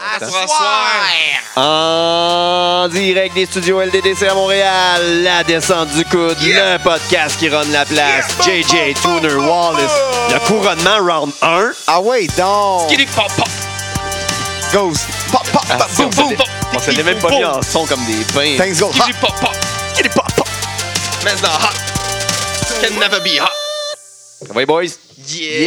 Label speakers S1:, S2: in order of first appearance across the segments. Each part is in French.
S1: À
S2: Attends.
S1: soir!
S2: En direct des studios LDDC à Montréal, la descente du coude, le podcast qui run la place, JJ Tuner Wallace, le couronnement round 1.
S3: Ah ouais, donc!
S1: Skiddy pop pop!
S3: Ghost! Pop, pop,
S2: Ah,
S3: pop,
S2: si,
S3: boom,
S2: on s'était-
S3: boom!
S2: On s'était même pas mis en son comme des pains.
S3: Thanks, Ghost!
S1: Skiddy pop pop! Skiddy pop pop! Man's not hot! Can never be hot!
S2: Ça va, boys?
S1: Yeah!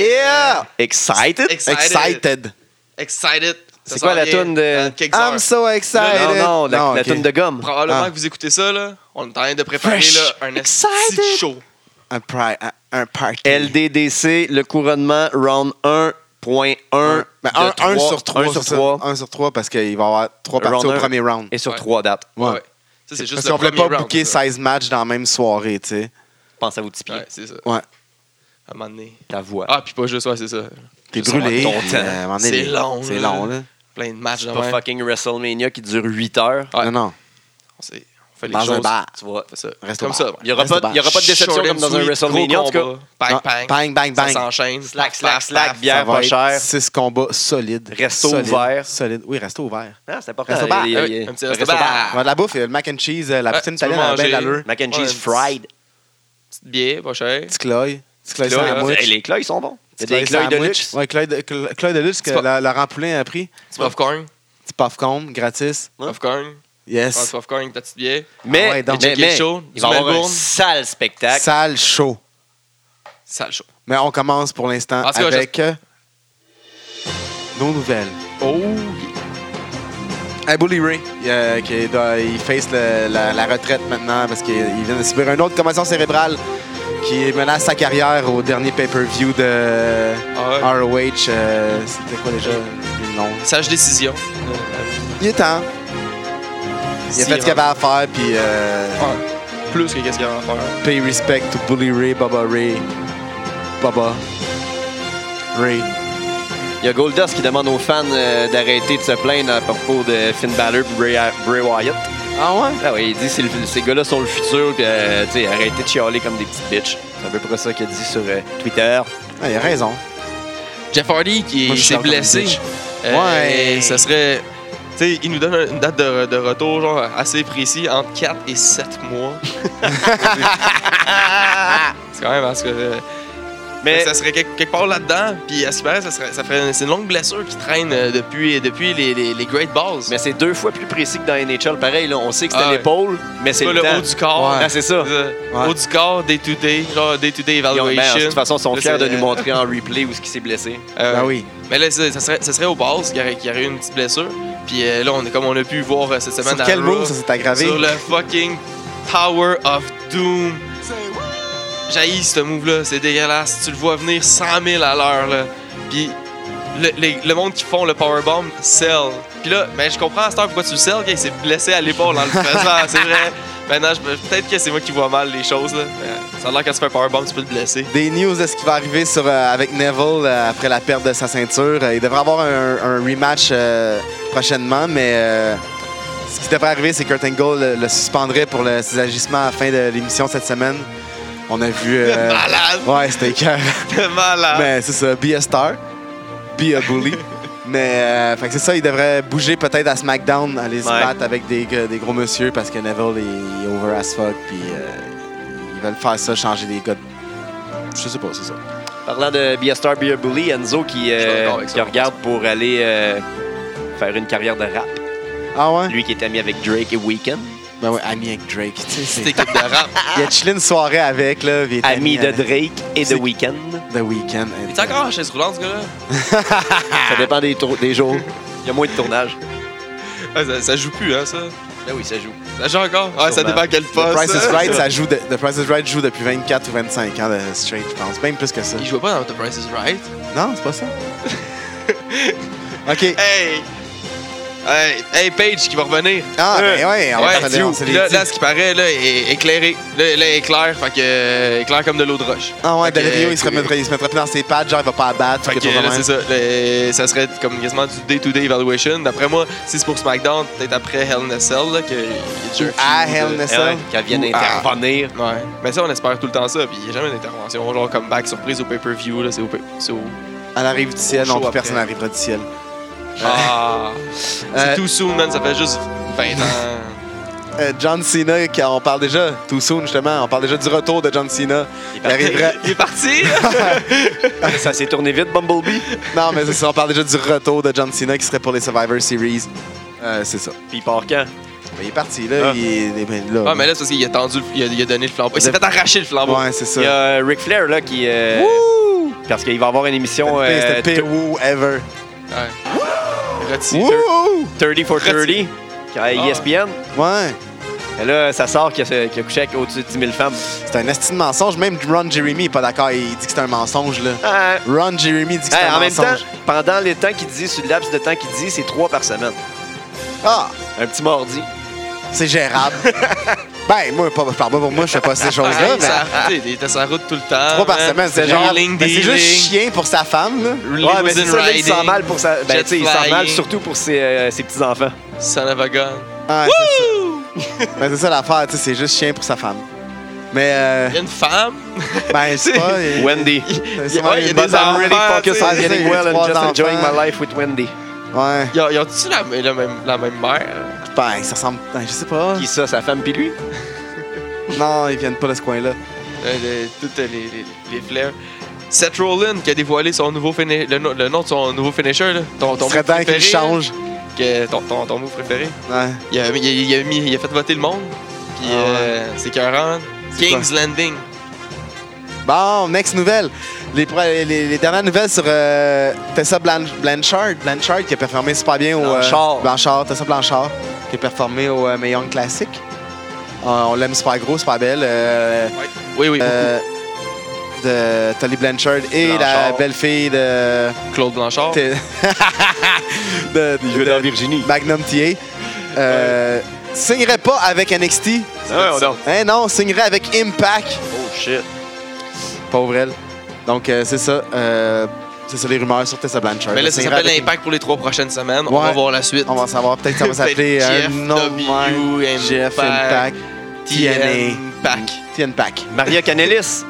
S3: Yeah!
S2: Excited?
S1: Excited.
S3: Excited!
S1: Excited! Ça Euh,
S2: C'est quoi
S1: s'en
S2: la
S1: vient
S2: toune de-
S1: dans quelques
S3: I'm
S1: heures.
S3: so excited!
S2: Non, non, la, la
S3: ok.
S2: toune de gomme.
S1: Probablement
S3: Ah.
S1: que vous écoutez ça, là. On est en train de préparer
S2: Fresh.
S1: là, un esti
S2: Excited.
S1: de show.
S3: Un, pri- un, un party.
S2: LDDC, le couronnement round 1.1.
S3: Un, ben, un,
S2: de
S3: un
S2: trois-
S3: sur trois.
S2: Un sur
S3: c'est ça.
S2: trois.
S3: Un sur trois parce qu'il va y avoir trois
S2: Round
S3: parties au
S2: un.
S3: premier round.
S2: Et sur
S1: Ouais.
S2: trois dates.
S3: Ouais.
S1: Ça, c'est juste
S3: Parce
S1: le
S3: qu'on
S1: premier
S3: voulait pas
S1: round,
S3: booker
S1: ça.
S3: 16 matchs dans la même soirée, tu sais.
S2: Pense à vous petits pieds.
S1: Ouais, c'est ça.
S3: Ouais.
S1: À un moment donné.
S2: Ta voix.
S1: Ah, puis pas juste, ouais, c'est ça.
S3: T'es
S2: Ça va
S3: brûlé.
S2: être ton
S3: puis,
S2: temps.
S3: euh, à un moment donné,
S1: C'est
S3: les-
S1: long,
S3: C'est
S1: là.
S3: long, là.
S1: Plein de matchs de
S2: C'est pas
S1: même.
S2: fucking WrestleMania qui dure 8 heures.
S1: Ouais.
S3: Non, non.
S1: On, sait- on fait les
S3: Dans un
S1: choses.
S3: bar.
S2: Tu vois.
S1: Fait ça.
S3: Reste au
S1: comme
S3: bar.
S1: ça. ouais.
S2: Il n'y aura,
S3: Reste
S2: pas-
S3: au
S2: il y aura pas de déception
S1: Short and
S2: comme dans un
S1: sweet,
S2: WrestleMania, en
S1: gros
S2: tout cas. Ah.
S1: combat. Bang, bang.
S3: Bang, bang,
S1: Ça
S3: bang.
S1: s'enchaîne.
S2: Slack, slack, slack,
S1: Paf,
S2: bière
S3: Ça
S2: pas
S3: va être
S2: chère.
S3: six combats solides.
S2: Resto
S3: Solides.
S2: ouvert.
S3: Solide. Oui, resto ouvert.
S2: Ah, c'est important.
S3: Resto bar.
S2: Il y a-
S1: Ah
S2: il y a-
S1: oui, un petit
S2: resto
S1: resto
S2: bar.
S1: bar.
S3: Ouais, de la bouffe, le mac and cheese, euh, la
S1: Ouais,
S3: poutine
S1: tu peux
S3: italienne, elle a bien
S1: manger.
S3: de l'allure.
S2: Mac and
S1: Ouais,
S2: cheese
S1: un petit-
S2: fried.
S1: Petite bière, pas cher.
S3: Petit cloy. Petit cloy
S1: Cloy,
S2: Hey,
S3: sandwich.
S2: les cloys sont bons. C'est
S3: Petit
S2: des cloys de
S3: sandwich.
S2: luxe.
S3: Ouais, cloy de, cl- cloy de luxe que
S1: C'est pas-
S3: la- Laurent Poulin a pris.
S1: Petit popcorn.
S3: Petit popcorn gratis.
S1: Hein?
S2: Ouais.
S1: Popcorn. Ouais, Petit
S3: Yes.
S1: popcorn, ta petite bière.
S2: Mais,
S3: Ah ouais, donc.
S2: mais-
S1: Checker
S2: mais-
S1: le show,
S2: il
S1: du
S2: va y avoir un
S1: Melbourne.
S2: sale spectacle.
S3: Sale chaud.
S1: Sale show.
S3: Mais on commence pour l'instant
S1: En tout cas,
S3: avec euh, nos nouvelles.
S1: Oh,
S3: Hey, Bully Ray, euh, qui doit- il face le- la, la retraite maintenant parce qu'il il vient de subir une autre commotion cérébrale qui menace sa carrière au dernier pay-per-view de
S1: ah, ouais.
S3: ROH. euh, C'était quoi déjà le nom?
S1: Sage décision.
S3: Il est temps. Il a fait ce
S1: hein.
S3: qu'il avait à faire, puis euh,
S1: Plus que qu'est-ce qu'il y avait à faire.
S3: pay respect to Bully Ray, Baba Ray. Baba. Ray.
S2: Il y a Goldust qui demande aux fans euh, d'arrêter de se plaindre à propos de Finn Balor et Bray, Bray Wyatt.
S3: Ah ouais?
S2: Ah oui, il dit c'est le- ces gars-là sont le futur, puis euh, tu sais, arrêtez de chialer comme des petites bitches. C'est à peu près ça qu'il a dit sur euh, Twitter.
S3: Ah, il a raison.
S1: Jeff Hardy
S3: Moi,
S1: qui
S3: je
S1: s'est
S3: sors comme
S1: blessé.
S3: une bitch.
S1: Euh,
S3: Ouais.
S1: Ça serait. Tu sais, il nous donne une date de, de retour genre assez précis, entre 4 et 7 mois. c'est quand même parce que. euh,
S2: Mais
S1: Ça serait quelque, quelque part là-dedans. Puis à ce qui paraît, ça, serait, ça ferait c'est une longue blessure qui traîne euh, depuis, depuis les, les, les Great Balls.
S2: Mais c'est deux fois plus précis que dans NHL. Pareil, là, on sait que c'était
S1: Ah ouais.
S2: l'épaule, mais c'est
S1: c'est pas
S2: le,
S1: le
S2: temps.
S1: haut du corps.
S3: Ouais.
S2: Ah, c'est ça.
S1: Le
S3: Ouais.
S1: Euh, Haut du corps, day to day, genre day to day
S2: Ils ont- ben,
S1: evaluation.
S2: de toute façon, ils sont
S1: Là,
S2: fiers de
S1: c'est-
S2: nous montrer en replay où ce qui s'est blessé.
S1: Euh,
S3: Ben oui.
S1: Mais là, c'est- ça serait, ça serait au base qu'il y aurait qu'il y aurait eu une petite blessure. Puis euh, là, on est comme on a pu voir euh, cette semaine
S3: Sur
S1: à
S3: quel
S1: Raw,
S3: move ça s'est aggravé?
S1: sur le fucking Tower of Doom. J'haïs ce move-là, c'est dégueulasse. Tu le vois venir 100 000 à l'heure, là. Puis le, les- le monde qui font le powerbomb, sell. Puis là, mais je comprends à cette heure pourquoi tu le sell, quand il s'est blessé à l'épaule en le faisant, c'est vrai. Maintenant, je- peut-être que c'est moi qui vois mal les choses, là. Mais ça a l'air que quand tu fais un powerbomb, tu peux te blesser.
S3: Des news de ce qui va arriver sur, euh, avec Neville euh, après la perte de sa ceinture. Euh, il devrait avoir un, un rematch euh, prochainement, mais euh, ce qui devrait arriver, c'est que Kurt Angle le, le suspendrait pour le- ses agissements à la fin de l'émission cette semaine. On a vu. euh,
S1: Malade!
S3: ouais, c'était écœurant.
S1: Malade!
S3: Mais c'est ça, be a star, be a bully. mais euh, fait que c'est ça, il devrait bouger peut-être à SmackDown, aller se
S2: Ouais.
S3: battre avec des, gars- des gros monsieur parce que Neville est, il est over as fuck, puis euh, ils veulent faire ça, changer des gars. de- Je sais pas, c'est ça.
S2: Parlant de Be a Star, Be a Bully, Enzo qui,
S1: Je suis
S2: euh,
S1: d'accord avec ça.
S2: qui regarde pour aller euh, faire une carrière de rap.
S3: Ah ouais?
S2: Lui qui est ami avec Drake et Weeknd.
S3: Ben ouais, ami avec Drake. tu sais,
S1: Petite
S3: c'est-
S1: équipe de rap.
S3: Il a chillé une soirée avec, là. puis il est
S2: Ami de
S3: avec
S2: Drake et de
S3: C'est-
S2: Weeknd.
S3: The Weeknd.
S1: Il est encore en chaise roulante, ce gars-là?
S2: Ça dépend des, tour- des jours. Il y a moins de tournage.
S1: Ah, ça, ça joue plus, hein, ça?
S2: Ben oui, ça joue.
S1: Ça joue encore? Ouais, ça
S2: Sûrement.
S1: dépend à quel
S3: The
S1: poste.
S3: Price is
S1: hein.
S3: Right, ça joue de- The Price is Right joue depuis 24 ou 25 ans de straight, je pense. Même plus que ça.
S1: Il jouait pas dans The Price is Right.
S3: Non, c'est pas ça. OK.
S1: Hey! Hey, hey Paige qui va revenir.
S3: Ah, ben ouais, on va
S1: Euh, ouais,
S3: parler- on s'est
S1: Puis là,
S3: dit.
S1: là, ce qui paraît, là, est éclairé. Là, là, est clair, fait que, euh, éclair comme de l'eau de roche.
S3: Ah ouais,
S1: Fait que-
S3: Del Rio, il se remettrait il se mettrait plus dans ses pattes, genre, il va pas abattre.
S1: Fait
S3: quelque
S1: que
S3: chose de
S1: là,
S3: même.
S1: c'est ça. Le- ça serait comme quasiment du day-to-day evaluation. D'après moi, si c'est pour SmackDown, peut-être après Hell in a Cell, là, que il y a déjà un feud euh,
S3: Ah,
S1: de-
S3: Hell in a Cell.
S2: Qu'elle vienne
S1: Ou-
S2: intervenir.
S1: Ouais. Mais ça, on espère tout le temps ça. Puis il n'y a jamais d'intervention. Genre, comme back surprise au pay-per-view, là, c'est au. pay- c'est au-
S3: Elle arrive du ciel,
S1: Show
S3: non, plus
S1: après.
S3: personne n'arrivera du ciel.
S1: Ah! C'est
S3: Euh,
S1: too soon, man. Ça fait juste 20 ans.
S3: Euh, John Cena, qui- on parle déjà, tout soon justement, on parle déjà du retour de John Cena. Il arrivera.
S1: Il est parti.
S2: Ça s'est tourné vite, Bumblebee.
S3: Non, mais c'est ça, on parle déjà du retour de John Cena qui serait pour les Survivor Series. Euh, c'est ça.
S2: Puis il part quand?
S3: Mais il est parti, là.
S2: Ah.
S3: Il est, il est bien là.
S1: Ah, mais là, ah c'est parce qu'il a tendu, le- il a, il a donné le flambeau. Il s'est fait arracher le flambeau.
S3: Ouais, c'est ça.
S2: Il y a Ric Flair, là, qui. euh, parce qu'il va avoir une émission euh,
S3: C'était le pire woo ever.
S1: Ouais. Retiré.
S3: Woo!
S2: 30 for 30 à E ESPN.
S3: Ouais.
S2: Et là, ça sort qu'il a, qu'il a couché avec au-dessus de 10 000 femmes.
S3: C'est un esti de mensonge. Même Ron Jeremy est pas d'accord. Il dit que c'est un mensonge, là.
S2: Ah,
S3: Ron Jeremy dit que Euh, c'est
S2: hey,
S3: un
S2: en même temps,
S3: mensonge.
S2: pendant le temps qu'il dit, sur le laps de temps qu'il dit, c'est 3 par semaine.
S3: Ah,
S2: Un petit mordi.
S3: c'est gérable. ben, moi, pas, je parle pas pour moi, je fais pas ces choses-là,
S1: Ouais,
S3: mais.
S1: Ah, ça- tu sais, Il était sur la route tout le temps.
S3: Trois par
S1: man.
S3: semaine, c'est
S1: Des
S3: genre.
S1: lignes,
S3: mais
S1: des
S3: c'est juste
S1: lignes.
S3: chien pour sa femme, là.
S2: Ouais, mais c'est
S1: Limousine
S2: ça, là, il
S1: riding.
S2: sent mal pour sa. Ben,
S1: jet
S2: tu sais, il sent mal
S1: flying.
S2: surtout pour ses, euh, ses petits-enfants.
S1: Son of a gun.
S3: Ah, c'est ça. Mais c'est ça l'affaire, tu sais, c'est juste chien pour sa femme. Mais, euh,
S1: Il y a une femme.
S3: ben, c'est pas. euh,
S2: Wendy.
S3: c'est
S1: y a-
S3: sûrement
S1: ouais, il y a
S3: une
S1: des
S3: bonne-
S2: But I'm really
S1: enfants,
S2: focused
S1: tu
S2: on
S1: sais,
S2: getting
S3: c'est
S2: well and
S3: trois
S2: just enjoying
S3: enfants.
S2: my life with Wendy.
S3: Ouais.
S1: Ils ont- ils ont-tu la, la même, la même mère?
S3: Ben, ça ressemble. ben, je sais pas.
S2: Qui ça, sa femme puis lui?
S3: Non, ils viennent pas de ce coin-là.
S1: Euh, de- toutes les, les, les flares. Seth Rollin qui a dévoilé son nouveau fini- le, no- le nom de son nouveau finisher. Là. Ton, ton
S3: Très
S1: move
S3: bien
S1: préféré.
S3: qu'ils changent.
S1: là, que- ton, ton, ton move préféré.
S3: Ouais.
S1: Il a, il, a- il a mis, il a fait voter le monde. Puis
S3: Ah ouais.
S1: euh, c'est écœurant. man.
S3: C'est
S1: King's Landing.
S3: Bon, next nouvelle. Les, pro- les, les dernières nouvelles sur euh, Tessa Blan- Blanchard. Blanchard qui a performé super bien au. euh,
S2: Blanchard.
S3: Blanchard, Tessa Blanchard qui a performé au euh, Mae Young Classic. Euh, on l'aime super gros, super belle. euh,
S1: Oui, oui.
S3: euh, de Tully Blanchard et la
S2: Blanchard.
S3: belle-fille de,
S1: Claude Blanchard.
S3: T- de-
S2: Il veut
S3: de
S2: la Virginie.
S3: Magnum TA. Euh, Signerait pas avec NXT.
S2: Ah ouais, non.
S3: Hein, non, signerait avec Impact.
S2: Oh shit.
S3: Pauvre elle. Donc, euh, c'est ça. euh, c'est ça les rumeurs sur Tessa Blanchard.
S1: Mais là, ça
S3: C'est
S1: s'appelle
S3: avec-
S1: l'impact pour les trois prochaines semaines. On
S3: Ouais.
S1: va voir la suite.
S3: On va savoir. Peut-être que ça va s'appeler
S1: Peut-être
S3: euh, No Mind
S1: JFW,
S3: Jeff
S1: Impact,
S3: Impact. TNA.
S1: TN Pack.
S3: TN Pack. Ah
S2: Maria Canelis.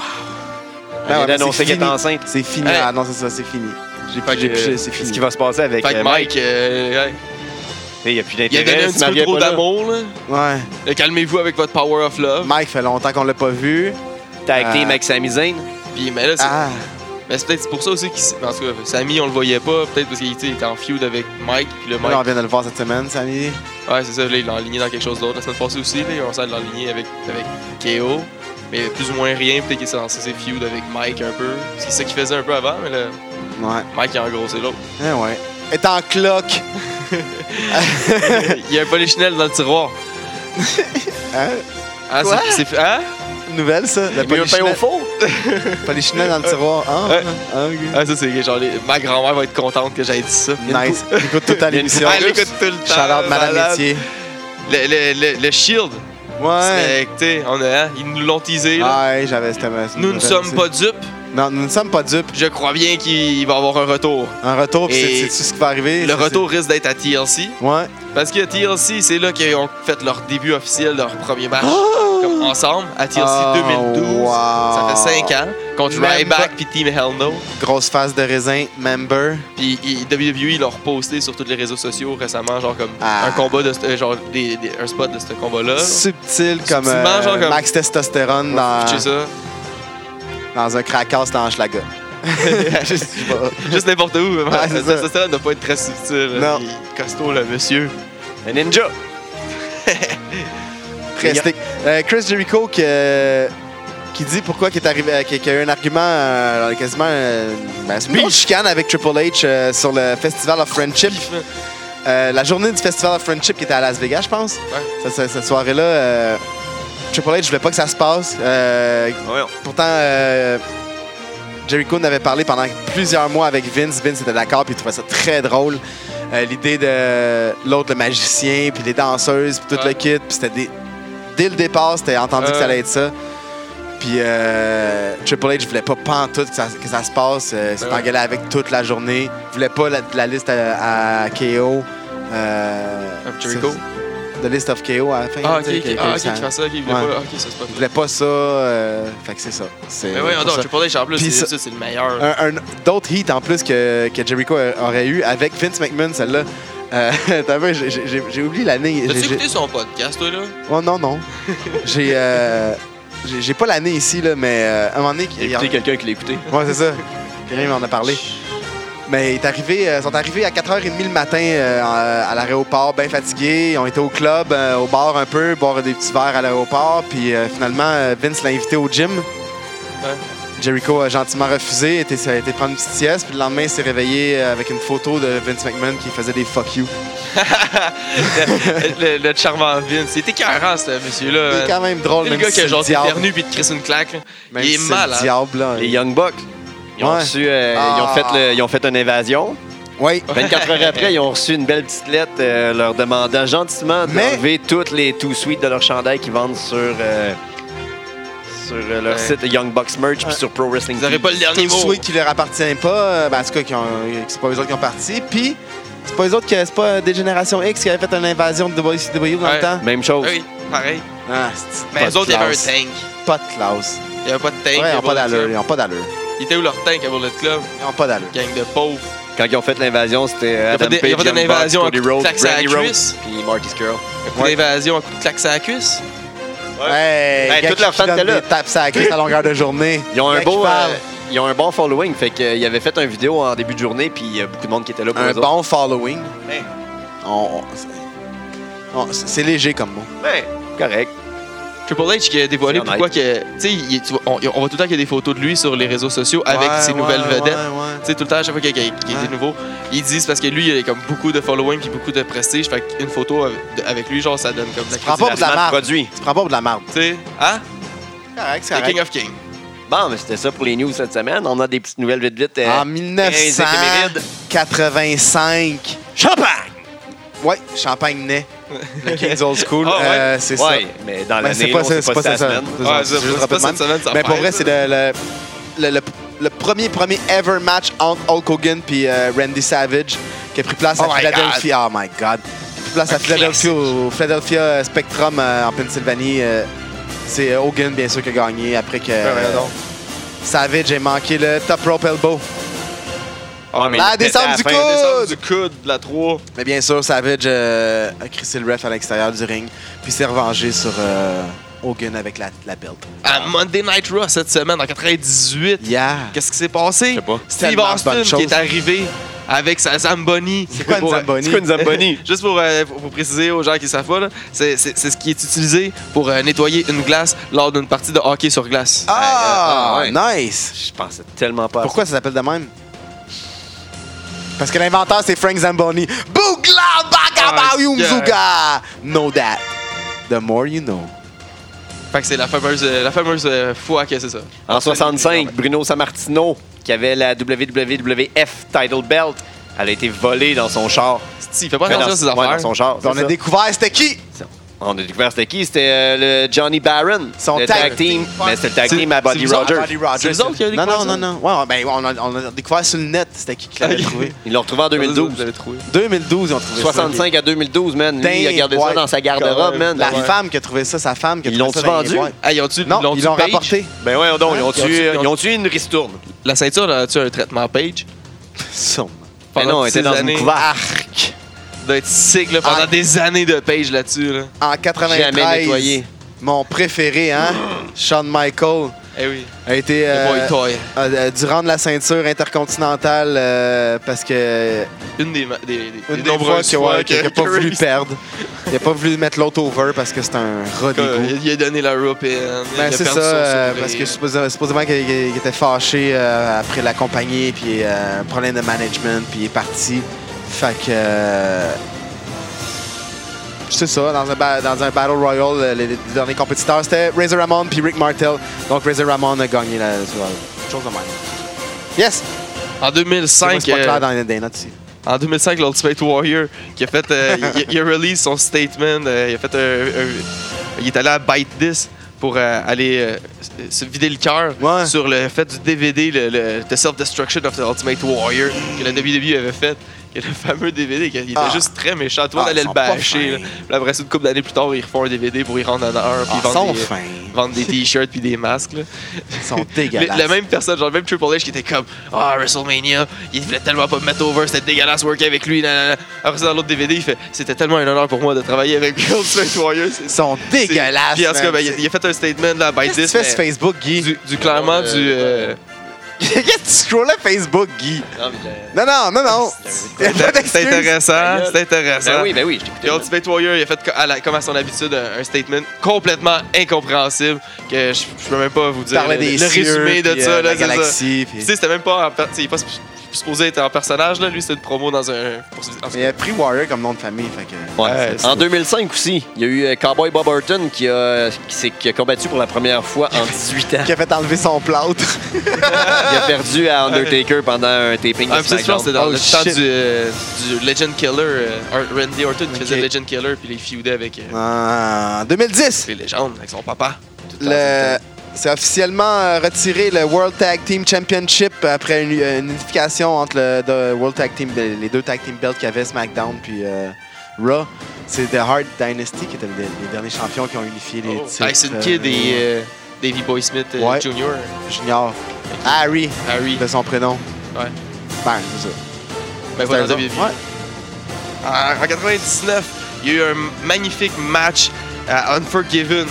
S2: Elle
S3: ouais,
S2: vient
S3: Ah, mais
S2: d'annoncer
S3: c'est
S2: qu'elle est
S3: fini.
S2: enceinte.
S3: C'est fini.
S1: Hey.
S3: Ah, non, c'est ça, c'est fini. J'ai
S1: Fait
S3: plus, j'ai
S1: que,
S3: plus,
S1: euh,
S3: c'est
S2: Qu'est-ce
S3: fini.
S2: qui va se passer avec
S1: Fait que
S2: euh,
S1: Mike, euh, ouais.
S2: Il n'y a plus
S1: il a
S2: d'intérêt.
S1: donné un
S2: si
S1: petit
S2: Maria
S1: peu
S2: est
S1: trop
S2: pas là.
S1: d'amour. là.
S3: Ouais.
S1: Euh, Calmez-vous avec votre Power of Love.
S3: Mike, fait longtemps qu'on l'a pas vu.
S2: Tag team
S3: Ah.
S2: avec Sami Zayn.
S1: Puis, mais là, c'est
S3: Ah,
S1: mais c'est peut-être pour ça aussi qu'il. s- En tout cas, Sammy, on le voyait pas. Peut-être parce qu'il tu sais, il était en feud avec Mike. Puis le
S3: là, on
S1: Mike.
S3: vient de le voir cette semaine, Samy.
S1: Ouais, c'est ça. Là, il l'a enligné dans quelque chose d'autre. La semaine passée aussi, là, on s'est enligné avec, avec KO. Mais plus ou moins rien. Peut-être qu'il est censé ses feud avec Mike un peu. C'est ça qu'il faisait un peu avant. Mais là,
S3: Ouais.
S1: Mike, il a engrossé l'autre.
S3: Eh ouais. Est en cloque.
S1: il y a un polichinelle dans le tiroir.
S3: Hein?
S1: Ah,
S3: Quoi?
S1: c'est- c'est. Hein?
S3: Nouvelle, ça? Le
S2: Il a pain au
S3: polichinelle,
S2: four.
S3: polichinelle dans le tiroir. Ah,
S1: Ouais.
S3: ah, ok.
S1: Ah, ça, c'est genre, les- ma grand-mère va être contente que j'aille dit ça.
S3: Nice. Écoute tout à l'émission.
S1: Elle écoute tout le temps.
S3: Shout-out Madame
S1: malade.
S3: Métier.
S1: Le, le, le, le Shield.
S3: Ouais.
S1: c'est- t'sais, on a, hein, ils nous l'ont teasé. là.
S3: Ah, ouais, j'avais c'était ma-
S1: nous ne
S3: ma-
S1: sommes pas dupes.
S3: Non, nous ne sommes pas dupes.
S1: Je crois bien qu'il va avoir un retour.
S3: Un retour, puis
S1: Et
S3: c'est c'est-tu ce qui va arriver.
S1: Le
S3: C'est-
S1: retour risque d'être à TLC.
S3: c'est- Ouais.
S1: Parce que TLC, c'est là qu'ils ont fait leur début officiel, leur premier match comme ensemble à TLC
S3: Oh,
S1: 2012.
S3: wow.
S1: Ça fait 5 ans. Contre
S3: Même
S1: Ryback puis Team Hell No.
S3: Grosse face de raisin, member.
S1: Puis ils- WWE E l'a reposté sur tous les réseaux sociaux récemment, genre comme
S3: Ah.
S1: un combat de ce- euh, genre des- des- un spot de ce combat-là.
S3: Subtil comme,
S1: Subtilement,
S3: euh,
S1: Euh. genre comme-
S3: Max Testostérone
S1: Pitcher
S3: dans,
S1: ça.
S3: dans un cracasse dans Schlaga. Je sais pas.
S1: Juste n'importe où. vraiment.
S3: Ouais, c'est ça.
S1: ça, ça, ne doit pas être très subtil.
S3: Non.
S1: Il est costaud, le monsieur.
S2: Un ninja.
S3: Très
S2: Yeah.
S3: stick. Euh, Chris Jericho qui, euh, qui dit pourquoi qui est arrivé, euh, qui, qui a eu un argument euh, quasiment euh, ben, c'est une grosse chicane avec Triple H euh, sur le Festival of Friendship. Euh, la journée du Festival of Friendship qui était à Las Vegas, je pense. Ça- ça- cette soirée-là, euh, Triple H, je voulais pas que ça se passe. Euh,
S2: Voyons.
S3: pourtant, euh, Jericho en avait parlé pendant plusieurs mois avec Vince. Vince était d'accord, puis il trouvait ça très drôle. Euh, L'idée de l'autre, le magicien, puis les danseuses, puis tout
S1: Ouais.
S3: le kit. Puis c'était des- dès le départ, c'était entendu que
S1: Ouais.
S3: ça allait être ça. Puis euh, Triple H voulait pas pantoute que ça, que ça se passe. Euh, il s'est
S1: Ben Ouais.
S3: engueulé avec toute la journée. Il voulait pas la, la liste à, à KO. euh,
S1: Of Jericho?
S3: c'est- The list of KO à la fin.
S1: Ah, ok,
S3: tu sais,
S1: ok,
S3: que- que
S1: ah, ok,
S3: ça-
S1: qu'il fasse ça, ok, il voulait
S3: Ouais.
S1: pas. Ok, ça c'est pas
S3: il
S1: possible.
S3: voulait pas ça. euh, fait que c'est ça. C'est
S1: Mais oui,
S3: pour
S1: Ben non,
S3: ça.
S1: je parlais, en plus,
S3: Puis
S1: c'est
S3: ça-
S1: ça, c'est le meilleur.
S3: Un, un- d'autres hits en plus que, que Jericho a- aurait eu avec Vince McMahon, celle-là. Euh, t'as vu, j'ai- j'ai j'ai oublié l'année.
S1: T'as-tu
S3: J'ai- j'ai-
S1: écouté son podcast, toi, là?
S3: Oh non, non. J'ai. euh, j'ai- J'ai pas l'année ici, là, mais euh, à un moment donné. il-
S2: J'ai écouté quelqu'un qui l'a écouté.
S3: Ouais, c'est ça. Quelqu'un m'en a parlé. Mais ils sont arrivés, euh, sont arrivés à 4h30 le matin euh, en- à l'aéroport, bien fatigués. Ils ont été au club, euh, au bar un peu, boire des petits verres à l'aéroport. Puis euh, finalement, euh, Vince l'a invité au gym. Jericho a gentiment refusé, était, ça a été prendre une petite sieste. Puis le lendemain, il s'est réveillé euh, avec une photo de Vince McMahon qui faisait des fuck you.
S1: le, le charmant Vince. Il était carré, ce
S3: C'est
S1: monsieur-là.
S3: quand même drôle,
S1: Euh, C'est le
S3: même
S1: gars
S3: si
S1: qui
S3: c'est
S1: a genre
S3: le diable.
S1: pernu puis de crisse une claque. là.
S3: Même
S1: il est
S3: si c'est
S1: malade.
S3: le diable, là.
S2: Les Young Bucks, ils ont,
S3: Ouais.
S2: reçu, euh, ils, ont
S3: Ah.
S2: fait le- ils ont fait une invasion.
S3: Oui.
S2: 24 heures après, ils ont reçu une belle petite lettre euh, leur demandant gentiment
S3: Mais-
S2: d'enlever toutes les tout suites de leur chandail qu'ils vendent sur, euh, sur euh, leur
S1: Ouais.
S2: site Young Bucks Merch puis sur Pro Wrestling.
S1: Ils n'auraient
S2: Tees.
S1: pas le dernier
S3: Too
S1: mot.
S3: Sweet qui leur appartient pas, euh, ben, en tout cas, qui ont- c'est pas eux autres qui ont parti. Puis, c'est pas eux autres que c'est pas des générations X qui avaient fait une invasion de WCW dans
S1: Ouais.
S3: le temps.
S2: Même chose.
S1: Ah Oui, pareil.
S3: Ah, c'est
S1: Mais
S3: pas
S1: les
S3: de
S1: autres, il y avait un
S3: classe.
S1: tank.
S3: Pas de classe.
S1: Il n'y avait pas de tank.
S3: Ouais, ils
S1: à
S3: ont pas
S1: Bullet
S3: d'allure.
S1: Club.
S3: Ils ont pas d'allure.
S1: Il était où leur tank à Bullet Club?
S3: Ils ont pas d'allure.
S1: Gang de pauvres.
S2: Quand ils ont fait l'invasion, c'était
S1: a
S2: euh,
S1: pas
S2: Adam
S1: de- y a
S2: Page,
S1: pas
S2: Young
S1: d'invasion
S2: Bucks, Cody
S1: à coup de
S2: Rhodes,
S1: claque sur la
S2: Brandy Rhodes
S1: cuisse.
S2: puis Marty Skrull.
S1: Un coup
S3: Ouais.
S1: d'évasion, un coup de claque à la cuisse.
S2: Ouais.
S3: Hey,
S2: Ben,
S3: gars
S2: toute leur
S3: qui
S2: fan
S3: donne
S2: était là.
S3: des tapes sur la cuisse à longueur de journée.
S2: Ils ont un
S3: Gars qui
S2: beau,
S3: parle.
S2: euh, ils ont un bon following. Fait qu'ils avaient fait une vidéo en début de journée, puis il y a beaucoup de monde qui était là pour
S3: un
S2: eux autres.
S3: bon following.
S1: Hey.
S3: On- on- c'est- on- c'est c'est léger comme mot.
S2: Ben, correct.
S1: Triple H qui a dévoilé
S2: C'est honnête.
S1: pourquoi que. Tu sais, il est- tu vois, on, on voit tout le temps qu'il y a des photos de lui sur les réseaux sociaux avec
S3: Ouais,
S1: ses
S3: ouais,
S1: nouvelles vedettes.
S3: ouais, ouais.
S1: Tu sais, tout le temps, à chaque fois qu'il y a qu'il y a- qu'il y a des
S3: Ouais.
S1: nouveaux, ils disent parce que lui, il a comme beaucoup de following puis beaucoup de prestige. Fait qu'une photo avec- avec lui, genre, ça donne comme de la
S3: Tu te rends
S1: crédibilité.
S3: pas pour de la
S2: Placement de
S3: marde.
S2: produit.
S3: Tu prends pas pour de la marde.
S1: Tu sais, hein?
S3: Correct, c'est
S1: C'est
S3: correct.
S1: King of King.
S2: Bon, mais c'était ça pour les news cette semaine. On a des petites nouvelles vite vite. euh,
S3: En
S2: quinze éphémérides.
S3: 1985,
S2: Champagne!
S3: ouais, Champagne naît. Le King's Old School,
S1: Ah ouais?
S3: euh, c'est ça.
S2: Ouais, mais dans
S3: Mais
S2: l'année,
S3: c'est
S2: là,
S3: pas,
S2: on sait
S3: ça,
S2: pas,
S3: c'est pas
S2: si
S3: ça.
S2: c'est la
S3: ça.
S2: semaine.
S1: Ouais,
S3: Je
S1: c'est
S3: juste
S1: pas
S3: rappelle de
S1: cette
S3: même.
S1: semaine, ça
S3: Mais pour
S1: fait,
S3: vrai,
S1: ça.
S3: c'est le, le, le- le- le premier, premier ever match entre Hulk Hogan puis euh, Randy Savage qui a pris place
S1: Oh
S3: à
S1: my
S3: Philadelphie. Oh my God. Qui a pris place
S1: Un
S3: à Philadelphie au Philadelphia Spectrum euh, en Pennsylvanie. euh, c'est euh, Hogan, bien sûr, qui a gagné après que
S2: Ben,
S3: euh, Savage ait manqué le top rope elbow.
S2: Ouais, mais
S3: La
S2: c'était
S3: descente
S2: à
S3: du
S2: la fin.
S3: coude!
S1: Descendre du coude, de la 3.
S3: Mais bien sûr, Savage euh, a crissé le ref à l'extérieur du ring puis s'est revengé sur euh, Hogan avec la, la belt.
S1: À Monday Night Raw cette semaine, en 98.
S3: Yeah!
S1: Qu'est-ce qui s'est passé?
S2: Je sais pas.
S1: Steve
S3: Tellement
S1: Austin
S3: bonne
S1: qui
S3: chose.
S1: est arrivé avec sa Zamboni. C'est
S3: quoi une Zamboni?
S2: C'est quoi une Zamboni?
S1: Juste pour, euh, pour- pour préciser aux gens qui savent pas, là, c'est, c'est- c'est ce qui est utilisé pour euh, nettoyer une glace lors d'une partie de hockey sur glace.
S3: Ah,
S2: Ouais,
S3: nice!
S2: Je pensais tellement pas à
S3: Pourquoi ça s'appelle de même? Parce que l'inventeur, c'est Frank Zamboni. Bougla
S1: Ah,
S3: Bagabayum
S1: yeah.
S3: Zuga! Know that. The more you know.
S1: Fait que c'est la fameuse, euh, la fameuse euh, fois que c'est ça.
S2: ça.
S3: Ah,
S2: En 65, Bruno Sammartino, qui avait la WWF Title Belt, elle a été volée dans son char.
S1: Si, fais pas
S2: Ouais,
S1: attention à ces
S2: ouais,
S1: affaires.
S2: dans son char. c'est
S3: On a
S2: ça.
S3: découvert c'était qui?
S2: On a découvert c'était qui? C'était euh, le Johnny Barron.
S3: Son
S2: le
S3: tag
S2: tag team.
S3: team.
S2: Mais c'était le tag
S1: C'est-
S2: team à
S1: c'est
S2: Buddy
S1: bizarre,
S2: Rogers.
S3: Buddy Rogers.
S1: C'est nous autres qui a
S3: Non,
S1: découvert
S3: non,
S1: ça?
S3: non, non. Ouais, ouais, ben, on, a, on a découvert sur le net c'était qui qui l'avait
S1: Ok.
S3: trouvé.
S2: Ils l'ont retrouvé en 2012.
S1: Vous avez trouvé.
S3: 2012, ils ont trouvé ça.
S2: 65 à 2012, man. Lui, il a
S3: Dang,
S2: gardé ça
S3: ouais.
S2: dans sa
S1: Quand
S2: garde-robe,
S1: même.
S2: man.
S3: La
S1: Ouais.
S3: femme qui a trouvé ça, sa femme qui a
S2: Ils
S3: trouvé
S2: l'ont-tu
S3: ça. dans les
S2: vendu?
S3: boîtes.
S1: Ah, ils ont-tu,
S3: Non, ils
S1: tu
S3: l'ont
S1: page?
S3: rapporté.
S2: Ben ouais, donc, ils ont
S1: Ils ont tué-
S2: tué- Ben
S1: ils ont-
S2: ils ont tué une ristourne.
S1: La ceinture, as-tu un traitement page?
S3: Sûrement.
S2: Mais non, elle
S1: toutes
S2: était
S1: ces
S2: dans
S1: années,
S2: une couvercle.
S1: doit être sick là, pendant
S3: Ah.
S1: des années de page là-dessus. Là.
S3: En 93,
S2: Jamais nettoyé.
S3: mon préféré, hein, Shawn Michael,
S1: Eh oui,
S3: a été...
S1: le
S3: euh,
S1: boy toy.
S3: Euh, euh, du rang de la ceinture intercontinentale euh, parce que
S1: Une des, ma- des, des,
S3: une
S1: des
S3: des fois
S1: nombreuses
S3: qu'il
S1: fois
S3: ouais, qu'il a pas voulu
S1: que-
S3: perdre. Il a pas voulu mettre l'autre over parce que c'est un rat d'égout.
S1: Il a donné la rope et euh, il a
S3: Ben, c'est
S1: perdu
S3: ça,
S1: son
S3: euh,
S1: sourire.
S3: parce que supposément, supposément qu'il qu'il était fâché euh, après la compagnie, puis euh, un problème de management, puis il est parti. Fait que. euh, c'est ça, dans un, ba- dans un Battle Royal, euh, les, les derniers compétiteurs, c'était Razor Ramon puis Rick Martel. Donc Razor Ramon a gagné la. Chose de même. Yes!
S1: En
S3: Moi,
S1: 2005,
S3: C'est pas clair
S1: euh,
S3: dans les dans les notes ici.
S1: en 2005, l'Ultimate Warrior qui a fait, euh, il, il a release son statement, euh, il a fait un- un- il est allé à Bite This pour euh, aller euh, se- se vider le cœur
S3: Ouais.
S1: sur le fait du DVD, le, le- The Self Destruction of the Ultimate Warrior que la WWE E avait fait. Il y a le fameux DVD qui il était
S3: Ah.
S1: juste très méchant. Toi, on
S3: Ah,
S1: allait
S3: ils
S1: le
S3: sont pas
S1: bâcher. là.
S3: fins.
S1: Puis après ça, une couple d'années plus tard, ils refont un DVD pour y rendre honneur. Puis
S3: Ah,
S1: ils
S3: Ils
S1: vendent
S3: sont
S1: des-
S3: fins.
S1: vendent des t-shirts puis des masques. là.
S3: Ils sont
S1: Mais
S3: dégueulasses.
S1: la même personne, genre le même Triple H qui était comme Ah, WrestleMania, il voulait tellement pas me mettre over, c'était dégueulasse worker avec lui. nanana. Après ça, dans l'autre DVD, il fait C'était tellement un honneur pour moi de travailler avec Bill Saint Warrior.
S3: Ils sont dégueulasses.
S1: Puis en tout cas,
S3: man.
S1: ben, il, a, il a fait un statement là, by
S3: Qu'est-ce que tu
S1: this.
S3: fais sur
S1: mais
S3: Facebook, Guy?
S1: Du, du- clairement
S2: Euh,
S1: du. euh,
S3: Qu'est-ce que tu scrollais Facebook, Guy?
S2: Non, mais je-
S1: euh,
S3: Non, non, non, non.
S2: C'est
S3: Y a pas
S1: Ah, C'est
S3: d'excuse.
S1: intéressant,
S2: gueule.
S1: c'est intéressant.
S2: Ben oui, ben oui, je
S1: Et
S2: t'écoutais.
S1: Ultimate Warrior, il a fait co- à la- comme à son habitude un, un statement complètement incompréhensible que je, je peux même pas vous
S3: Tu
S1: dire.
S3: parlais
S1: le,
S3: des
S1: le
S3: cieux,
S1: résumé de
S3: puis,
S1: ça,
S3: euh,
S1: là,
S3: la
S1: c'est ça.
S3: galaxie.
S1: Puis,
S3: puis-
S1: tu sais, c'était même pas en per- tu sais, il est pas sup- supposé être en personnage, là. Lui, c'était une promo dans un. pour- en tout cas.
S3: Il a pris Warrior euh, comme nom de famille, fait que...
S2: Ouais.
S1: Ouais, c'est-
S2: en 2005 aussi, il y a eu euh, Cowboy Bob Orton qui a, qui, s'est- qui a combattu pour la première fois en 18 ans.
S3: euh, Qui a fait enlever son plâtre.
S2: Il a perdu à Undertaker pendant un taping
S1: Ah,
S2: de
S1: puis ça, je pense que
S2: SmackDown.
S1: c'était dans
S3: Oh,
S1: le
S3: shit.
S1: temps du, euh, du Legend Killer, euh, Ar- Randy Orton qui
S3: Ok.
S1: faisait Legend Killer, puis il feudait avec euh,
S3: En 2010,
S1: les légendes, avec son papa. Tout le temps,
S3: le... c'est officiellement euh, retiré le World Tag Team Championship après une, euh, une unification entre le, de World Tag Team, ben, les deux Tag Team belts qu'il y avait, SmackDown puis euh, Raw. C'est The Hard Dynasty qui étaient les, les derniers champions qui ont unifié
S1: tout le
S3: les
S1: temps. Oh.
S3: titres.
S1: Tyson
S3: euh,
S1: Kidd et euh, Davey Boy Smith euh,
S3: Ouais.
S1: Jr.,
S3: Junior. Harry,
S1: Harry.
S3: de son prénom.
S1: Ouais.
S3: Ben, c'est ça.
S1: Ben,
S3: C'était
S1: voilà, vous
S3: eux
S1: avez
S3: autres.
S1: vu.
S3: Ouais.
S1: En en 99, il y a eu un magnifique match à Unforgiven,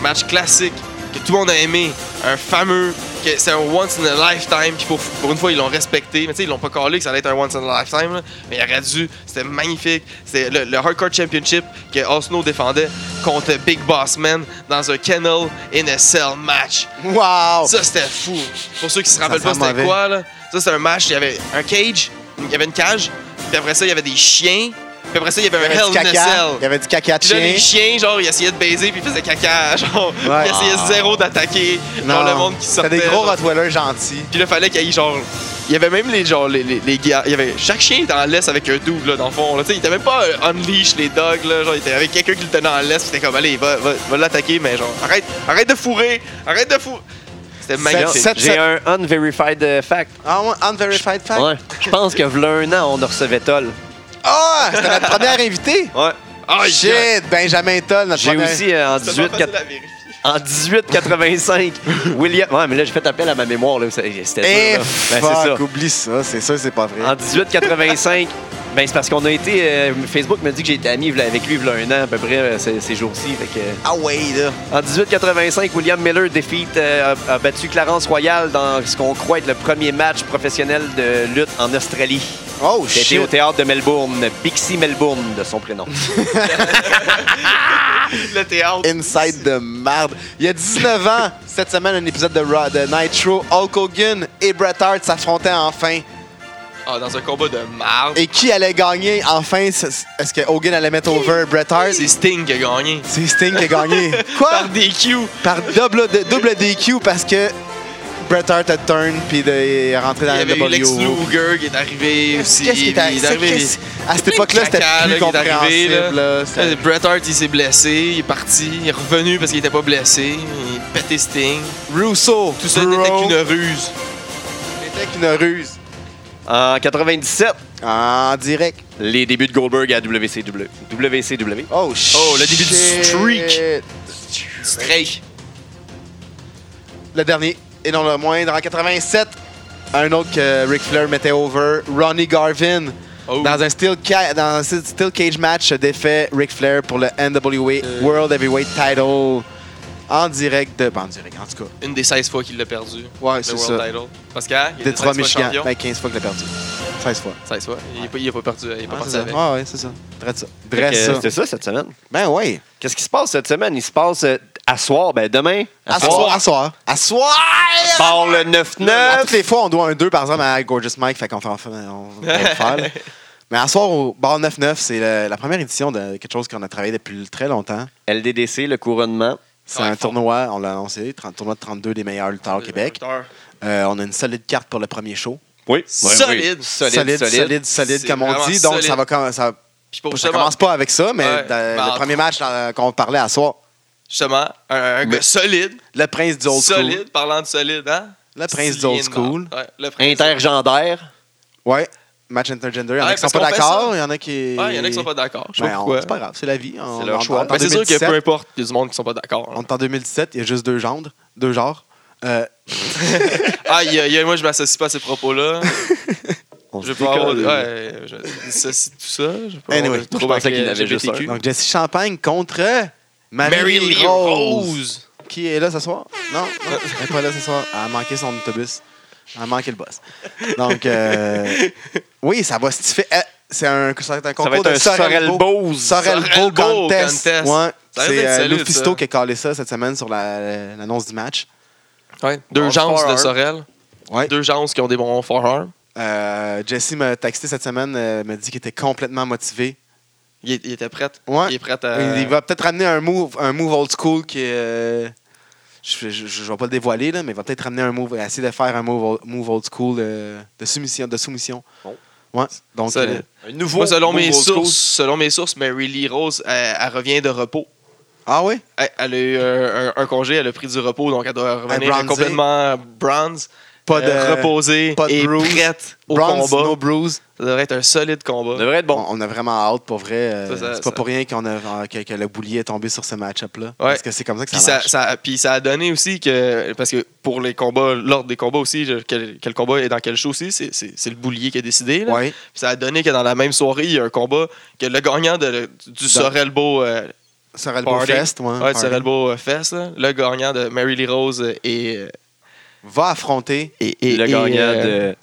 S1: match classique que tout le monde a aimé, un fameux, que c'est un once in a lifetime, puis pour, pour une fois ils l'ont respecté, mais tu sais ils l'ont pas collé que ça allait être un once in a lifetime, là, mais il aurait dû, c'était magnifique, c'était le, le Hardcore Championship que Osno défendait contre Big Boss Man dans un Kennel in a Cell match.
S3: Wow!
S1: Ça, c'était fou. Pour ceux qui se rappellent
S3: sent
S1: pas, c'était
S3: Oh. mauvais.
S1: quoi, là? Ça, c'était un match, il y avait un cage, il y avait une cage, puis après ça, il y avait des chiens, puis après ça, il y avait
S3: Il y
S1: un
S3: avait
S1: Hell
S3: du
S1: in a
S3: caca. Il y
S1: Cell.
S3: avait du caca de
S1: Puis là,
S3: chien.
S1: les chiens, genre, ils essayaient de baiser, puis ils faisaient caca, genre,
S3: Ouais. Ah.
S1: ils essayaient zéro d'attaquer, genre, le monde qui sortait.
S3: C'était des gros
S1: genre.
S3: Rottweilers gentils.
S1: Puis là, fallait qu'il y ait, genre, il y avait même les, genre, les, les, les gars, il y avait, chaque chien était en laisse avec un double, là, dans le fond, là, tu sais, il était même pas euh, unleash, les dogs, là, genre, il était avec quelqu'un qui le tenait en laisse, puis c'était comme, allez, va, va, va l'attaquer, mais genre, arrête, arrête de fourrer, arrête de fourrer. C'était magnifique.
S3: sept-
S2: J'ai un unverified euh, fact.
S3: Ah ouais, unverified fact.
S2: Ouais. Je pense que v'là un an, on recevait Toll.
S3: Ah! C'était notre premier invité!
S2: Ouais.
S1: Ah, yeah.
S3: Shit! Benjamin Toll, notre
S2: J'ai
S3: premier...
S2: aussi euh, en
S1: C'est
S2: 18
S1: pas facile à vérifier.
S2: En 1885, William. Ouais, mais là, j'ai fait appel à ma mémoire. Là. C'était dur,
S3: Eh,
S2: là. Ben, c'est ça. Ah.
S3: fuck, oublie ça. C'est sûr, c'est pas vrai.
S2: En 1885, ben, c'est parce qu'on a été. euh, Facebook me dit que j'ai été ami v'là- avec lui il un an à peu près euh, ces, ces jours-ci. Fait que, euh,
S3: Ah ouais, là.
S2: en 1885, William Miller défeat, euh, a, a battu Clarence Royal dans ce qu'on croit être le premier match professionnel de lutte en Australie.
S3: Oh,
S2: C'était
S3: shit.
S2: au théâtre de Melbourne, Pixie Melbourne de son prénom.
S1: Le théâtre.
S3: Inside de merde. Il y a 19 ans, cette semaine, un épisode de, Raw, de Nitro, Hulk Hogan et Bret Hart s'affrontaient enfin.
S1: Ah, dans un combat de marde.
S3: Et qui allait gagner enfin? c- Est-ce que Hogan allait mettre over Bret Hart?
S1: C'est Sting qui a gagné.
S3: C'est Sting qui a gagné. Quoi?
S1: Par DQ.
S3: Par double, de- double DQ parce que Bret Hart a turn puis de- est rentré
S1: Il y
S3: dans
S1: avait
S3: le
S1: eu Lex
S3: WO.
S1: Luger qui est arrivé aussi.
S3: Qu'est-ce qui est
S1: puis il est arrivé-
S3: arrivé? À cette
S1: plein de
S3: époque-là, c'était
S1: caca,
S3: plus
S1: là, qui est arrivé,
S3: compréhensible. là. C'était-
S1: Là, Bret Hart, il s'est blessé, il est parti, il est revenu parce qu'il était pas blessé, il a pété Sting.
S3: Russo,
S1: Tout ça
S3: bro,
S1: n'était qu'une ruse.
S3: n'était qu'une ruse.
S2: En 97,
S3: En direct.
S2: les débuts de Goldberg à WCW. WCW.
S3: Oh, shit.
S1: Oh, le début du streak. Strike.
S3: Le dernier, et non le moindre, en 87. Un autre que Ric Flair mettait over, Ronnie Garvin.
S1: Oh.
S3: Dans un steel, ca- dans un steel cage match, défait Ric Flair pour le NWA
S1: Euh.
S3: World Heavyweight Title en direct de. ben, en direct, en tout cas.
S1: Une des 16 fois qu'il l'a perdu.
S3: Ouais,
S1: Le
S3: c'est
S1: World
S3: ça.
S1: Title. Parce qu'il a été
S3: Détroit,
S1: 16 fois
S3: Michigan.
S1: champion.
S3: Ben, 15 fois qu'il a perdu. 16 fois.
S1: 16 fois. Il est pas- Il a pas perdu. Il est pas
S3: Ouais, Ah, c'est
S1: parti
S3: ça.
S1: avec.
S3: Ouais, ouais, c'est ça. Dresse ça.
S2: Fait que,
S3: Dresse ça.
S2: C'était ça cette semaine.
S3: Ben ouais.
S2: Qu'est-ce qui se passe cette semaine? Il se passe euh, à soir, ben demain.
S3: À soir. À soir. À soir.
S2: Par le
S3: À
S2: 9-9.
S3: toutes les fois, on doit un 2 par exemple à Gorgeous Mike, fait qu'on fait- on fait- on va le faire. là. Mais à soir au bar 9-9, c'est le- la première édition de quelque chose qu'on a travaillé depuis très longtemps.
S2: LDDC, le couronnement.
S3: C'est
S1: Ouais,
S3: un
S1: fort.
S3: tournoi, on l'a annoncé, 30 tournoi de 32 des meilleurs lutteurs Ah, au Québec. Euh, on a une solide carte pour le premier show.
S2: Oui.
S1: Solide.
S2: Solide, solide.
S3: solide, solide,
S1: C'est
S3: comme on
S1: vraiment
S3: dit. Donc, ça
S1: solide.
S3: va, com- ça,
S1: Puis pour
S3: ça
S1: justement-
S3: commence pas avec ça, mais
S1: Ouais.
S3: dans-
S1: Ben,
S3: le
S1: entre-
S3: premier match dans- qu'on parlait à soir,
S1: justement, un, un gars
S2: Mais-
S1: solide,
S3: le prince du old
S1: solide,
S3: school.
S1: parlant de solide, hein?
S3: Le prince du old
S1: Cylindre.
S3: school.
S1: Ouais, le prince.
S2: Intergendaire.
S3: Ouais. match intergender. Il y en
S1: Ouais,
S3: a qui sont
S1: parce
S3: pas
S1: qu'on fait
S3: d'accord, il y en a qui.
S1: Ouais, Ah, il y en a qui sont pas d'accord. Je sais
S3: Ben,
S1: pas
S3: on-
S1: pourquoi.
S3: C'est pas grave, c'est Ben, la vie.
S1: C'est
S3: on en
S1: leur choix.
S3: parle en
S1: Mais c'est sûr que
S3: 2017.
S1: peu importe, il y a du monde qui sont pas d'accord. hein.
S3: On est en 2017, il y a juste deux genres. Deux genres. Euh,
S1: Ah, il y a- il y a- moi, je m'associe pas à ces propos-là.
S2: On
S1: Je vais
S2: se
S1: pas avoir.
S2: décolle.
S1: Ouais, je dissocie tout ça. Je vais pas
S3: Anyway.
S1: avoir de
S2: Moi, je
S1: trouble
S2: pensais
S1: avec
S2: qu'il
S1: les
S2: avait juste
S1: LGBTQ.
S3: donc, Jesse Champagne contre Mary,
S1: Mary Lee Rose.
S3: Qui est là ce soir? Non, non, elle n'est pas là ce soir. Elle a manqué son autobus. Elle a manqué le boss. Donc, euh, oui, ça va se faire. C'est un, ça va être
S2: Ça
S3: un
S2: va
S3: concours
S2: être un
S3: de Sorel
S2: Sorel
S3: Beau.
S2: Bose.
S3: Sorel Beau
S1: Sorel Beau
S3: Contest.
S1: Contest.
S3: Ouais,
S1: Ça risque
S3: c'est
S1: d'être
S3: euh,
S1: solide,
S3: Lufisto
S1: ça.
S3: qui a calé ça cette semaine sur la- l'annonce du match.
S1: Ouais, deux
S2: Bon,
S1: gens de
S2: forearm.
S1: Sorel.
S3: Ouais.
S1: Deux gens qui ont des bons forearms.
S3: Euh, Jesse m'a texté cette semaine, euh, m'a dit qu'il était complètement motivé.
S1: Il, est- il était prêt.
S3: Ouais.
S1: Il est prêt à.
S3: Il va peut-être ramener un move, un move old school qui est. euh, je, je, je vais pas le dévoiler, là, mais il va peut-être ramener un move, essayer de faire un move, old- move old school euh, de soumission. De soumission.
S2: Bon.
S3: Ouais. Donc,
S1: Solide.
S3: euh,
S2: Un nouveau.
S1: Moi, selon
S2: nouveau
S1: mes,
S2: old
S1: sources, selon mes sources, Mary Lee Rose, elle, elle revient de repos.
S3: ah oui?
S1: Elle, elle a eu euh, un, un- un congé, elle a pris du repos, donc elle doit revenir
S3: bronzée.
S1: complètement bronze,
S3: Pas de.
S1: euh, reposée
S3: pas de
S1: et
S3: bruise.
S1: prête au
S3: Bronze,
S1: combat.
S3: no bruise.
S1: Ça devrait être un solide combat.
S2: school. Ça devrait être bon.
S3: On, on a vraiment hâte, pour vrai. euh,
S1: Ça, ça,
S3: c'est
S1: ça-
S3: pas pour rien qu'on a, euh, que, que le boulier est tombé sur ce match-up-là. Parce que c'est comme ça que ça
S1: Puis ça,
S3: marche.
S1: ça- puis ça a donné aussi que, parce que pour les combats, l'ordre des combats aussi, je- quel, quel combat est dans quel show aussi, c'est- c'est c'est le boulier qui a décidé. là.
S3: Ouais.
S1: Puis ça a donné que dans la même soirée, il y a un combat que le gagnant de- du Sorelbo, euh,
S3: Sorel Beau
S1: Party.
S3: Fest, ouais,
S1: ouais, du
S3: Party,
S1: Sorelbo euh, Fest, là, le gagnant de Mary Lee Rose et, euh,
S3: va affronter
S1: et,
S2: Et
S1: et-
S2: le
S1: et,
S2: gagnant
S1: euh,
S2: de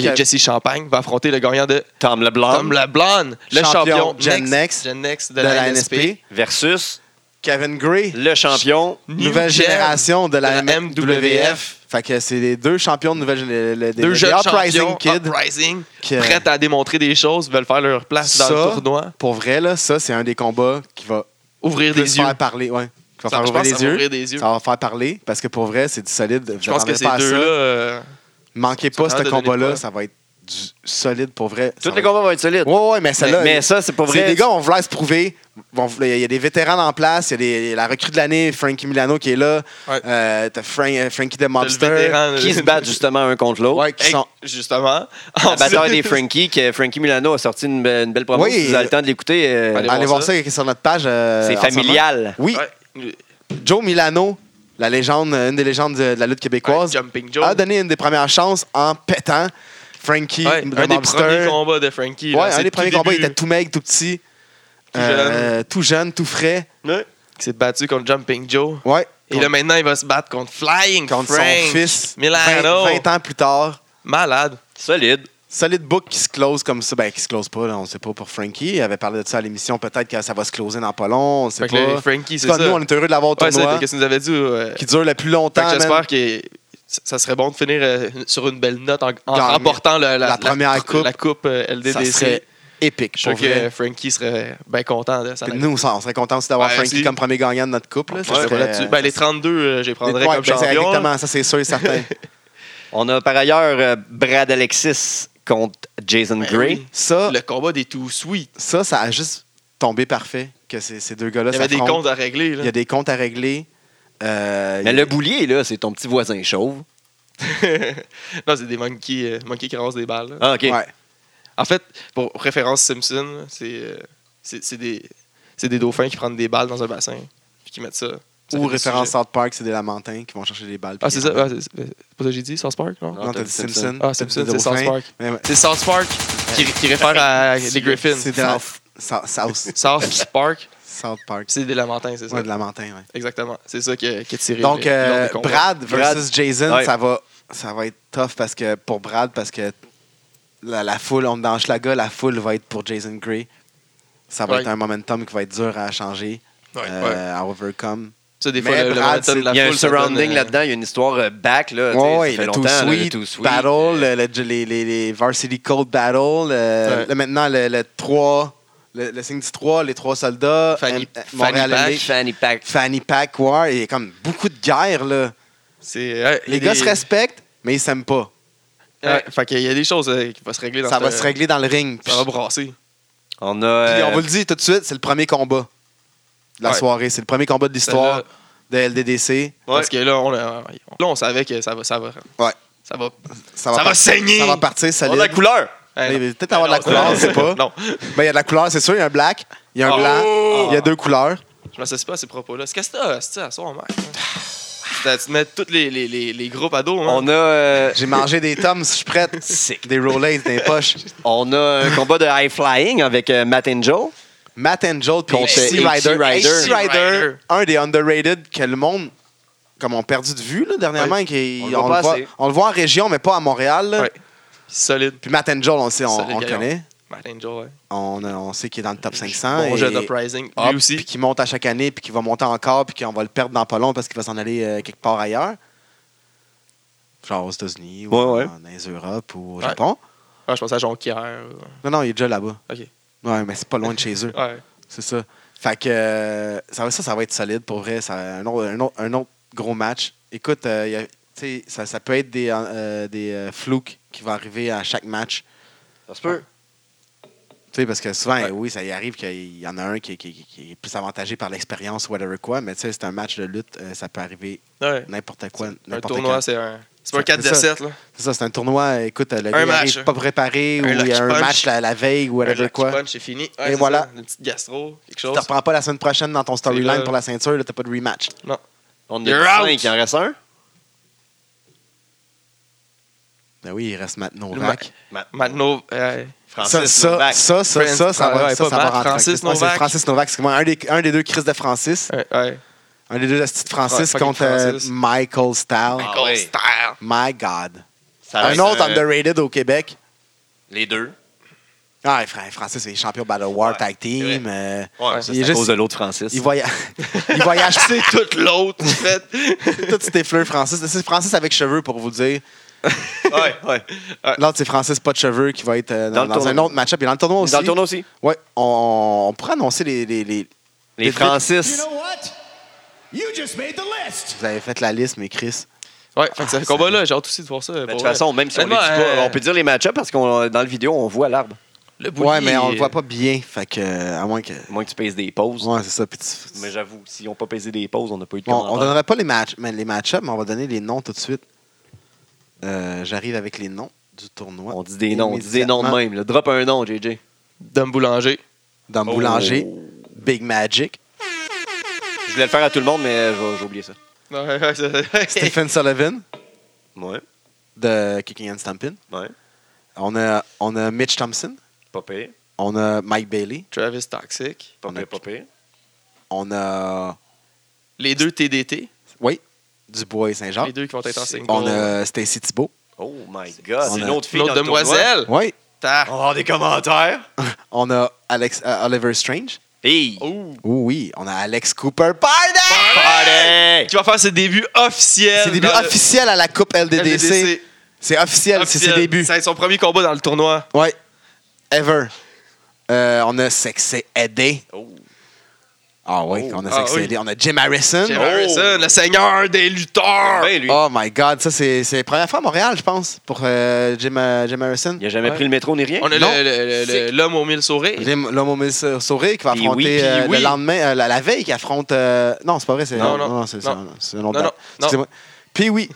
S1: et Jesse Champagne va affronter le gagnant de
S2: Tom LeBlanc
S1: Tom LeBlanc, le
S3: Champion
S1: champion
S3: Gen
S1: next-
S3: Next
S1: Gen Next
S3: de, la NSP.
S2: versus
S3: Kevin Gray,
S2: le champion.
S1: New
S3: nouvelle
S1: Gen.
S3: génération de la,
S1: de la
S3: MWF. Fait que c'est les deux champions de nouvelle génération.
S1: Deux jeunes
S3: Uprising
S1: champions,
S3: Kid.
S1: Uprising,
S3: que-
S1: prêts à démontrer des choses, veulent faire leur place dans
S3: Ça,
S1: le tournoi.
S3: Pour vrai, là, ça, c'est un des combats qui va
S1: Ouvrir
S3: plus
S1: des yeux.
S3: faire parler. Ouais. Qui va
S1: Ça,
S3: faire
S1: je
S3: ouvrir
S1: pense que
S3: les
S1: ça va
S3: yeux.
S1: ouvrir des yeux.
S3: Ça va faire parler parce que pour vrai, c'est du solide. Vous
S1: Je pense que
S3: attendez
S1: ces
S3: pas à ça.
S1: deux-là, euh,
S3: Manquez
S1: sont
S3: pas
S1: en train
S3: ce
S1: de donner
S3: combat-là,
S1: quoi.
S3: ça va être du solide pour vrai. Ça
S2: Tous
S3: va
S2: les
S3: être-
S2: combats vont être solides.
S3: Ouais, ouais, mais
S2: Mais,
S3: celle-là.
S2: mais ça, c'est pas
S3: c'est-
S2: vrai.
S3: Les gars, on voulait se prouver. Vont vouloir- Il y a des vétérans en place. Il y a des- la recrue de l'année, Frankie Milano qui est là.
S1: Ouais.
S3: Euh, T'as Frank- euh, Frankie the
S1: t'as le
S3: Mobster.
S1: vétéran,
S2: qui se battent justement un contre l'autre.
S3: Ouais, qui
S1: Hey,
S3: sont-
S1: Justement.
S2: La bataille des Frankie, que Frankie Milano a sorti une, be- une belle promo.
S3: Oui,
S2: si vous avez le temps de l'écouter, euh,
S1: Allez
S3: Allez
S1: voir
S3: voir ça, qui est sur notre page. euh,
S2: c'est
S3: en ce moment.
S2: familial.
S3: Oui,
S1: Ouais.
S3: Joe Milano, la légende, euh, une des légendes de de la lutte québécoise,
S1: Jumping Joe.
S3: a donné une des premières chances en pétant Frankie
S1: Ouais,
S3: the
S1: un des
S3: Mobster.
S1: premiers combats de Frankie.
S3: Ouais, un des premiers combats, il était tout maigre, tout petit.
S1: Tout
S3: Euh, tout jeune, tout frais.
S1: Il s'est battu contre Jumping Joe.
S3: Ouais.
S1: Et là, maintenant, il va se battre contre Flying
S3: contre
S1: Frank.
S3: son fils.
S1: Milano.
S3: 20, 20 ans plus tard.
S1: Malade.
S2: Solide.
S3: Solid book qui se close comme ça. Ben, qui se close pas, là, on sait pas pour Frankie. Il avait parlé de ça à l'émission. Peut-être que ça va se closer dans pas long, on sait
S1: Fait que là,
S3: pas.
S1: Frankie,
S3: C'est
S1: c'est
S3: pas
S1: ça.
S3: nous, on est heureux de l'avoir au
S1: Ouais,
S3: tournoi,
S1: c'est qu'est-ce qu'il nous avait dit. euh,
S3: qui dure le plus
S1: Fait que
S3: longtemps. man.
S1: j'espère que ça serait bon de finir euh, sur une belle note en, en
S3: Gagner.
S1: remportant le- la,
S3: La première coupe.
S1: La coupe euh, LDDC.
S3: ça serait épique.
S1: Je suis sûr
S3: pour vrai.
S1: que Frankie serait bien content de ça.
S3: Puis nous, on s'en- on serait contents aussi d'avoir
S1: Ouais,
S3: Frankie
S1: si.
S3: comme premier gagnant de notre couple. là. Ça
S1: Ouais,
S3: serait-
S1: voilà, tu- ben, les 32, euh, je les prendrais
S3: Ouais,
S1: comme
S3: ben, c'est
S1: champion.
S3: Exactement, ça c'est sûr et certain.
S2: On a par ailleurs euh, Brad Alexis contre Jason
S1: Ben
S2: Gray.
S1: oui.
S3: ça,
S1: Le combat des tout sweet.
S3: ça, ça a juste tombé parfait que ces, ces deux gars-là
S1: Il y avait des
S3: s'affrontent.
S1: comptes à régler.
S3: Il
S1: Là.
S3: y a des comptes à régler. Euh,
S2: Mais
S3: il-
S2: le boulier, là, c'est ton petit voisin chauve.
S1: non, c'est des monkeys, euh, monkeys qui ramassent des balles. là.
S2: Ah, OK.
S3: ouais.
S1: En fait, pour référence Simpson, là, c'est euh, c'est- c'est des, c'est des dauphins qui prennent des balles dans un bassin puis qui mettent ça. Ça
S3: Ou
S1: fait des
S3: référence
S1: sujets.
S3: South Park, c'est des lamentins qui vont chercher des balles.
S1: Ah,
S3: puis
S1: c'est
S3: ils
S1: ça.
S3: rentrent.
S1: ah, c'est c'est pas ça que j'ai dit, South Park, non?
S2: Non,
S3: Non, t'as
S2: t'as
S3: dit
S2: dit
S3: Simpson.
S1: Ah,
S3: t'as dit
S1: Simpson, c'est
S3: Dauphin.
S1: South Park.
S3: Mais- mais-
S1: C'est South Park qui, qui réfère à les Griffins.
S3: C'est de la- Sa- South
S1: South Park,
S3: South Park.
S1: c'est des Lamentins, c'est ça.
S3: Ouais, de lamentins, ouais.
S1: Exactement. C'est ça qui a, qui a tiré.
S3: Donc,
S1: le-
S3: euh,
S1: lors des combats.
S3: Brad versus Jason,
S2: Ouais.
S3: ça, va, ça va être tough parce que pour Brad, parce que la, la foule, on est dans Schlaga, la foule va être pour Jason Gray. Ça va
S1: Ouais.
S3: être un momentum qui va être dur à changer,
S1: Ouais, ouais.
S3: euh, à overcome.
S1: Ça, des
S3: mais
S1: fois, le- le
S3: Brad,
S1: momentum
S3: c'est-
S1: de la
S2: Il y a un
S1: foule, ça donne,
S2: surrounding
S1: euh,
S2: là-dedans, il y a une histoire euh, back, là. tu sais,
S3: Ouais,
S2: ça
S3: ouais,
S2: fait
S3: le
S2: longtemps,
S3: Too
S2: là, le
S3: Sweet,
S2: Too Sweet.
S3: Battle, le- le- les, les- les Varsity Cold Battle, le-
S1: Ouais.
S3: le- maintenant le, le 3, le, le signe du 3, les trois soldats,
S1: Fanny-
S3: M-
S1: Fanny
S3: Montréal
S1: Pack.
S3: LA,
S2: Fanny Pack.
S3: Fanny Pack War, il y a comme beaucoup de guerres. Là.
S1: c'est, ouais, il y
S3: Les
S1: a
S3: gars
S1: des-
S3: se respectent, mais ils s'aiment pas.
S1: Ouais, fait qu'il y a des choses euh, qui vont se régler dans
S3: Ça va
S1: ce-
S3: se régler dans le ring.
S1: Ça va brasser.
S2: On a.
S3: Puis on
S2: euh,
S3: vous le dit tout de suite, c'est le premier combat de la
S1: Ouais.
S3: soirée. C'est le premier combat de l'histoire de LDDC.
S1: Parce que là, on, a- là, on savait que ça va. Ça va,
S3: Ouais.
S1: ça va, ça
S3: Ça va,
S1: va
S3: partir-
S1: saigner.
S3: Ça va partir
S2: on a la
S3: solide.
S2: couleur.
S1: Eh,
S3: Il
S1: non.
S3: va peut-être avoir de la
S1: Non,
S3: couleur, on
S1: c'est-
S3: sait pas.
S1: Non,
S3: Ben, il y a de la couleur, c'est sûr. Il y a un black, il y a un
S1: Oh!
S3: blanc, il y a deux couleurs.
S1: je m'associe pas à ces propos-là. C'est Qu'est-ce que t'as, c'est ça, soir, mec? T'as- Tu te mets tous les, les, les, les groupes à dos, hein?
S2: On a, euh,
S3: J'ai mangé des tomes, je suis prête.
S2: Sick.
S3: Des Rolades dans les poches.
S2: on a un combat de high flying avec euh, Matt and Joe.
S3: Matt Angel puis
S2: Contre
S3: AC
S2: AC
S3: Rider.
S2: Rider.
S3: AC
S1: Rider.
S3: Rider, un des underrated que le monde comme on perdu de vue là, dernièrement. qui-
S2: On le voit pas assez.
S3: on le voit en région, mais pas à Montréal. là.
S1: Ouais. Solide.
S3: Puis Matt Angel, on le sait, on,
S1: Solide
S3: on le
S1: gaillard.
S3: connaît.
S1: Matt Angel, ouais.
S3: On, a- on sait qu'il est dans le top 500.
S1: Bon
S3: et-
S1: jeu d'Uprising.
S3: hop,
S1: Lui
S3: Ah, Puis
S1: aussi.
S3: qui monte à chaque année, puis qui va monter encore, puis qu'on va le perdre dans pas long parce qu'il va s'en aller euh, quelque part ailleurs. Genre aux États-Unis, ou
S2: Ouais, ouais.
S3: en- dans les Europes, ou au
S1: Ouais.
S3: Japon.
S1: Ah, je pense à Jonquière.
S3: Non, non, il est déjà là-bas.
S1: OK.
S3: Ouais, mais c'est pas loin de chez eux.
S1: Ouais.
S3: C'est ça. Fait que euh, ça, va- ça, ça va être solide pour vrai. Ça, un, autre, un autre- un autre gros match. Écoute, euh, il y a- tu sais, ça, ça peut être des, euh, des euh, flouks qui vont arriver à chaque match.
S2: Ça se peut.
S3: Tu sais, parce que souvent, oui, ça y arrive qu'il y en a un qui, qui- qui est plus avantagé par l'expérience ou whatever quoi, mais tu sais, c'est un match de lutte, euh, ça peut arriver
S1: ouais.
S3: n'importe quoi,
S1: Un
S3: n'importe
S1: tournoi,
S3: quand.
S1: c'est un. C'est pas un 4
S3: C'est
S1: de
S3: ça.
S1: 7, là.
S3: C'est ça, c'est un tournoi, euh, écoute, le gars il
S1: match.
S3: arrive pas préparé
S1: Un
S3: ou il y
S1: lucky
S3: a un
S1: punch.
S3: match la, la veille ou
S1: Un
S3: whatever
S1: lucky
S3: quoi.
S1: punch, c'est fini. Ouais,
S3: Et
S1: c'est
S3: voilà.
S1: ça. Une petite gastro, quelque
S3: Tu
S1: chose.
S3: te reprends pas la semaine prochaine dans ton
S1: là.
S3: storyline pour la ceinture, là, t'as pas de rematch.
S2: On
S1: You're
S2: a
S1: out.
S2: 5, il en reste un.
S3: Ben oui, il reste Matt
S1: Le
S3: Novak.
S1: Maintenant, euh,
S3: Ça,
S2: Francis
S3: ça,
S2: Novak.
S3: ça, ça,
S1: Francis-
S3: ça, ça
S1: ouais,
S3: va, ça,
S1: pas
S3: ça va
S1: Matt,
S3: rentrer.
S1: Francis
S3: Ouais, c'est
S1: Novak.
S3: Francis Novak, excuse-moi. Un des, un des deux Chris de Francis.
S1: ouais, ouais.
S3: Un des deux astuces de Francis
S1: Ouais, fucking
S3: contre euh,
S1: Francis.
S3: Michael Stahl.
S2: Ah
S1: Gold
S2: ouais.
S1: Star.
S3: My God.
S2: Ça va
S3: un
S2: être,
S3: autre
S2: euh,
S3: underrated au Québec.
S2: Les deux.
S3: Ah, frère, Francis est champion Battle War
S2: Ouais,
S3: Tag
S2: c'est
S3: Team. euh,
S2: Ouais,
S3: Il est juste-
S2: de l'autre Francis.
S3: il, voya- il voyage
S1: C'est toute l'autre, en fait.
S3: tout c'était fleurs, Francis. C'est Francis avec cheveux, pour vous dire.
S2: Ouais, ouais.
S3: L'autre, c'est Francis pas de cheveux qui va être euh,
S2: Dans
S3: dans,
S2: le
S3: dans
S2: tournoi.
S3: un autre match-up. Et dans le tournoi aussi.
S2: Dans le tournoi aussi.
S3: Ouais, on, on pourrait annoncer les, les- les-
S2: Les
S3: Les
S4: You
S2: Francis.
S4: know what? You just made the list.
S3: Vous avez fait la liste, mais Chris.
S1: Ouais, fait que ce combat-là, j'ai hâte aussi de voir ça.
S2: Mais Ben, de toute façon, même si on les dit pas, on peut dire les match-ups parce qu'on dans le vidéo, on voit l'arbre.
S1: Le bouilli,
S3: Ouais, mais on le voit pas bien. Fait que, euh, à moins que.
S2: À moins que tu pèses des pauses.
S3: Ouais, c'est ça. Puis tu-
S2: Mais j'avoue, s'ils n'ont pas pesé des pauses, on n'a pas eu de
S3: Bon, on
S2: commentaires.
S3: donnerait pas les match mais les match-ups, mais on va donner les noms tout de suite. Euh, J'arrive avec les noms du tournoi.
S2: On dit des noms, on dit des noms de
S3: Immédiatement.
S2: même. là. Drop un nom, JJ.
S1: Dom Boulanger.
S3: Dans
S1: Oh.
S3: Boulanger, Big Magic,
S2: Je voulais le faire à tout le monde, mais j'ai j'ai oublié ça.
S1: Ouais, ouais, c'est-
S3: Stephen Sullivan
S2: Ouais,
S3: de Kicking and Stampin'.
S2: ouais.
S3: On a, on a Mitch Thompson.
S2: Pas pire,
S3: On a Mike Bailey.
S1: Travis Toxic.
S2: pas
S3: On a-
S2: pire, pas pire.
S3: On a.
S1: Les deux TDT.
S3: Oui, Dubois et Saint-Jean.
S1: Les deux qui vont être en
S2: C'est-
S1: single.
S3: Ah. On a Stacy Thibault.
S2: Oh my God,
S3: On
S2: c'est une
S3: a-
S2: autre fille
S1: L'autre
S2: dans le tournoi.
S1: demoiselle.
S3: Oui.
S1: Ta-
S3: Ah.
S2: On va avoir des commentaires.
S3: On a Alex, euh, Oliver Strange.
S2: Hey!
S1: Oh.
S3: Oh oui, on a Alex Cooper Party!
S2: Party!
S1: Qui va faire ses débuts officiels.
S3: C'est début
S1: dans le
S3: officiel à la Coupe LDDC.
S1: LDDC.
S3: C'est officiel, c'est ses
S1: Officiel.
S3: débuts.
S1: Ça va être son premier combat dans le tournoi.
S3: Ouais. Ever. Euh, on a Sexy Eddie.
S2: Oh.
S3: Ah oui, on a
S1: Ah
S3: Sexy
S1: oui.
S3: Eddie. On a Jim Harrison.
S1: Jim Harrison, le seigneur des lutteurs.
S2: Ben, lui,
S3: Oh my God, ça c'est c'est la première fois à Montréal, je pense, pour euh, Jim, euh, Jim Harrison.
S2: il a jamais
S1: Ouais.
S2: pris le métro ni rien.
S1: On a
S3: Non.
S1: le- le- le- le- l'homme aux mille sourires.
S3: Jim, l'homme au mille sou- sourire qui va
S2: Puis
S3: affronter
S2: oui, puis
S3: euh,
S1: oui.
S3: le lendemain, euh, la, la veille qui affronte. euh, non, c'est pas vrai, c'est
S1: Non, non,
S3: c'est
S1: non.
S3: c'est un autre.
S1: Non, non,
S3: date. Excusez-moi. Puis oui,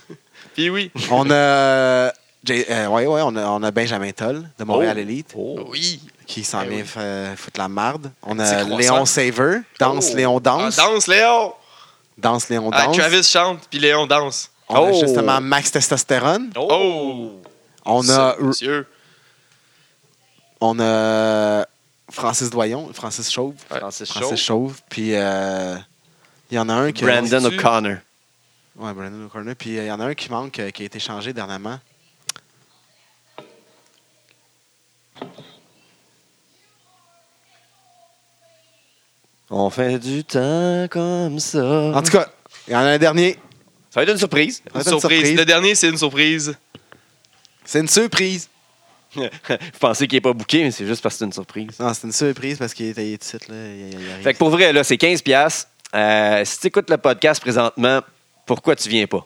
S1: Puis oui.
S3: on a. J- euh, ouais, ouais, on a, on a Benjamin Toll de Montréal
S2: Oh.
S3: Elite.
S2: Oh.
S1: Oui.
S3: qui s'en
S1: Eh
S3: vient
S1: oui.
S3: euh, foutre la marde. On
S1: petit
S3: a
S1: croissant.
S3: Léon Saver, danse
S2: Oh.
S3: Léon
S1: Ah,
S3: danse,
S1: danse, Léon.
S3: danse Léon
S1: Ah,
S3: danse.
S1: Travis chante, puis Léon danse.
S3: On a
S2: Oh.
S3: justement Max Testosterone.
S2: Oh!
S3: On a,
S1: Ça, monsieur.
S3: on a Francis Doyon, Francis Chauve,
S1: Ouais.
S2: Francis Shaw.
S3: Francis Chauve, puis euh, il y en a un qui
S2: Brandon
S1: Dessus.
S2: O'Connor.
S3: ouais, Brandon O'Connor, puis euh, il y en a un qui manque euh, qui a été changé dernièrement.
S2: On fait du temps comme ça.
S3: En tout cas, il y en a un dernier.
S2: ça va être une surprise.
S3: Ça va
S1: Une
S3: être une
S1: surprise.
S3: surprise.
S1: Le dernier, c'est une surprise.
S3: C'est une surprise.
S2: Vous pensez qu'il n'est pas bouqué, mais c'est juste parce que c'est une surprise.
S3: Non, c'est une surprise parce qu'il était il est ici, là. il- il arrive.
S2: Fait que pour vrai, là, c'est 15$. piastres. Euh, si tu écoutes le podcast présentement, pourquoi tu viens pas?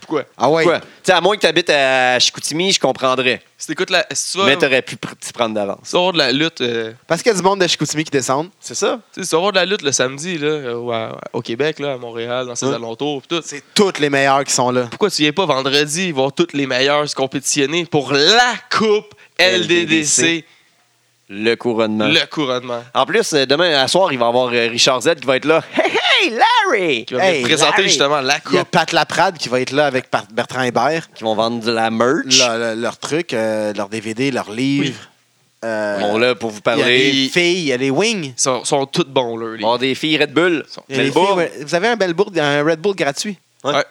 S1: Pourquoi?
S3: Ah ouais.
S2: Pourquoi? Tu sais, à moins que tu habites à Chicoutimi, je comprendrais.
S1: Si t'écoutes la. Si tu vas
S2: Mais tu aurais pu pr- t'y prendre d'avance.
S1: tu vas voir de la lutte. euh,
S3: Parce qu'il y a du monde de Chicoutimi qui descendent.
S2: C'est ça?
S1: tu sais, si tu vas voir de la lutte le samedi, là, euh, ou à- au Québec, là, à Montréal, dans ses
S3: Hein?
S1: alentours, pis tout.
S3: C'est tous les meilleurs qui sont là.
S1: Pourquoi tu viens pas vendredi voir toutes les meilleures se compétitionner pour la Coupe LDDC,
S2: Le couronnement.
S1: le couronnement.
S2: En plus, euh, demain, à soir, il va y avoir euh, Richard Z qui va être là. Hey, hey, Larry!
S1: Qui va venir
S3: Hey,
S1: présenter
S2: Larry!
S1: justement la
S3: Il y a
S1: coupe.
S3: Pat Laprade qui va être là avec Par- Bertrand Hébert.
S2: Qui vont vendre de la merch.
S3: Leur, leur- leur truc, euh, leur DVD, leur livre. euh,
S2: Ils sont là pour vous
S3: il y a les
S2: parler.
S3: filles, il y a les wings.
S1: Ils sont, sont tous bons, là. les-
S2: Ils vont avoir des filles Red Bull.
S1: Sont-
S3: Il y a les
S2: Belle bourre.
S3: filles, ouais. vous avez un bel bourg, un Red Bull gratuit.
S2: Ouais, ouais.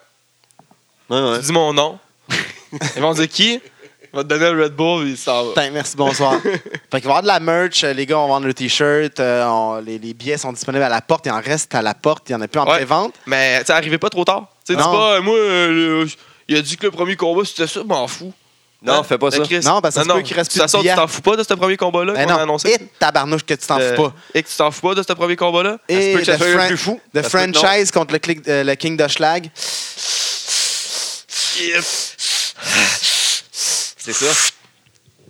S1: Tu dis mon nom. Ils vont dire qui? Ils vont te donner le Red Bull et ils s'en vont.
S3: Putain, Ben, merci, bonsoir. fait qu'il va y avoir de la merch, euh, les gars vont vendre le t-shirt, euh, on- les, les billets sont disponibles à la porte, il en reste à la porte, il n'y en a plus en
S1: Ouais.
S3: pré-vente.
S1: Mais tu sais, arrivez pas trop tard. Tu sais, dis
S3: Non.
S1: pas, euh, moi, euh, le- il a dit que le premier combat, c'était ça, je m'en fous.
S2: Non,
S1: Hein?
S2: fais pas
S1: Le
S2: ça.
S1: Chris-
S3: Non, parce que ça se peut qu'il reste
S1: De
S3: plus
S1: toute façon,
S3: de
S1: tu
S3: billets.
S1: t'en fous pas de ce premier combat-là
S3: Mais
S1: qu'on a
S3: Eh non,
S1: annoncé.
S3: et tabarnouche que tu t'en
S1: Euh,
S3: fous pas.
S1: Et que tu t'en fous pas de ce premier combat-là. Ça se
S3: Et
S1: peut que ça
S3: the
S1: soit le
S3: Fran-
S1: plus fou.
S3: The
S1: Ça se peut que non.
S3: franchise contre le, click- euh, le King de Schlag.
S1: Yes.
S2: C'est ça.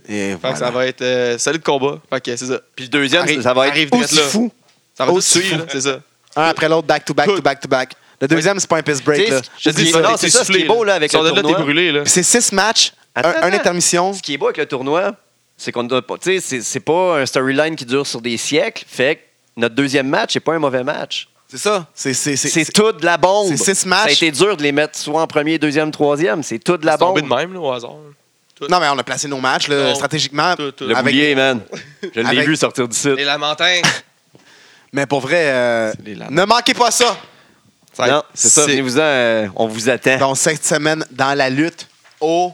S3: Et
S1: Fait que ça
S3: voilà.
S1: va être euh, solide combat. Fait que c'est ça.
S2: Puis le deuxième,
S1: Arrive-
S2: ça va être
S1: arrive direct
S2: aussi
S1: là.
S2: fou.
S1: Ça va tout
S3: Aussi
S1: suivre, là, c'est ça.
S3: Un après l'autre, back to back to back to back. Le deuxième, c'est pas un piss
S2: Tu
S3: break.
S2: sais,
S3: là.
S2: je te dis,
S1: ça,
S2: non,
S1: t'es
S2: c'est ça ce qui
S1: soufflé,
S2: est beau là, avec
S1: Ils sont
S2: le
S1: là, t'es
S2: tournoi.
S1: brûlé, là.
S3: C'est six matchs,
S2: Attends,
S3: un, un
S2: attends.
S3: intermission.
S2: Ce qui est beau avec le tournoi, c'est qu'on doit pas. Tu sais, c'est- c'est pas un storyline qui dure sur des siècles. Fait que notre deuxième match, c'est pas un mauvais match.
S3: C'est ça. C'est
S2: C'est tout de la bombe.
S3: c'est six
S2: Ça a
S3: matchs.
S2: été dur de les mettre soit en premier, deuxième, troisième. C'est tout de la
S1: C'est tombé de
S2: bombe.
S1: même, là, au hasard.
S3: Non, mais on a placé nos matchs là,
S1: Non.
S3: stratégiquement.
S1: Tout, tout.
S2: Le
S3: Avec-
S2: boulier, man. Je l'ai
S3: Avec-
S2: vu sortir d'ici.
S1: Les lamentins.
S3: Mais pour vrai, euh,
S1: C'est les lames.
S3: ne manquez pas ça.
S1: Ça-
S2: Non, c'est ça. Venez-vous-en. euh, on vous attend.
S3: Donc, cette semaine, dans la lutte au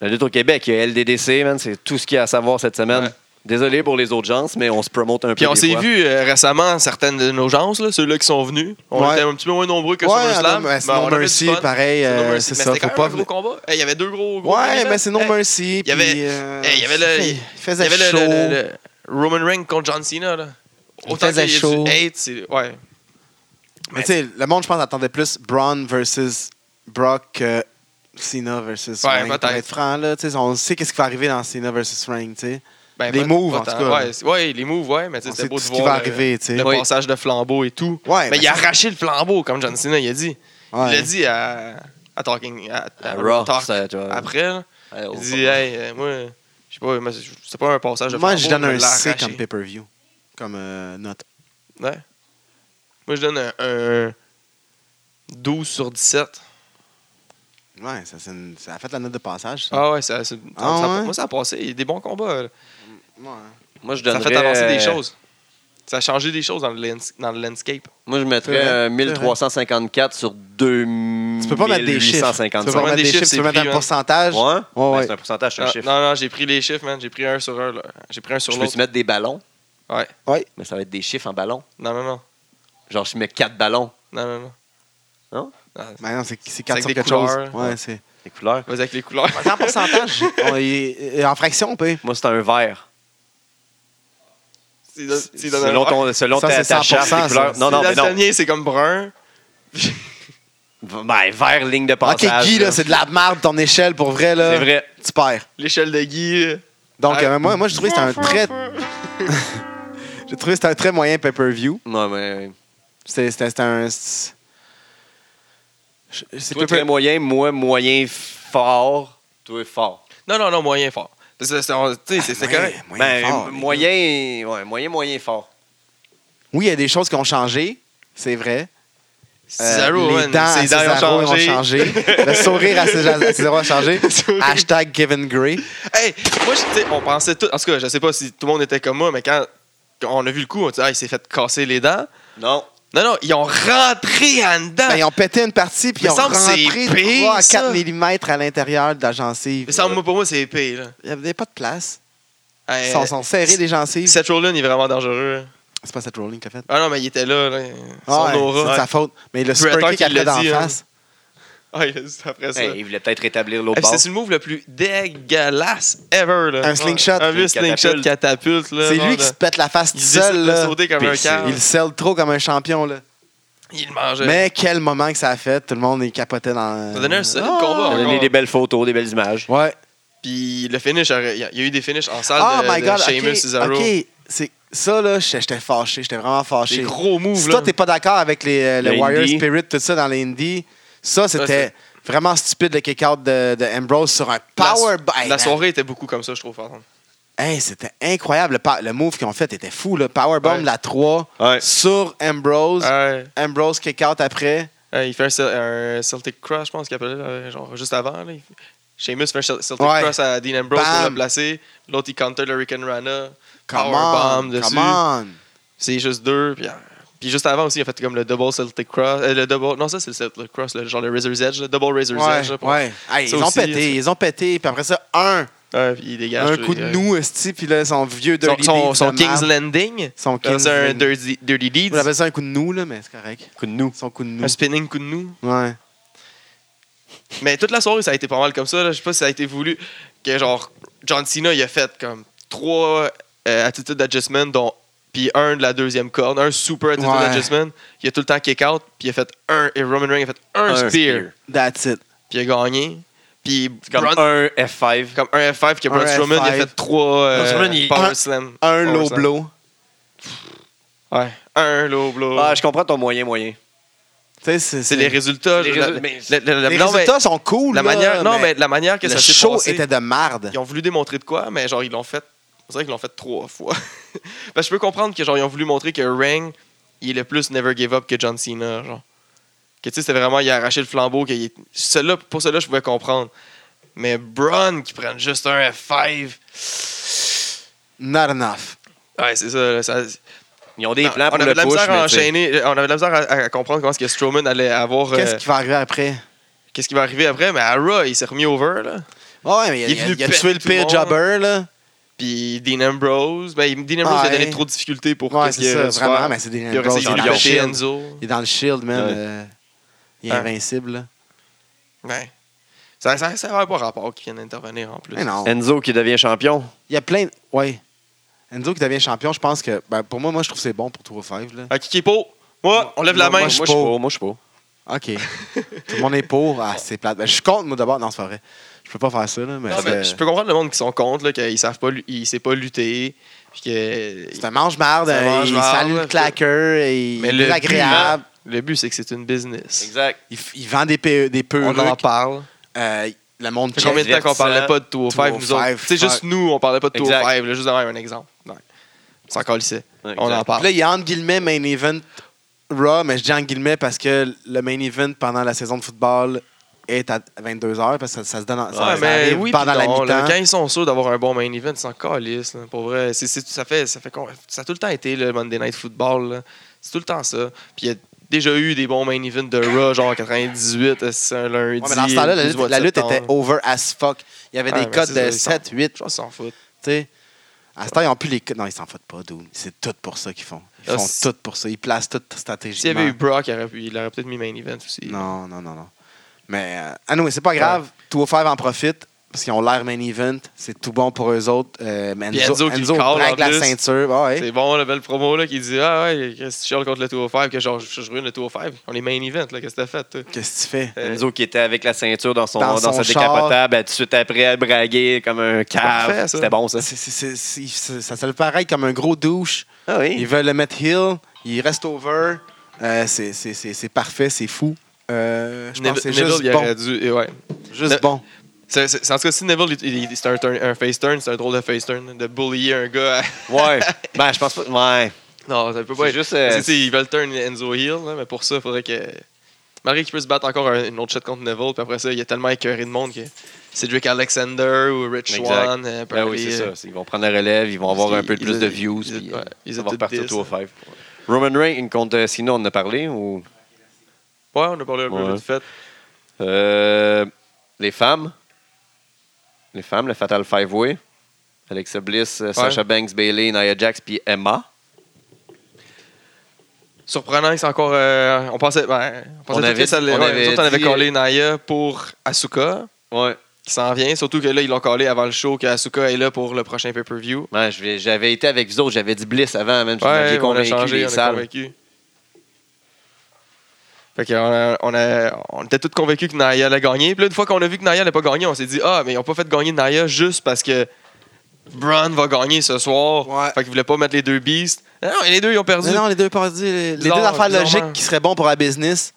S2: La lutte au Québec, il y a LDDC, man. C'est tout ce qu'il y a à savoir cette semaine.
S1: Ouais.
S2: Désolé pour les autres gens, mais on se promote un peu.
S1: Puis on
S2: des
S1: s'est
S2: fois.
S1: vu euh, récemment certaines de nos gens, là, ceux-là qui sont venus. On
S3: Ouais.
S1: était un petit peu moins nombreux que
S3: Ouais,
S1: sur le slam.
S3: non, mais c'est No
S1: on avait du
S3: Mercy,
S1: fun.
S3: pareil,
S1: C'est No
S3: euh,
S1: Mercy.
S3: c'est
S1: Mais
S3: ça,
S1: c'était
S3: faut
S1: quand
S3: pas
S1: même un gros combat. Hey, Il y avait deux gros gros
S3: Ouais,
S1: main
S3: mais c'est No
S1: events. Hey,
S3: Mercy.
S1: il y avait-
S3: puis, euh,
S1: hey, il y avait le-
S3: il
S1: Il y
S3: faisait
S1: avait
S3: chaud.
S1: le- le, le- le Roman Reigns contre John Cena. Là.
S3: Il
S1: Autant qu'il y
S3: faisait
S1: a
S3: chaud.
S1: du hate, c'est... Ouais.
S3: Mais tu sais, le monde, je pense, attendait plus Braun versus Brock que Cena versus
S1: Ouais,
S3: Frank. Pour
S1: peut-être.
S3: être franc, là, tu sais, on sait qu'est-ce qui va arriver dans Cena versus Frank, tu sais.
S1: Ben,
S3: Les
S1: pas-
S3: moves,
S1: pas
S3: en tout
S1: tant.
S3: cas.
S1: Ouais, c'est- ouais, les moves, ouais, mais tu sais,
S3: On
S1: c'était
S3: sait
S1: beau
S3: tout
S1: de voir
S3: ce qui va
S1: le-
S3: arriver, tu sais.
S1: le
S2: Oui.
S1: passage de flambeau et tout.
S3: Ouais,
S1: mais
S3: ben,
S1: il a
S3: c'est-
S1: arraché le flambeau, comme John Cena, il a dit.
S3: Ouais.
S1: Il a dit à, à Talking... À, à
S2: À Raw,
S1: Talk
S2: ça, tu vois.
S1: Après, là.
S2: Ouais, on-
S1: Il dit, hey, euh, moi, je sais pas, moi, c'est- c'est pas un passage de
S3: Moi,
S1: flambeau,
S3: je donne
S1: mais
S3: un C
S1: l'arracher.
S3: comme pay-per-view. Comme euh, note.
S1: Ouais. Moi, je donne un, un 12 sur 17.
S3: Ouais, ça, c'est une- ça a fait la note de passage. ça.
S1: Ah ouais, ça, c'est-
S3: Ah
S1: ça- ça-
S3: ouais?
S1: moi, ça a passé. Il y a des bons combats. là.
S3: Ouais.
S2: Moi, je
S1: Ça a
S2: donnerais,
S1: fait avancer des
S2: euh,
S1: choses. Ça a changé des choses dans le, lands- dans le landscape.
S2: Moi, je mettrais
S3: C'est vrai,
S2: euh,
S3: c'est vrai.
S2: 1354 sur 2000.
S3: Tu peux pas mettre des chiffres. Tu peux pas
S1: Ouais,
S3: mettre
S1: des
S3: des
S1: chiffres,
S3: chiffres, tu
S1: c'est
S3: peux mettre
S1: pris,
S3: un
S1: hein.
S3: pourcentage.
S2: Ouais, hein?
S3: Ouais,
S2: Ben,
S3: ouais.
S2: c'est un pourcentage, c'est un
S1: Ah,
S2: chiffre.
S1: non, non, j'ai pris les chiffres, man. J'ai pris un sur un. là. J'ai pris un sur
S2: je peux-tu
S1: l'autre.
S2: mettre des ballons?
S1: Ouais.
S3: Ouais.
S2: Mais ça va être des chiffres en ballon.
S1: Non, non, non.
S2: Genre, je mets 4 ballons.
S1: Non, non, non.
S3: Mais non, c'est c'est quatre
S1: avec
S3: sur
S1: des
S3: quelque chose.
S1: couleurs.
S3: Ouais, c'est.
S2: Les couleurs.
S1: Vas-y avec les couleurs.
S3: C'est en pourcentage. On est- en fraction, on peut.
S2: Moi, c'est un vert.
S1: Tu donnes- tu donnes un
S2: Selon,
S1: vert.
S2: ton, selon
S3: Ça,
S2: ta,
S3: c'est
S2: ta charte,
S3: 100%,
S2: les couleurs.
S3: ça.
S2: Non, non,
S1: Dans
S2: mais
S1: le
S2: non.
S1: dernier, c'est comme brun.
S2: V- Ben, vert, ligne de
S3: Ok,
S2: passage.
S3: Guy, là, c'est de la merde ton échelle pour vrai. là.
S2: C'est vrai.
S3: Tu perds.
S1: L'échelle de Guy. euh,
S3: Donc,
S1: Ouais.
S3: euh, moi, moi, je trouvais que c'était un très. J'ai trouvé que c'était un très moyen pay-per-view.
S2: Non, mais.
S3: C'était c'était- c'était un. C'est c'est
S2: Toi,
S3: pay-per-
S2: très moyen. Moi, moyen fort. Toi, fort.
S1: Non, non, non, moyen fort. Parce que c'est- on- tu sais, c'est c'est
S3: moyen,
S1: correct.
S3: moyen
S2: ben,
S3: fort, les gars.
S2: moyen. Ouais, moyen, moyen fort.
S3: Oui, il y a des choses qui ont changé, c'est vrai. Euh,
S1: Cesaro,
S3: les
S1: man,
S3: dents à
S1: ses dents
S3: Cesaro ont changé. Le sourire à César- à Cesaro a changé.
S1: Sourire.
S3: Hashtag Kevin Gray.
S1: Hey, moi, je- tu sais, on pensait tout. En tout cas, je sais pas si tout le monde était comme moi, mais quand quand on a vu le coup, on dit, ah, il s'est fait casser les dents.
S2: Non.
S1: Non, non, ils ont rentré en dedans.
S3: Ben, ils ont pété une partie, puis
S1: Me
S3: ils ont
S1: semble que c'est
S3: rentré
S1: pire,
S3: 3 à
S1: ça.
S3: 4 mm à l'intérieur de la gencive.
S1: Mais ça, moi, pour moi, c'est épais. Là.
S3: Il n'y avait pas de place. Ils
S1: Hey,
S3: sont, sont serrés, les gencives.
S1: Seth Rollins, il est vraiment dangereux. là.
S3: C'est pas cette rolling qui a fait.
S1: Ah non, mais il était là. là. Son
S3: Ah ouais,
S1: aura.
S3: c'est de sa faute. Mais le
S1: Puis
S3: super
S1: attends
S3: kick
S1: qu'il
S3: après
S1: l'a
S3: d'en
S1: dit, hein.
S3: face.
S1: Ah, il a dit après ça.
S2: Hey, il voulait peut-être rétablir l'autre
S1: Hey,
S2: bord.
S1: c'est le move le plus dégueulasse ever. Là.
S3: Un slingshot.
S1: Un vieux
S2: Une catapulte.
S1: slingshot catapulte. là,
S3: C'est
S1: genre,
S3: lui qui
S1: là.
S3: se pète la face tout
S1: Il décide
S3: seul.
S1: de
S3: là.
S1: sauter hein. comme un
S2: Puis c'est-
S1: câble.
S3: Il selle trop comme un champion. Là.
S1: Il le mangeait.
S3: Mais quel moment que ça a fait. Tout le monde est capoté dans.
S1: Ça donnait un solide
S3: Ah!
S1: combat. hein.
S2: Il a donné
S1: encore.
S2: des belles photos, des belles images.
S3: Ouais.
S1: Puis le finish, il y a il y a eu des finishes en salle
S3: Oh
S1: de,
S3: my
S1: de
S3: god.
S1: Sheamus,
S3: ok.
S1: Cesaro.
S3: ok. C'est- Ça, là, j'étais j'étais fâché. J'étais vraiment
S1: Des
S3: fâché.
S1: gros moves.
S3: Si
S1: là.
S3: toi, t'es pas d'accord avec les, euh, le
S2: Le
S3: Warrior
S2: indie.
S3: Spirit, tout ça dans les indies, ça, c'était
S1: c'est-
S3: Vraiment stupide le kick-out de, de Ambrose sur un power
S1: la,
S3: bomb.
S1: la soirée était beaucoup comme ça, je trouve, par exemple.
S3: Hey, c'était incroyable. Le, pa- le move qu'ils ont fait était fou. Le powerbomb,
S1: Ouais.
S3: la 3,
S1: Ouais.
S3: sur Ambrose.
S1: Ouais.
S3: Ambrose kick-out après.
S1: Ouais, Euh, il fait un, Cel- un Celtic Cross, je pense qu'il appelait, euh, genre juste avant. Là. Il- Sheamus fait un Cel- Celtic
S3: Ouais.
S1: Cross à Dean Ambrose pour
S3: Bam.
S1: le placer. L'autre, il counter le Rick Rana.
S3: Come
S1: Powerbomb
S3: on,
S1: dessus.
S3: come on.
S1: C'est juste deux. Puis, euh, puis juste avant aussi, il a fait comme le double Celtic Cross. euh, le double, non, ça, c'est le Celtic Cross, le, genre le Razor's Edge, le double Razor's Edge. là,
S3: Ouais,
S1: pour-
S3: ouais. Hey,
S1: Ça
S3: ils ont
S1: aussi,
S3: pété, ils ont pété. Puis après ça, un,
S1: Ouais, puis il dégage.
S3: un
S1: tout,
S3: coup
S1: il-
S3: de nous, esti, puis là, son vieux
S1: Son,
S3: dirty
S1: son,
S3: deed
S1: son
S3: de
S1: King's
S3: marde.
S1: Landing.
S3: Son
S1: Comme
S3: King's
S1: ça, un
S3: Landing.
S1: Dirty, dirty Deeds.
S3: On appelle ça un coup de nous, là, mais c'est correct.
S2: Coup de nous.
S3: Son coup de nous.
S1: Un spinning coup de nous.
S3: Ouais.
S1: Mais toute la soirée, ça a été pas mal comme ça. Là. Je sais pas si ça a été voulu. Que genre, John Cena, il a fait comme trois euh, attitude adjustment, dont. Puis un de la deuxième corde, un super attitude
S3: Ouais.
S1: adjustment. Il a tout le temps kick out, puis il a fait un. Et Roman Reigns a fait un,
S2: Un
S1: spear,
S2: spear.
S3: That's it.
S1: puis il a gagné. Puis
S2: Comme
S1: Braun-
S2: un F5.
S1: comme un F5, que
S3: Un
S1: Braun Strowman, il a
S3: F5.
S1: fait trois euh,
S2: Braun Strowman, il-
S1: power
S3: un-
S1: slam. Power
S3: Un low
S1: slam.
S3: blow.
S1: Ouais, un low blow.
S2: Ah, je comprends ton moyen moyen.
S3: Tu sais, c'est
S1: c'est les résultats.
S2: Les
S1: je- la-
S2: résul- mais-
S1: la- la- la-
S3: Les
S1: non, mais
S3: résultats sont cool.
S1: la
S3: là,
S1: manière, non, mais la manière que
S3: le
S1: ça s'est
S3: show
S1: passé.
S3: était de marde.
S1: ils ont voulu démontrer de quoi, mais genre ils l'ont fait. On dirait qu'ils l'ont fait trois fois. Parce que je peux comprendre que genre ils ont voulu montrer que Rang, il est le plus never give up que John Cena, genre. Que tu sais, c'était vraiment il a arraché le flambeau. Que il est- cela, pour cela, je pouvais comprendre. Mais Braun qui prenne juste un F5.
S3: Not enough.
S1: Ouais, c'est ça. là, ça-
S2: Ils ont des
S1: Non,
S2: plans
S1: on
S2: pour
S1: avait
S2: le
S1: de la
S2: push,
S1: misère à
S2: mais tu sais,
S1: enchaîner. On avait de la misère à, à comprendre comment est-ce que Strowman allait avoir. euh,
S3: Qu'est-ce qui va arriver après?
S1: qu'est-ce qui va arriver après? Mais à Raw, il s'est remis over, là.
S3: Ouais, mais il, a-
S1: Il est
S3: il a-
S1: venu
S3: il a
S1: péter
S3: tué le
S1: tout le
S3: pire
S1: monde.
S3: jobber, là.
S1: Puis Dean Ambrose. Ben, il- Dean Ambrose il a
S3: Ouais.
S1: donné trop de difficultés pour
S3: Ouais,
S1: qu'est-ce
S3: c'est
S1: qu'il
S3: ça,
S1: aurait dû
S3: vraiment.
S1: faire.
S3: Mais c'est des
S1: Il aurait essayé
S3: Ambrose,
S1: de lui
S3: il est dans le
S1: péter
S3: shield.
S1: Enzo.
S3: Il est dans le shield, man.
S2: Ouais.
S3: euh, il est
S1: Ouais.
S3: invincible, là.
S1: Ouais. Ça ça, ça avait pas rapport qu'ils viennent intervenir en plus.
S3: Mais non.
S2: Enzo qui devient champion.
S3: Il y a plein. de- Ouais. Enzo qui devient champion, je pense que. ben, pour moi, moi, je trouve que c'est bon pour 3-5, là.
S1: Ah, qui est pour? Moi, on lève la
S2: Moi,
S1: main.
S2: moi, je suis pour. Moi, je suis pour.
S3: OK. Tout le monde est pour. Ah, c'est plate. Ben, je suis contre, moi, d'abord. Non, c'est pas vrai. Je peux pas faire ça, là. Mais
S1: Non,
S3: c'est-
S1: mais Ah, ben, je peux comprendre le monde qui sont contre, là, qu'ils savent pas, lu- ils savent pas lutter. Puis que...
S3: C'est un mange-marde.
S1: C'est un
S3: euh, Il
S1: mange-marde,
S3: salue le
S1: là.
S3: claqueur. et Il
S1: Mais
S3: est
S1: le but,
S3: désagréable.
S1: Le but, c'est que c'est une business.
S2: Exact.
S3: Il, f- il vend des, pe- des
S1: On
S3: perruques.
S1: en parle.
S3: Euh, le monde
S1: Ça fait combien de temps qu'on parlait pas de Tour 5, nous
S3: 205,
S1: autres? C'est
S3: fuck.
S1: juste nous, on parlait pas de Tour
S2: Exact.
S1: 5, là, juste d'avoir un exemple. Non. C'est encore lycée. On en
S3: Puis là,
S1: parle.
S3: il y a entre guillemets main event Raw, mais je dis entre guillemets parce que le main event pendant la saison de football est à 22h, parce que ça, ça se donne en- ça- ça
S1: Ouais, mais
S3: arrive
S1: oui,
S3: pendant
S1: puis
S3: la
S1: non, là,
S3: mi-temps.
S1: quand ils sont sûrs d'avoir un bon main event, ils s'en calissent. là, Pour vrai, C'est- c'est- ça, fait, ça, fait, con- ça a tout le temps été le Monday Night Football. là. C'est tout le temps ça. Puis il y a déjà eu des bons main events de Raw, genre en 98, c'est un lundi.
S3: Ouais, mais dans ce temps-là, la
S1: 12
S3: lutte,
S1: mois de
S3: la lutte était
S1: septembre.
S3: over as fuck. Il y avait
S1: Ouais,
S3: des
S1: mais
S3: codes
S1: c'est
S3: de
S1: ça, ils s'en-
S3: 7, 8,
S1: Je pense qu'ils s'en foutent.
S3: tu sais. À ce temps, ils n'ont plus les codes. Non, ils s'en foutent pas, dude. C'est tout pour ça qu'ils font. Ils
S1: Ah,
S3: font
S1: c'est-
S3: tout pour ça. Ils placent tout
S1: S'il
S3: stratégiquement.
S1: y avait eu Brock, il aurait, pu- il aurait peut-être mis main event aussi.
S3: Non, non, non, non. Mais, euh, ah non, c'est pas grave. 205 en profite parce qu'ils ont l'air main event. C'est tout bon pour eux autres. Euh, mais
S1: Puis
S3: Enzo,
S1: Enzo qui
S3: Enzo
S1: le call,
S3: braque
S1: en
S3: la
S1: plus.
S3: ceinture. Ah ouais.
S1: C'est bon, le belle promo là, qui dit Ah ouais, qu'est-ce que tu chiales contre le Tour 5 Que genre, je, je ruine le Tour 5. On est main event, là, qu'est-ce que t'as fait, toi?
S3: Qu'est-ce que tu fais?
S1: Euh,
S2: Enzo qui était avec la ceinture dans, son,
S3: Dans
S2: dans,
S3: son
S2: sa
S3: char.
S2: décapotable, elle, tout de suite après, elle braguait comme un
S1: Parfait,
S2: cave.
S1: ça.
S2: C'était bon, ça.
S3: C'est- c'est- c'est- c'est- c'est- ça se le pareil comme un gros douche.
S2: Ah
S3: Ils
S2: oui.
S3: veulent le mettre heel. Ils restent over. Euh, c'est- c'est c'est- c'est parfait, c'est fou. Euh, je pense que c'est
S1: Neville,
S3: juste
S1: il
S3: bon.
S1: aurait dû. et ouais.
S3: Juste
S1: Ne-
S3: bon.
S1: C'est- c'est- en tout cas, si Neville, il- il- c'est un, turn- un face turn, c'est un drôle de face turn, de bullier un gars. à-
S2: Ouais. Ben, je pense pas. Ouais.
S1: non, ça peut
S2: C'est
S1: pas être.
S2: juste,
S1: Parce que,
S2: euh,
S1: tu sais, ils veulent turn Enzo Hill, là, mais pour ça, il faudrait que. Malgré qu'il peut se battre encore un- une autre shot contre Neville, puis après ça, il y a tellement écœuré de monde que Cedric Alexander ou Rich
S2: Exact.
S1: Swan. euh, peut
S2: Ben oui,
S1: aller,
S2: c'est
S1: euh,
S2: ça. Ils vont prendre la relève, ils vont avoir
S1: parce
S2: un peu
S1: qu'ils-
S2: plus
S1: ils-
S2: de views.
S1: ils-
S2: puis,
S1: ouais,
S2: euh,
S1: ils
S2: ça
S1: ont
S2: va
S1: tout
S2: repartir
S1: dit,
S2: tout au five. Roman Reigns contre Sino, on en a parlé. Ou,
S1: Ouais, on a parlé un peu
S2: Ouais.
S1: vite fait.
S2: euh, les femmes. Les femmes, le Fatal Five Way. Alexa Bliss, euh, Sasha Banks, Bailey, Nia Jax, puis Emma.
S1: Surprenant que c'est encore. euh, on pensait. ben, on pensait
S2: On
S1: tout
S2: avait-
S1: que ça allait-
S2: on
S1: ouais,
S2: avait
S1: nous autres, on avait
S2: dit- euh,
S1: collé Naya pour Asuka,
S2: Ouais.
S1: qui s'en vient. Surtout que là, ils l'ont collé avant le show, que Asuka est là pour le prochain pay-per-view.
S2: Ouais, je vais- j'avais été avec vous autres, j'avais dit Bliss avant, même. Vous m'aviez
S1: Ouais, on a
S2: convaincu
S1: changé,
S2: les
S1: on a
S2: salles.
S1: convaincu. Fait que on, a- on, a- on était tous convaincus que Naya allait gagner. Puis là, une fois qu'on a vu que Naya n'allait pas gagner, on s'est dit Ah, mais ils n'ont pas fait gagner Naya juste parce que Braun va gagner ce soir.
S3: Ouais.
S1: Fait qu'ils voulaient pas mettre les deux beasts. Ah non, et les deux, ils ont perdu.
S3: Mais non, les deux parties, les, les deux
S1: Bizarre,
S3: affaires
S1: bizarrement.
S3: logiques qui seraient bons pour la business,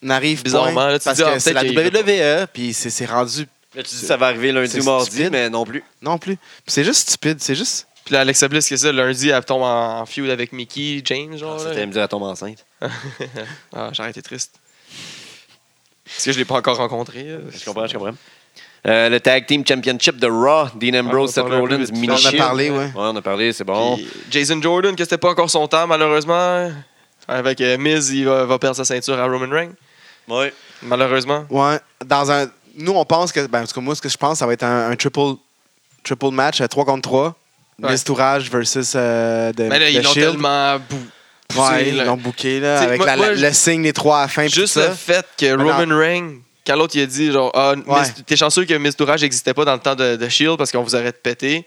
S3: n'arrive
S1: Bizarrement,
S3: point,
S1: là, tu
S3: parce
S1: dis, ah,
S3: que c'est
S1: peut-être
S3: la
S1: qu'il-
S3: WWE, puis c'est c'est rendu
S2: Là, tu dis que ça va arriver lundi
S3: C'est
S2: ou mardi,
S3: stupide.
S2: mais non plus.
S3: non plus. Puis c'est juste stupide, c'est juste.
S1: Puis là, Alexa Bliss, qu'est-ce que ça, lundi, elle tombe en, en feud avec Mickey, James, genre. là.
S2: Ah, C'était me dire à tombe enceinte.
S1: Ah, j'aurais été triste. Parce que je l'ai pas encore rencontré. là.
S2: Je comprends, je comprends. Euh, le Tag Team Championship de Raw, Dean Ambrose,
S1: Ah, on
S2: Seth
S1: parle un peu
S2: Rollins,
S1: vite.
S2: Mini
S3: On en a
S2: Shield.
S3: parlé, ouais.
S2: Ouais, on a parlé, c'est bon.
S1: Puis Jason Jordan, que c'était pas encore son temps, malheureusement. Avec euh, Miz, il va, va perdre sa ceinture à Roman Reigns,
S2: Ouais.
S1: malheureusement.
S3: Ouais, dans un. Nous, on pense que. Ben, en tout cas, moi, ce que je pense, ça va être un, un triple, triple match, 3 contre 3.
S1: Ouais.
S3: Miz Tourage versus euh, de,
S1: Mais là,
S3: de
S1: ils l'ont
S3: Shield.
S1: tellement bou- poussé.
S3: Ouais, ils
S1: là.
S3: l'ont booké, là,
S1: T'sais,
S3: avec
S1: moi-
S3: la- la-
S1: moi, je-
S3: le signe des trois à la fin. puis
S1: Juste
S3: tout
S1: le
S3: ça.
S1: fait que
S3: Mais
S1: Roman Reigns, quand l'autre il a dit genre ah, Miss-
S3: Ouais.
S1: t'es chanceux que Miss Tourage n'existait pas dans le temps de, de Shield E parce qu'on vous aurait pété.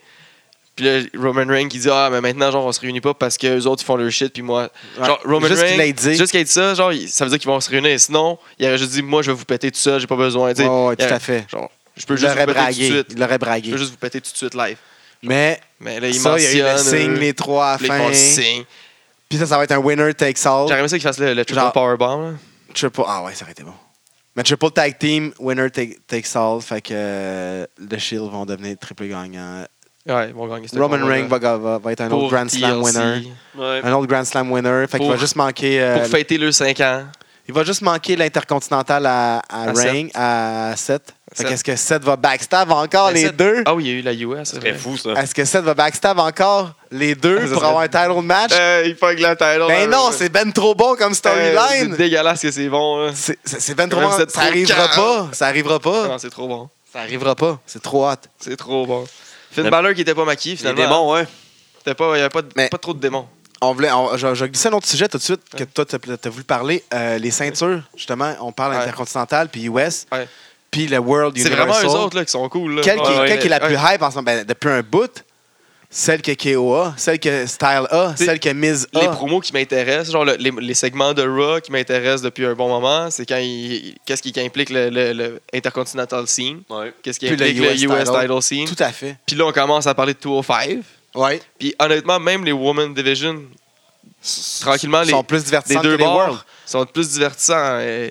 S1: Puis là, Roman Reigns qui dit ah mais maintenant genre on se réunit pas parce que les autres ils font leur shit puis moi
S3: Ouais.
S1: genre Roman
S3: Juste qu'il
S1: Reigns
S3: l'ait dit.
S1: juste qu'il ait dit ça genre il- ça veut dire qu'ils vont se réunir sinon il aurait juste dit moi je vais vous péter tout ça j'ai pas besoin tu sais.
S3: Ouais, ouais, tout
S1: Il aurait-
S3: à fait.
S1: genre je peux
S3: Il
S1: juste vous péter
S3: l'aurait
S1: tout de
S3: bragué.
S1: suite
S3: Il l'aurait
S1: je peux
S3: bragué.
S1: juste vous péter tout de suite live
S3: Mais
S1: mais là il
S3: ça, il y a eu le
S1: mentionne,
S3: signe
S1: euh,
S3: des trois à
S1: puis là,
S3: la
S1: ils font
S3: fin.
S1: le signe.
S3: Puis ça, ça va être un winner takes all.
S1: j'aurais aimé ça qu'ils fassent le, le triple
S3: Genre-
S1: powerbomb là.
S3: Triple. Ah ouais, ça aurait été bon. Mais triple tag team, winner take- takes all. Fait que euh, The Shield vont devenir triple gagnant.
S1: ouais ils vont gagner ce
S3: Roman
S1: combat-là.
S3: Reigns va, ga- va- va être un
S1: Pour
S3: autre Grand Slam
S1: TLC.
S3: winner.
S2: Ouais.
S3: Un autre Grand Slam winner. Fait qu'il
S1: Pour-
S3: va juste manquer. euh,
S1: pour fêter leurs 5 ans.
S3: il va juste manquer l'intercontinental à, à,
S1: À
S3: Reigns, à Seth. Fait
S1: Seth.
S3: qu'est-ce que Seth va backstab encore
S1: Mais
S3: les
S1: Seth-
S3: deux?
S1: Ah oui, il y a eu la US.
S2: Ça serait fou, ça.
S3: Est-ce que Seth va backstab encore les deux
S1: Ah, ça
S3: pour
S1: serait- Euh,
S3: avoir un title match?
S1: il fuck la tête.
S3: ben non, c'est ben trop bon comme storyline.
S1: Euh, C'est dégueulasse que c'est bon. hein.
S3: C'est- C'est c'est ben trop
S1: Même
S3: bon.
S1: vous êtes
S3: Ça
S1: trop
S3: arrivera
S1: calme.
S3: pas. Ça arrivera pas.
S1: Non, c'est trop bon.
S3: Ça arrivera pas. C'est trop hâte.
S1: C'est trop bon. Finn
S2: Le-
S1: Balor qui était pas maquillé
S2: Les
S1: finalement.
S2: démons, ouais.
S1: C'était pas- Il n'y avait pas, de-
S3: Mais-
S1: pas trop de démons.
S3: On voulait, on- je, je glissais un autre sujet tout de suite que
S1: Ouais.
S3: toi, t'as t'as voulu parler. Euh, les ceintures, justement, on parle
S1: Ouais.
S3: intercontinental, puis US,
S1: Ouais.
S3: puis le World
S1: C'est
S3: Universal.
S1: vraiment eux autres là, qui sont cool. là.
S3: Quelle qui,
S1: Ouais,
S3: quelle
S1: ouais,
S3: qui est la
S1: ouais.
S3: plus hype en ce moment? Ben, depuis un bout, celle que KO a, celle que Style a,
S1: T'sais,
S3: celle que Miz a.
S1: Les promos qui m'intéressent, genre le- les, les segments de Raw qui m'intéressent depuis un bon moment, c'est quand il- il- qu'est-ce qui qui implique le, le- le Intercontinental Scene,
S2: Ouais.
S1: qu'est-ce qui
S3: Puis le
S1: implique le US,
S3: US
S1: title.
S3: title.
S1: Scene.
S3: Tout à fait.
S1: Puis là, on commence à parler de 205.
S3: Ouais.
S1: Puis honnêtement, même les Women Division, tranquillement,
S3: Ils
S1: les,
S3: sont plus
S1: des
S3: divertissants
S1: deux
S3: que les
S1: bords
S3: World.
S1: sont plus divertissants. hein.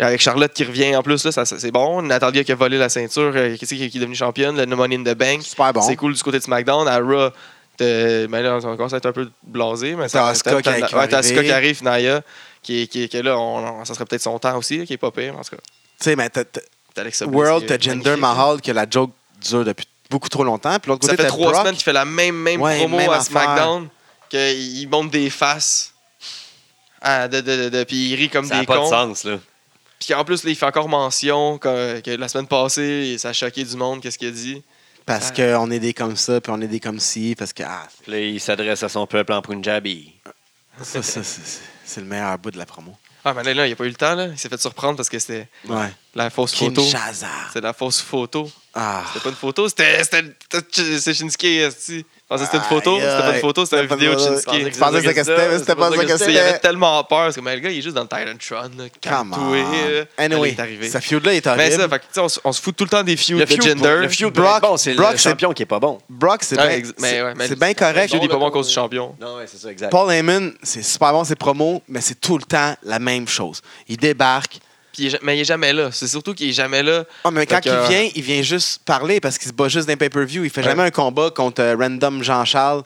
S1: Et avec Charlotte qui revient en plus, là, ça, ça- c'est bon. Natalia qui a volé la ceinture, euh, qui, qui- qui est devenue championne, le No Money in the Bank.
S3: Super bon.
S1: C'est cool du côté de SmackDown. À Raw, t'as- mais là, on commence à être un peu blasé. Mais
S3: T'as Asuka
S1: t'as- t'as-
S3: qui- qui
S1: ouais,
S3: va
S1: t'as Asuka
S3: arriver.
S1: qui arrive, Naya, qui, qui, que là, on- on- ça serait peut-être son temps aussi, là, qui est pas pire. En tout cas,
S3: Tu sais, mais t'as- t'as-
S1: t'as Alexa Bliss
S3: World,
S1: qui
S3: t'as
S1: est
S3: Jinder
S1: magnifique. hein.
S3: Mahal, que la joke dure depuis beaucoup trop longtemps. Puis l'autre
S1: Ça
S3: côté,
S1: fait
S3: t'as
S1: trois
S3: Brock.
S1: semaines qu'il fait la même, même
S3: Ouais,
S1: promo
S3: même
S1: à
S3: affaire.
S1: SmackDown, qu'il monte des faces. Ah, de, de, de, de- puis il rit comme
S2: Ça
S1: des
S2: n'a pas de
S1: cons.
S2: sens, là.
S1: Puis en plus, là, il fait encore mention que, que la semaine passée, ça a choqué du monde, qu'est-ce qu'il a dit.
S3: Parce qu'on est des comme ça, puis on est des comme ci, parce que ah,
S2: Puis là, il s'adresse à son peuple en Punjabi.
S3: ça, ça, c'est- c'est- c'est le meilleur bout de la promo.
S1: Ah, mais là, là, il a pas eu le temps, là. Il s'est fait surprendre parce que c'était
S3: Ouais.
S1: la fausse photo.
S3: Kinshasa.
S1: C'était la fausse photo.
S3: Ah.
S1: C'était pas une photo, c'était. c'était- c'était- C'est Shinsuke, esti. Je pensais que c'était une photo,
S3: Aïe,
S1: c'était pas une
S3: aïe.
S1: photo, c'était une
S3: C'était pas
S1: vidéo de
S3: une-
S1: Shinsuke.
S3: Je pensais que c'était que c'était, mais c'était pas ça que
S1: Il avait
S3: c'était.
S1: tellement peur, parce que mais le gars, il est juste dans le Titan Tron, là.
S3: Come
S1: Calme-toi, là.
S3: on.
S1: Allez,
S3: Anyway,
S1: t'es arrivé.
S3: ce feud-là est Ben,
S1: Mais ça,
S3: horrible.
S1: fait que, tu sais, on, s- on se fout tout le temps des feuds
S2: Le
S1: de
S2: feud-
S1: gender.
S2: Le feud
S3: Brock-
S2: Brock, bon, c'est
S3: Brock,
S2: le
S3: c'est-
S2: champion qui est pas bon.
S3: Brock, c'est
S1: Ouais,
S3: bien
S1: ex- mais
S3: c'est-
S1: ouais, mais
S3: c'est bien correct.
S1: feud est pas bon à cause du champion.
S2: Non, ouais, c'est ça, exact.
S3: Paul Heyman, c'est super bon ses promos, mais c'est tout le temps la même chose. Il débarque.
S1: Puis il est ja- mais il est jamais là. C'est surtout qu'il est jamais là.
S3: Ah, mais quand
S1: Fait que-
S3: il vient, il vient juste parler parce qu'il se bat juste d'un pay-per-view. Il fait
S1: Ouais.
S3: jamais un combat contre euh, random Jean-Charles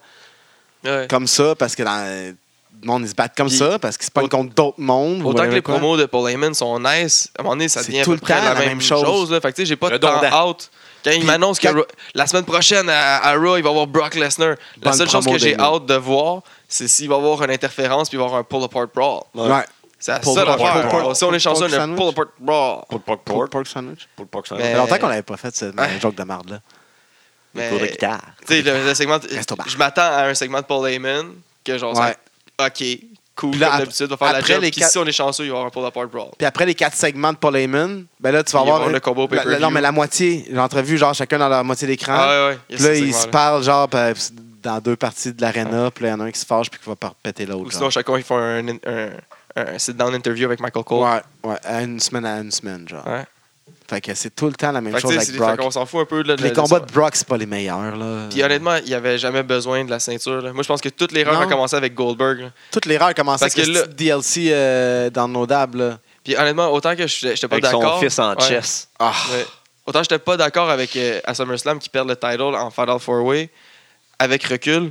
S1: Ouais.
S3: comme ça parce que dans, euh, le monde, ils se battent comme
S1: Puis-
S3: ça parce qu'ils se pognent contre d'autres mondes. ou
S1: Autant que
S3: whatever
S1: les
S3: quoi.
S1: promos de Paul Heyman sont nice, à un moment donné, ça
S3: C'est
S1: devient à
S3: tout
S1: peu
S3: le
S1: près
S3: temps
S1: la, même, chose. là. Fait que tu sais, j'ai pas de temps
S2: Redondant.
S1: out. Quand il
S3: Puis,
S1: m'annonce que
S3: quand-
S1: Ro- la semaine prochaine à, à Raw, il va y avoir Brock Lesnar, la
S3: Bonne
S1: seule chose
S3: promo
S1: que j'ai
S3: d'Heyman.
S1: hâte de voir, c'est s'il va y avoir une interférence puis il va y avoir un pull-apart brawl.
S2: Ouais.
S3: Ouais.
S1: C'est la
S3: Pull
S1: seule
S3: apart
S1: affaire.
S3: brawl.
S1: Alors, Si on est chanceux,
S3: Pull
S1: un
S3: sandwich.
S1: pull-apart brawl.
S2: Pour le pork
S3: Pork,
S2: pork,
S3: pork sandwich.
S2: pour le pork sandwich.
S3: Ça
S1: Mais-
S3: fait longtemps qu'on n'avait pas fait ce
S1: Ouais.
S3: joke de marde là.
S1: Mais,
S2: Cours de
S1: tu
S2: guitare.
S1: sais, le, le segment,
S3: Reste au bar.
S1: je m'attends à un segment de Paul Heyman que genre, ça
S3: Ouais.
S1: va être, ok, cool,
S3: Puis là,
S1: comme
S3: ap-
S1: d'habitude, on va faire la
S3: après
S1: job.
S3: les
S1: Puis
S3: quatre-
S1: si on est chanceux, il va y avoir un pull-apart brawl.
S3: Puis après les quatre segments de Paul Heyman, ben là, tu
S1: Il va
S3: vas
S1: y
S3: avoir.
S1: avoir le combat au
S3: la- la-
S1: pay-per-view.
S3: Non, mais la moitié, l'entrevue, genre chacun dans la moitié d'écran.
S1: Ah ouais, ouais. il y a
S3: Puis là,
S1: ce
S3: ils se
S1: segment-là.
S3: parlent, genre, ben, dans deux parties de l'aréna. Puis là, il y en a un qui se fâche, puis qui va par- péter
S1: Ou
S3: l'autre.
S1: sinon,
S3: genre.
S1: chacun, ils font un, un, un sit-down interview avec Michael Cole.
S3: Ouais, ouais, à une semaine à une semaine, genre.
S1: Ouais.
S3: Fait que c'est tout le temps la même
S1: Fait que,
S3: chose
S1: tu sais,
S3: avec
S1: c'est-
S3: Brock.
S1: fait qu'on s'en fout un peu. Là, de-
S3: Puis les
S1: de
S3: combats
S1: ça.
S3: de Brock, c'est pas les meilleurs, là.
S1: Puis honnêtement, il n'y avait jamais besoin de la ceinture. là. Moi, je pense que toute l'erreur
S3: Non.
S1: a commencé avec Goldberg. là.
S3: Toute l'erreur commence
S1: Parce
S3: avec
S1: que
S3: le
S1: là-
S3: petit DLC euh, downloadable, là.
S1: Puis honnêtement, autant que je- j'étais pas
S2: Avec
S1: d'accord.
S2: son fils en
S1: ouais,
S2: chess.
S3: Ah,
S1: ouais. Autant j'étais pas d'accord avec euh, à SummerSlam qui perd le title en Fatal Four Way. Avec recul,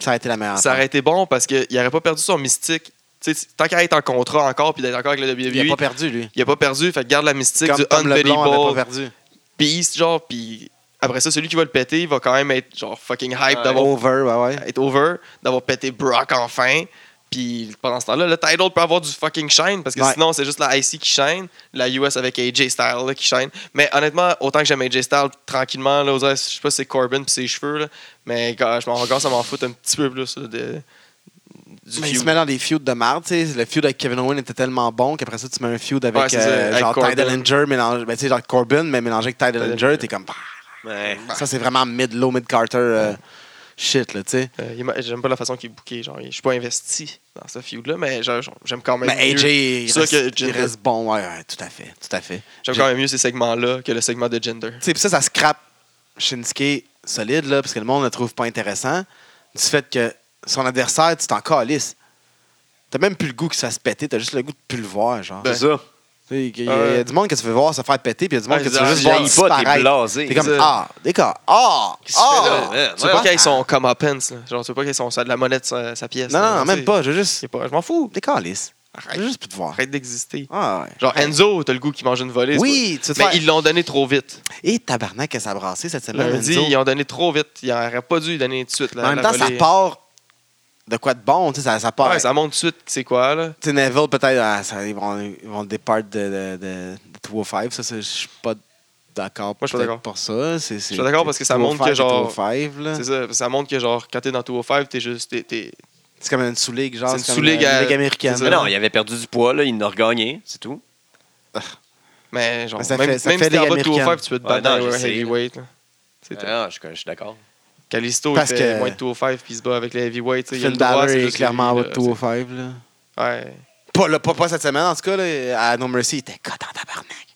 S3: ça a été la meilleure.
S1: ça
S3: affaire.
S1: aurait été bon parce qu'il n'aurait pas perdu son mystique. Tu sais, tant qu'à être en contrat encore puis d'être encore avec le WWE,
S3: Il a pas perdu, lui.
S1: il a pas perdu. Fait que garde la mystique
S3: Comme
S1: du
S3: Tom Leblanc avait pas
S1: Unbelievable
S3: perdu.
S1: Beast, genre. Puis après ça, celui qui va le péter, il va quand même être genre fucking hype
S2: Ouais.
S1: d'avoir
S3: Over, ouais, ouais.
S1: être over, d'avoir pété Brock enfin. Puis pendant ce temps-là, le title peut avoir du fucking shine parce que
S3: Ouais.
S1: sinon, c'est juste la IC qui shine, la US avec AJ Styles là, qui shine. Mais honnêtement, autant que j'aime AJ Styles tranquillement, là, aux autres, je sais pas si c'est Corbin puis ses cheveux, là, mais gars, je m'en regarde, ça m'en fout un petit peu plus là, de, du
S3: Mais il se
S1: feud.
S3: met dans des feuds de merde. tu sais. Le feud avec Kevin Owen était tellement bon qu'après ça, tu mets un feud avec,
S1: Ouais, c'est ça,
S3: euh,
S1: avec
S3: genre
S1: Corbin.
S3: Ty Dillinger, mélangé, ben, tu sais, genre Corbin, mais mélangé avec Ty Dillinger. T'es comme, bah,
S2: Ouais.
S3: ça, c'est vraiment mid-low, mid-carter euh, shit, là, tu sais.
S1: Euh, il m'a- j'aime pas la façon qu'il est booké. Genre, je suis pas investi dans ce feud-là, mais genre, j'aime quand même
S3: Mais AJ,
S1: mieux,
S3: il
S1: ça
S3: reste,
S1: que
S3: il
S1: Jinder.
S3: reste bon. Ouais, ouais, tout à fait, tout à fait.
S1: j'aime quand même mieux ces segments-là que le segment de Gender.
S3: Tu sais, puis ça, ça scrape Shinsuke solide, là, parce que le monde ne le trouve pas intéressant. Du fait que son adversaire, tu t'en calisses. T'as même plus le goût que ça se péter, t'as juste le goût de plus le voir, genre.
S1: Ben,
S2: C'est ça.
S3: Tu sais, Il y, a-
S1: Ouais.
S3: il y a du monde que tu veux voir se faire péter, puis il y a du monde
S1: Ouais,
S3: que tu
S1: ils
S3: veux juste
S1: disent,
S3: voir
S1: j'haïs
S2: pas, t'es
S3: disparaître.
S2: blasé.
S3: T'es comme,
S1: C'est ça.
S3: ah, d'accord, ah,
S2: là,
S3: ah.
S2: man?
S1: Tu veux
S2: Ouais.
S1: pas qu'ils sont comme à Pence, là. Genre, tu veux pas qu'ils sont ça a de la monnaie de sa, sa pièce.
S3: Non,
S1: là,
S3: non, non,
S1: tu sais.
S3: même pas, je veux
S1: Je sais
S3: juste.
S1: pas, je m'en fous.
S3: Des calices. Je
S1: Arrête,
S3: veux juste plus te voir.
S1: arrête d'exister.
S3: Ah, ouais.
S1: Genre, Enzo, t'as le goût qu'il mange une volée. c'est
S3: Oui, tu
S1: pas-
S3: te fais-
S1: Mais ils l'ont donné trop vite.
S3: Et tabarnak, elle s'est brassée cette semaine.
S1: Lundi,
S3: Enzo.
S1: ils ont donné trop vite. Ils n'auraient pas dû donner tout de suite.
S3: Mais
S1: la-
S3: en même
S1: la
S3: temps, ça
S1: volée.
S3: part de quoi de bon, tu sais, ça, ça part.
S1: Ouais, ça monte tout de suite, c'est quoi, là.
S3: Tu sais, Neville, peut-être, ah, ça, ils, vont, ils vont le départ de, de, de, de 205. Ça, c'est- je suis pas d'accord
S1: je suis pas
S3: peut-être
S1: d'accord.
S3: pour ça. Je
S1: suis pas d'accord parce que ça montre que genre- C'est ça. ça montre que, genre, quand t'es dans 205, t'es juste. t'es- t'es-
S3: C'est comme une sous-ligue, genre.
S1: C'est une
S3: comme
S1: sous-ligue à-
S3: ligue américaine.
S1: c'est
S2: Mais
S1: ça.
S2: non, il avait perdu du poids, là, il en a regagné, c'est tout.
S1: Mais, genre,
S3: Mais ça
S1: même,
S3: fait- ça
S1: même
S3: fait
S1: si t'es en
S3: Ligue
S1: bas de
S3: américaine.
S1: 205, tu peux te battre
S2: Ouais, non,
S1: dans
S2: je
S1: un
S2: sais, là.
S1: heavyweight, là. C'est tout.
S2: Ah, non, je, je suis d'accord.
S1: Calisto
S3: Parce
S1: était
S3: que-
S1: moins de 205 puis il se bat avec les heavyweights. tu sais, il a
S3: Finn
S1: le droit,
S3: Balor
S1: c'est
S3: est
S1: juste
S3: clairement en
S1: lui,
S3: bas de
S1: là,
S3: 205. là.
S1: c'est- Ouais.
S3: Pas, là, pas, pas cette semaine, en tout cas, là, à No Mercy, il était content tabarnak.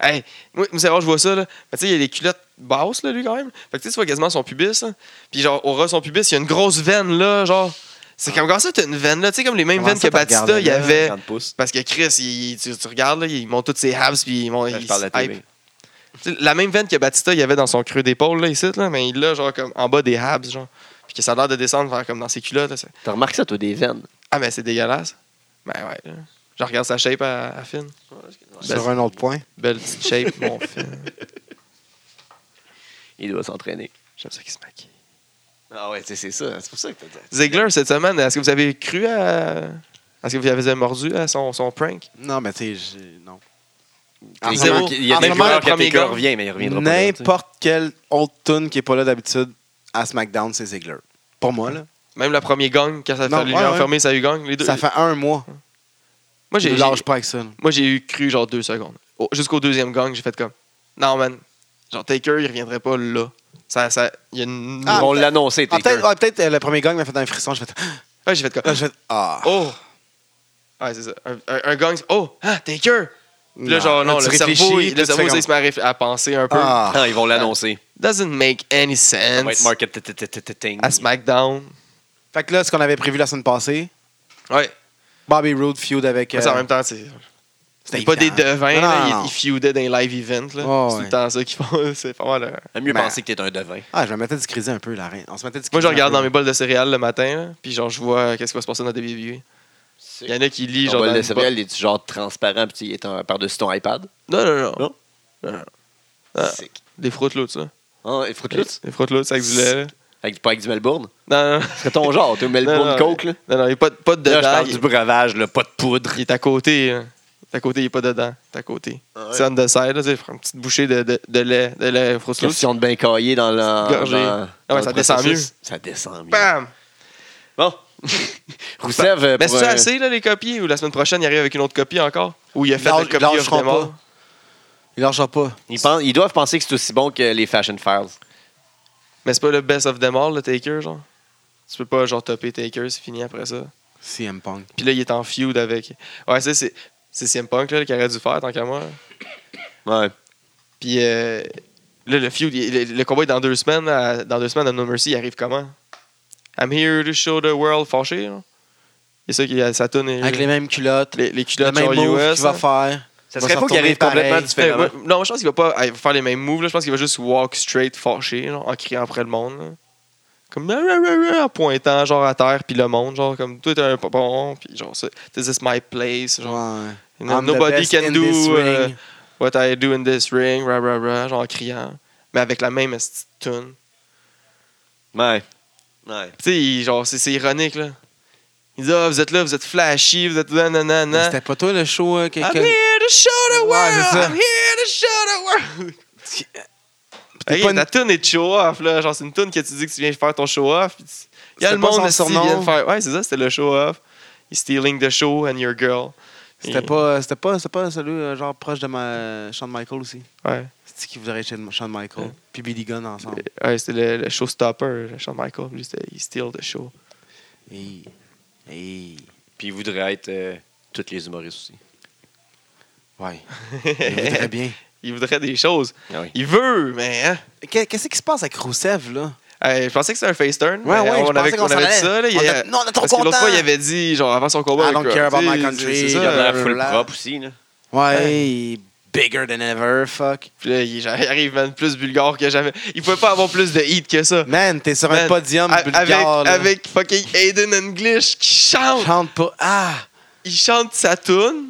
S1: Hey, moi, moi, c'est vrai, je vois ça, là. Mais tu sais, il a des culottes basses, là, lui, quand même. Fait que tu sais, tu vois quasiment son pubis, là. Puis genre, au ras de son pubis, il y a une grosse veine, là, genre. C'est comme quand ça, t'as une veine, là. Tu sais, comme les mêmes
S3: Comment
S1: veines
S3: ça,
S1: que
S3: t'as
S1: Batista,
S3: regardé,
S1: il y
S3: là?
S1: avait.
S2: 40 pouces.
S1: Parce que Chris, il- tu, tu regardes, là, il monte toutes ses abs, puis il monte.
S2: Là, je
S1: il
S2: parle de la
S1: se
S2: TV.
S1: hype. Tu sais, La même veine que Batista, il y avait dans son creux d'épaule, là, ici, là. Mais il l'a, genre, comme en bas des abs, genre. Puis que ça a l'air de descendre, vers, comme dans ses culottes, là. c'est-
S2: T'as remarqué ça, toi, des veines?
S1: Ah, mais c'est dégueulasse. Ben ouais, là. Je regarde sa shape à, à Finn.
S3: Sur un autre point.
S1: Belle petite shape, mon Finn.
S2: Il doit s'entraîner.
S1: J'aime ça qu'il se maquille.
S2: Ah ouais, tu sais, c'est ça. C'est pour ça que t'as dit.
S1: Ziegler, cette semaine, est-ce que vous avez cru à. Est-ce que vous avez mordu à son, son prank?
S3: Non, mais tu sais, j'ai- non.
S2: Il
S3: En
S2: y
S3: ce moment-
S2: a- il y a
S3: en
S2: des
S3: ce moment,
S2: joueurs
S1: le
S2: que
S1: premier
S2: tes gars
S1: gars-
S2: revient, mais il reviendra pas. là, tu sais.
S3: N'importe quel autre tune qui est pas là d'habitude à SmackDown, c'est Ziggler. Pour moi, là.
S1: Même le premier gang, quand ça
S3: Non,
S1: fait lui
S3: ouais, ouais.
S1: enfermer, ça a eu gang. Les deux.
S3: Ça fait un mois.
S1: moi,
S3: Je
S1: j'ai,
S3: ne
S1: j'ai-
S3: lâche pas avec ça. là.
S1: moi, j'ai eu cru genre deux secondes. Au- jusqu'au deuxième gang, j'ai fait comme. Non, man. Genre, Taker, il reviendrait pas là. Ça, ça, il y a une.
S3: Ah,
S2: Ils vont l'annoncer,
S3: Ah,
S2: Taker.
S3: peut-être ouais, peut-être, euh, le premier gang m'a fait un frisson. J'ai fait.
S1: Ouais, j'ai fait
S3: là,
S1: comme.
S3: j'ai fait, Ah.
S1: Oh! Ouais, c'est ça. Un, un- un gang, c'est, oh! Ah, Taker! Puis là,
S3: Non.
S1: genre, non,
S3: Là,
S1: le
S3: tu
S1: cerveau,
S3: réfléchis,
S1: il-
S3: puis
S1: le
S3: tu
S1: cerveau,
S3: fais
S1: ça, il se met à réfl- à, penser un peu.
S3: Ah.
S2: Ah, ils vont l'annoncer.
S1: Doesn't make any
S2: Ça va
S1: sense.
S2: être market t- t- t- t- ting.
S1: À SmackDown.
S3: Fait que là, ce qu'on avait prévu la semaine passée,
S1: Ouais.
S3: Bobby Roode feud avec. euh,
S1: Mais ça, en même temps, Euh, c'est. C'était pas des devins, là,
S3: Non, non, non.
S1: ils, ils feudaient dans les live events. là.
S3: Oh,
S1: c'est tout
S3: ouais.
S1: le temps ça qu'ils font. C'est pas mal. hein.
S2: J'aime mieux
S3: Ben.
S2: penser que t'es un devin.
S3: Ah, je me mettais discrédit un peu, la reine. On se mettait discrédit.
S1: Moi, je regarde dans
S3: un
S1: mes
S3: peu.
S1: bols de céréales le matin, là, puis genre, je vois qu'est-ce qui va se passer dans la WWE. Il y en a qui lit, genre.
S2: Genre,
S1: dans
S2: le
S1: une bo-
S2: céréal, il est genre transparent, puis il est en- par-dessus ton iPad.
S1: Non, non, non.
S2: Non?
S1: Non, non. Ah,
S2: Sick.
S1: Des Froot Loops, là.
S2: Ah, et Fruit Loops?
S1: Des Froot Loops avec du lait, là.
S2: Avec, du- pas avec du Melbourne?
S1: Non, non, non.
S2: Ce serait ton genre, tu mets
S1: Non, non,
S2: Melbourne Coke, là.
S1: Non, non, il n'y a pas, de- pas de
S2: Là, je
S1: dedans.
S2: parle
S1: il,
S2: du breuvage, là, pas de poudre.
S1: il est à côté. hein. Il est à côté, il n'est pas dedans. Il est à côté.
S2: Ah ouais.
S1: C'est on the side, là, tu sais, prends une petite bouchée de, de, de lait, de lait Froot Loops.
S2: Question de bien cailler dans le.
S1: Gorgée.
S2: dans-
S1: Ah
S2: dans
S1: ouais,
S2: le
S1: ça descend
S2: processus. Ça descend mieux. Bah!
S1: Bam!
S2: Bon. Rousseff, euh,
S1: Mais
S2: pour
S1: c'est
S2: un-
S1: assez, là, les copies? Ou la semaine prochaine, il arrive avec une autre copie encore? Ou il a fait
S3: Lâche-
S1: la copie
S3: lâcheront
S1: of the mort?
S3: Il lâchera pas.
S2: Ils, pensent- ils doivent penser que c'est aussi bon que les Fashion Files.
S1: Mais c'est pas le best of them all, le Taker, genre? Tu peux pas, genre, topper Taker, c'est fini après ça.
S3: CM Punk.
S1: Puis là, il est en feud avec... Ouais, ça, c'est... C'est CM Punk, là, qui aurait dû faire, tant qu'à moi.
S2: Ouais.
S1: Puis euh, là, le feud, il- le, le combat est dans deux semaines. à- dans deux semaines, à No Mercy, il arrive comment? I'm here to show the world fâché, là. Et ça, qui, ça tourne. euh,
S5: Avec les mêmes culottes.
S1: les, les
S5: le
S1: culottes
S5: même
S1: genre hein.
S5: move
S1: US.
S5: qu'il va
S1: là.
S5: faire. va
S2: Ça serait
S5: se
S2: pas qu'il arrive
S5: retourner
S2: complètement
S5: pareil.
S1: Ben,
S2: différemment.
S1: moi- non, je pense qu'il va pas euh, faire les mêmes moves. là. Je pense qu'il va juste walk straight fâché, genre, en criant après le monde. là. Comme Ra, ra, ra, ra en pointant genre à terre puis le monde genre comme tout est un bon puis genre ça, this is my place genre euh,
S5: Ouais.
S1: No-
S5: I'm the
S1: nobody
S5: best
S1: can
S5: in this
S1: do euh,
S5: ring.
S1: what I do in this ring ra, ra, ra, genre en criant mais avec la même esti de tune
S2: Ouais. Ouais.
S1: tu sais il- genre c'est c'est ironique là il dit ah vous êtes là vous êtes flashy vous êtes là
S5: Mais
S1: nanana
S5: C'était pas toi le show euh, que-
S1: I'm
S5: que-
S1: here to show the
S5: Ouais,
S1: world
S5: c'est ça.
S1: I'm here to show the world
S3: T'es
S1: Hey,
S3: pas une-
S1: Ta tune est de show-off, là. Genre, c'est une tune que tu dis que tu viens faire ton show-off. puis tu- Il y a
S3: C'était
S1: le
S3: pas
S1: monde
S3: son
S1: esti, qui
S3: surnom.
S1: vient de faire. Ouais, c'est ça, c'était le show-off. He's stealing the show and your girl.
S3: C'était
S1: Et-
S3: pas, c'était pas, c'était pas celui euh, genre proche de ma, euh, Shawn Michael aussi.
S1: Ouais,
S3: C'est qui voudrait être chez Shawn Michael
S1: Ouais.
S3: puis Billy Gunn ensemble.
S1: ouais c'était le, le showstopper, Shawn Michael. Lui, c'était he steal the show. Euh.
S3: Hey. Hey.
S2: Puis il voudrait être euh, tous les humoristes aussi.
S3: Ouais. Il va très bien.
S1: il voudrait des choses.
S2: Ah oui.
S1: Il veut, mais. hein.
S3: Qu'est- Qu'est-ce qui se passe avec Rousseff, là?
S1: Hey, je pensais que c'était un face turn.
S3: Ouais,
S1: mais
S3: ouais, je
S1: on avait,
S3: pensais qu'on
S1: on avait
S3: s'en
S1: dit ça. Là,
S3: allait.
S1: il y a-
S3: On était- non, on était trop
S1: Parce que l'autre
S3: contents.
S1: fois, il avait dit, genre, avant son combat.
S3: I
S1: avec
S3: don't
S1: Rock,
S3: care about
S1: tu sais,
S3: my country.
S1: c'est
S2: Il
S1: ça.
S2: a l'air
S3: euh,
S2: full
S3: là.
S2: propre aussi. Là.
S3: Ouais, Euh, bigger than ever, fuck.
S1: Puis là, il genre, il arrive même plus bulgare que jamais. Il pouvait pas avoir plus de hit que ça.
S3: Man, t'es sur
S1: Man,
S3: un podium
S1: A-
S3: bulgare,
S1: avec,
S3: là.
S1: avec fucking Aiden English qui chante.
S3: Chante pas. Ah!
S1: Il chante sa tune.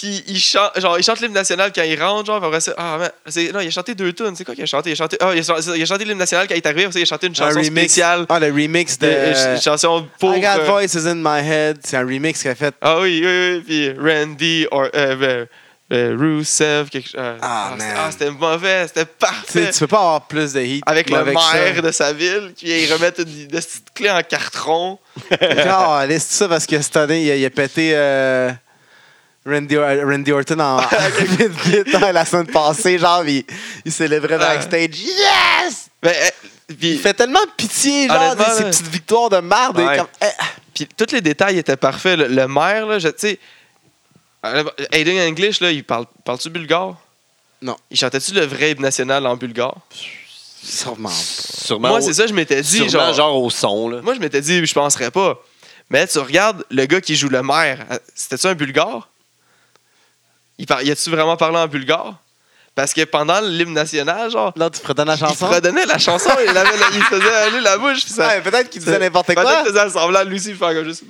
S1: Puis il chante, genre, il chante l'hymne national quand il rentre, genre, puis après ça, ah, man, c'est- non, il a chanté deux tunes, c'est quoi qu'il a chanté? Il a chanté, ah, il a, chanté- il a chanté l'hymne national quand il est arrivé, après ça, il a chanté une chanson spéciale,
S3: Ah, le remix
S1: de,
S3: de.
S1: euh, une chanson pour...
S3: I got
S1: euh,
S3: voices in my head. C'est un remix qu'il a fait.
S1: Ah oui, oui, oui. Puis Randy or euh, euh, euh, Rusev, quelque chose.
S3: Ah, man.
S1: c'était- ah, c'était mauvais, c'était
S3: Tu
S1: parfait.
S3: sais, tu peux pas avoir plus de hit.
S1: Avec
S3: que
S1: le
S3: ça.
S1: maire de sa ville qui vient y remettre une, une petite clé en carton.
S3: Genre, allez, c'est ça parce que cette année, il a, il a pété euh, Randy, Or- Randy Orton en vite, vite hein, la semaine passée. Genre, il, il célébrait
S1: Ah.
S3: backstage. Yes!
S1: Ben, euh,
S3: Il
S1: puis,
S3: fait tellement pitié, genre, de
S1: Honnêtement,
S3: ces
S1: là.
S3: petites victoires de merde.
S2: Ouais.
S3: Et comme, eh,
S1: puis tous les détails étaient parfaits. Le, le maire, là, je- tu sais. euh, Aiden English, là, il parle, parle-tu bulgare?
S3: Non.
S1: Il chantait-tu le vrai hymne national en bulgare?
S3: sûrement. Ben,
S2: Sûrement,
S1: Moi,
S2: au-
S1: c'est ça, je m'étais dit.
S2: sûrement
S1: Genre,
S2: genre... au son. Là.
S1: Moi, je m'étais dit, je penserais pas. Mais tu regardes le gars qui joue le maire, euh, c'était-tu un bulgare? Il, par... il a-tu vraiment parlé en bulgare? Parce que pendant l'hymne national, genre,
S3: Là, tu redonnes la chanson.
S1: il redonnait la chanson, il, avait la- il faisait aller la bouche. Puis ça,
S3: Ouais, peut-être qu'il disait n'importe
S1: Peut-être
S3: quoi.
S1: qu'il faisait semblant de Lucie, faire comme juste.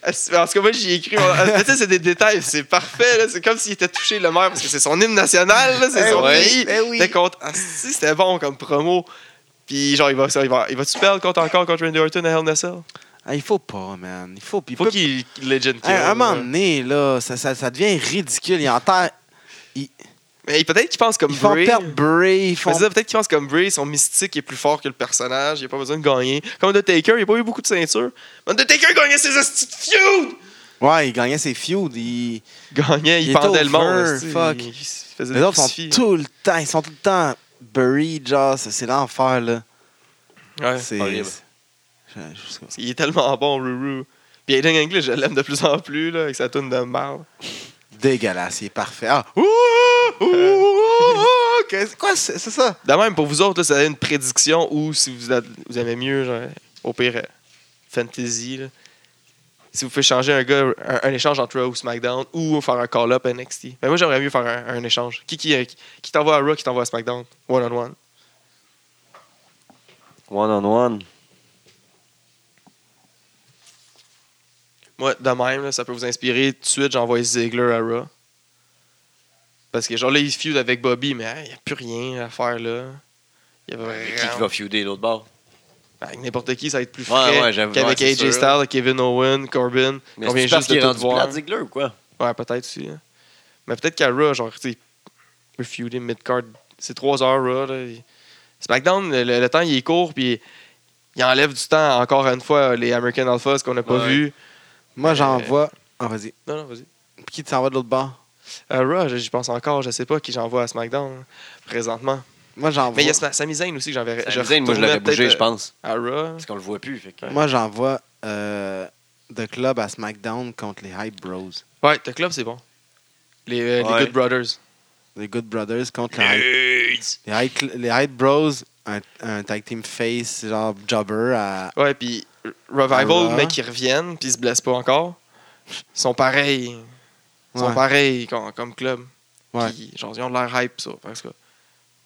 S1: Parce que moi, j'y ai écrit. mais tu sais, c'est des détails, c'est parfait. là. C'est comme s'il était touché le maire, parce que c'est son hymne national, là, c'est
S3: Eh
S1: son
S3: oui,
S1: pays.
S3: eh oui.
S1: T'es contre. Ah, si, c'était bon comme promo. Puis genre, il va, il va, il va-tu perdre contre encore contre Randy Orton à Hell in a Cell?
S3: Ah, il faut pas, man. Il faut.
S1: Il faut qu'il qu'il legend kill.
S3: Hey, à un moment
S1: là.
S3: donné, là, ça, ça, ça devient ridicule. Ils, enterrent-
S1: Mais peut-être qu'il pense comme
S3: ils font
S1: Bray.
S3: perdre Bray. Ils
S1: Mais
S3: font...
S1: c'est ça, Peut-être qu'il pense comme Bray, son mystique est plus fort que le personnage, il a pas besoin de gagner. Comme Undertaker, il a pas eu beaucoup de ceintures. Mais Undertaker gagnait ses astuces feud!
S3: Ouais, ils gagnaient ses feuds. Ils...
S1: Gagnait, il,
S3: Il était
S1: pendait le monde.
S3: over,
S1: esti.
S3: fuck.
S1: Il, il faisait
S3: Les
S1: des
S3: autres sont
S1: crucifix.
S3: tout le temps, ils sont tout le temps buried, genre, c'est c'est l'enfer, là.
S1: Ouais.
S3: C'est...
S2: horrible.
S3: Je- je sais pas.
S1: Il est tellement bon, Ruru. Puis Aiden English, je l'aime de plus en plus, là, avec sa toune de marde.
S3: Dégueulasse, il est parfait. Ah, ouh, ouh, ouh, ouh, ouh, qu'est-ce- Quoi, c'est c'est ça?
S1: De même, pour vous autres, là, si vous avez une prédiction ou si vous, a- vous aimez mieux, genre, au pire, euh, Fantasy, là, si vous faites changer un gars, un, un échange entre Raw ou SmackDown ou faire un call-up à NXT. Mais Ben, moi, j'aimerais mieux faire un, un échange. Qui, qui, euh, qui, qui t'envoie à Raw, qui t'envoie à SmackDown, one-on-one.
S2: One on one.
S1: Moi, de même, là, ça peut vous inspirer. Tout de suite, j'envoie Ziggler à Raw. Parce que, genre, là, il feud avec Bobby, mais il n'y a plus rien à faire, là. Il y a
S2: Qui qui
S1: vraiment Ben,
S2: va feuder l'autre bord?
S1: Avec n'importe qui, ça va être plus
S2: Ouais,
S1: frais
S2: ouais, j'avoue,
S1: qu'avec
S2: ouais, c'est
S1: AJ
S2: sûr.
S1: Styles, Kevin Owen, Corbin.
S2: Mais
S1: qu'on
S2: c'est
S1: vient
S2: parce
S1: juste
S2: qu'il
S1: de
S2: est
S1: tout
S2: rendu
S1: voir.
S2: plat, Ziggler, ou quoi?
S1: Ouais, peut-être aussi. hein. Mais peut-être qu'à Raw, genre, tu sais, peut feuder mid-card. C'est 3 heures, Raw. là. Il- SmackDown, le, le temps, il est court, puis il enlève du temps, encore une fois, les American Alphas qu'on n'a pas
S2: Ouais.
S1: vu.
S3: Moi,
S1: Euh,
S3: j'envoie... Ah, vas-y.
S1: Non, non, vas-y.
S3: Qui t'en va de l'autre bord?
S1: À Euh, Raw, j'y pense encore, je sais pas qui j'envoie à SmackDown hein, présentement.
S3: Moi, j'envoie...
S1: Mais il y a Sma- Sami Zayn aussi que j'enverrais.
S2: Sami Zayn, moi, je l'aurais
S1: retournerais
S2: bougé,
S1: peut-être, euh,
S2: je pense.
S1: À Raw.
S2: Parce qu'on le voit plus. Fait que...
S3: Moi, j'envoie euh, The Club à SmackDown contre les Hype Bros.
S1: Ouais, The Club, c'est bon. Les, euh, les
S2: Ouais.
S1: Good Brothers.
S3: Les Good Brothers contre les Hype... Les Hype, les Hype Bros, un, un tag team face, genre jobber à...
S1: Ouais, puis Revival,
S3: Raw.
S1: mais qui reviennent, puis ils se blessent pas encore, ils sont pareils. Ils sont
S3: Ouais.
S1: pareils comme, comme club.
S3: Ouais.
S1: Puis, genre, ils ont de l'air hype, ça. Parce que,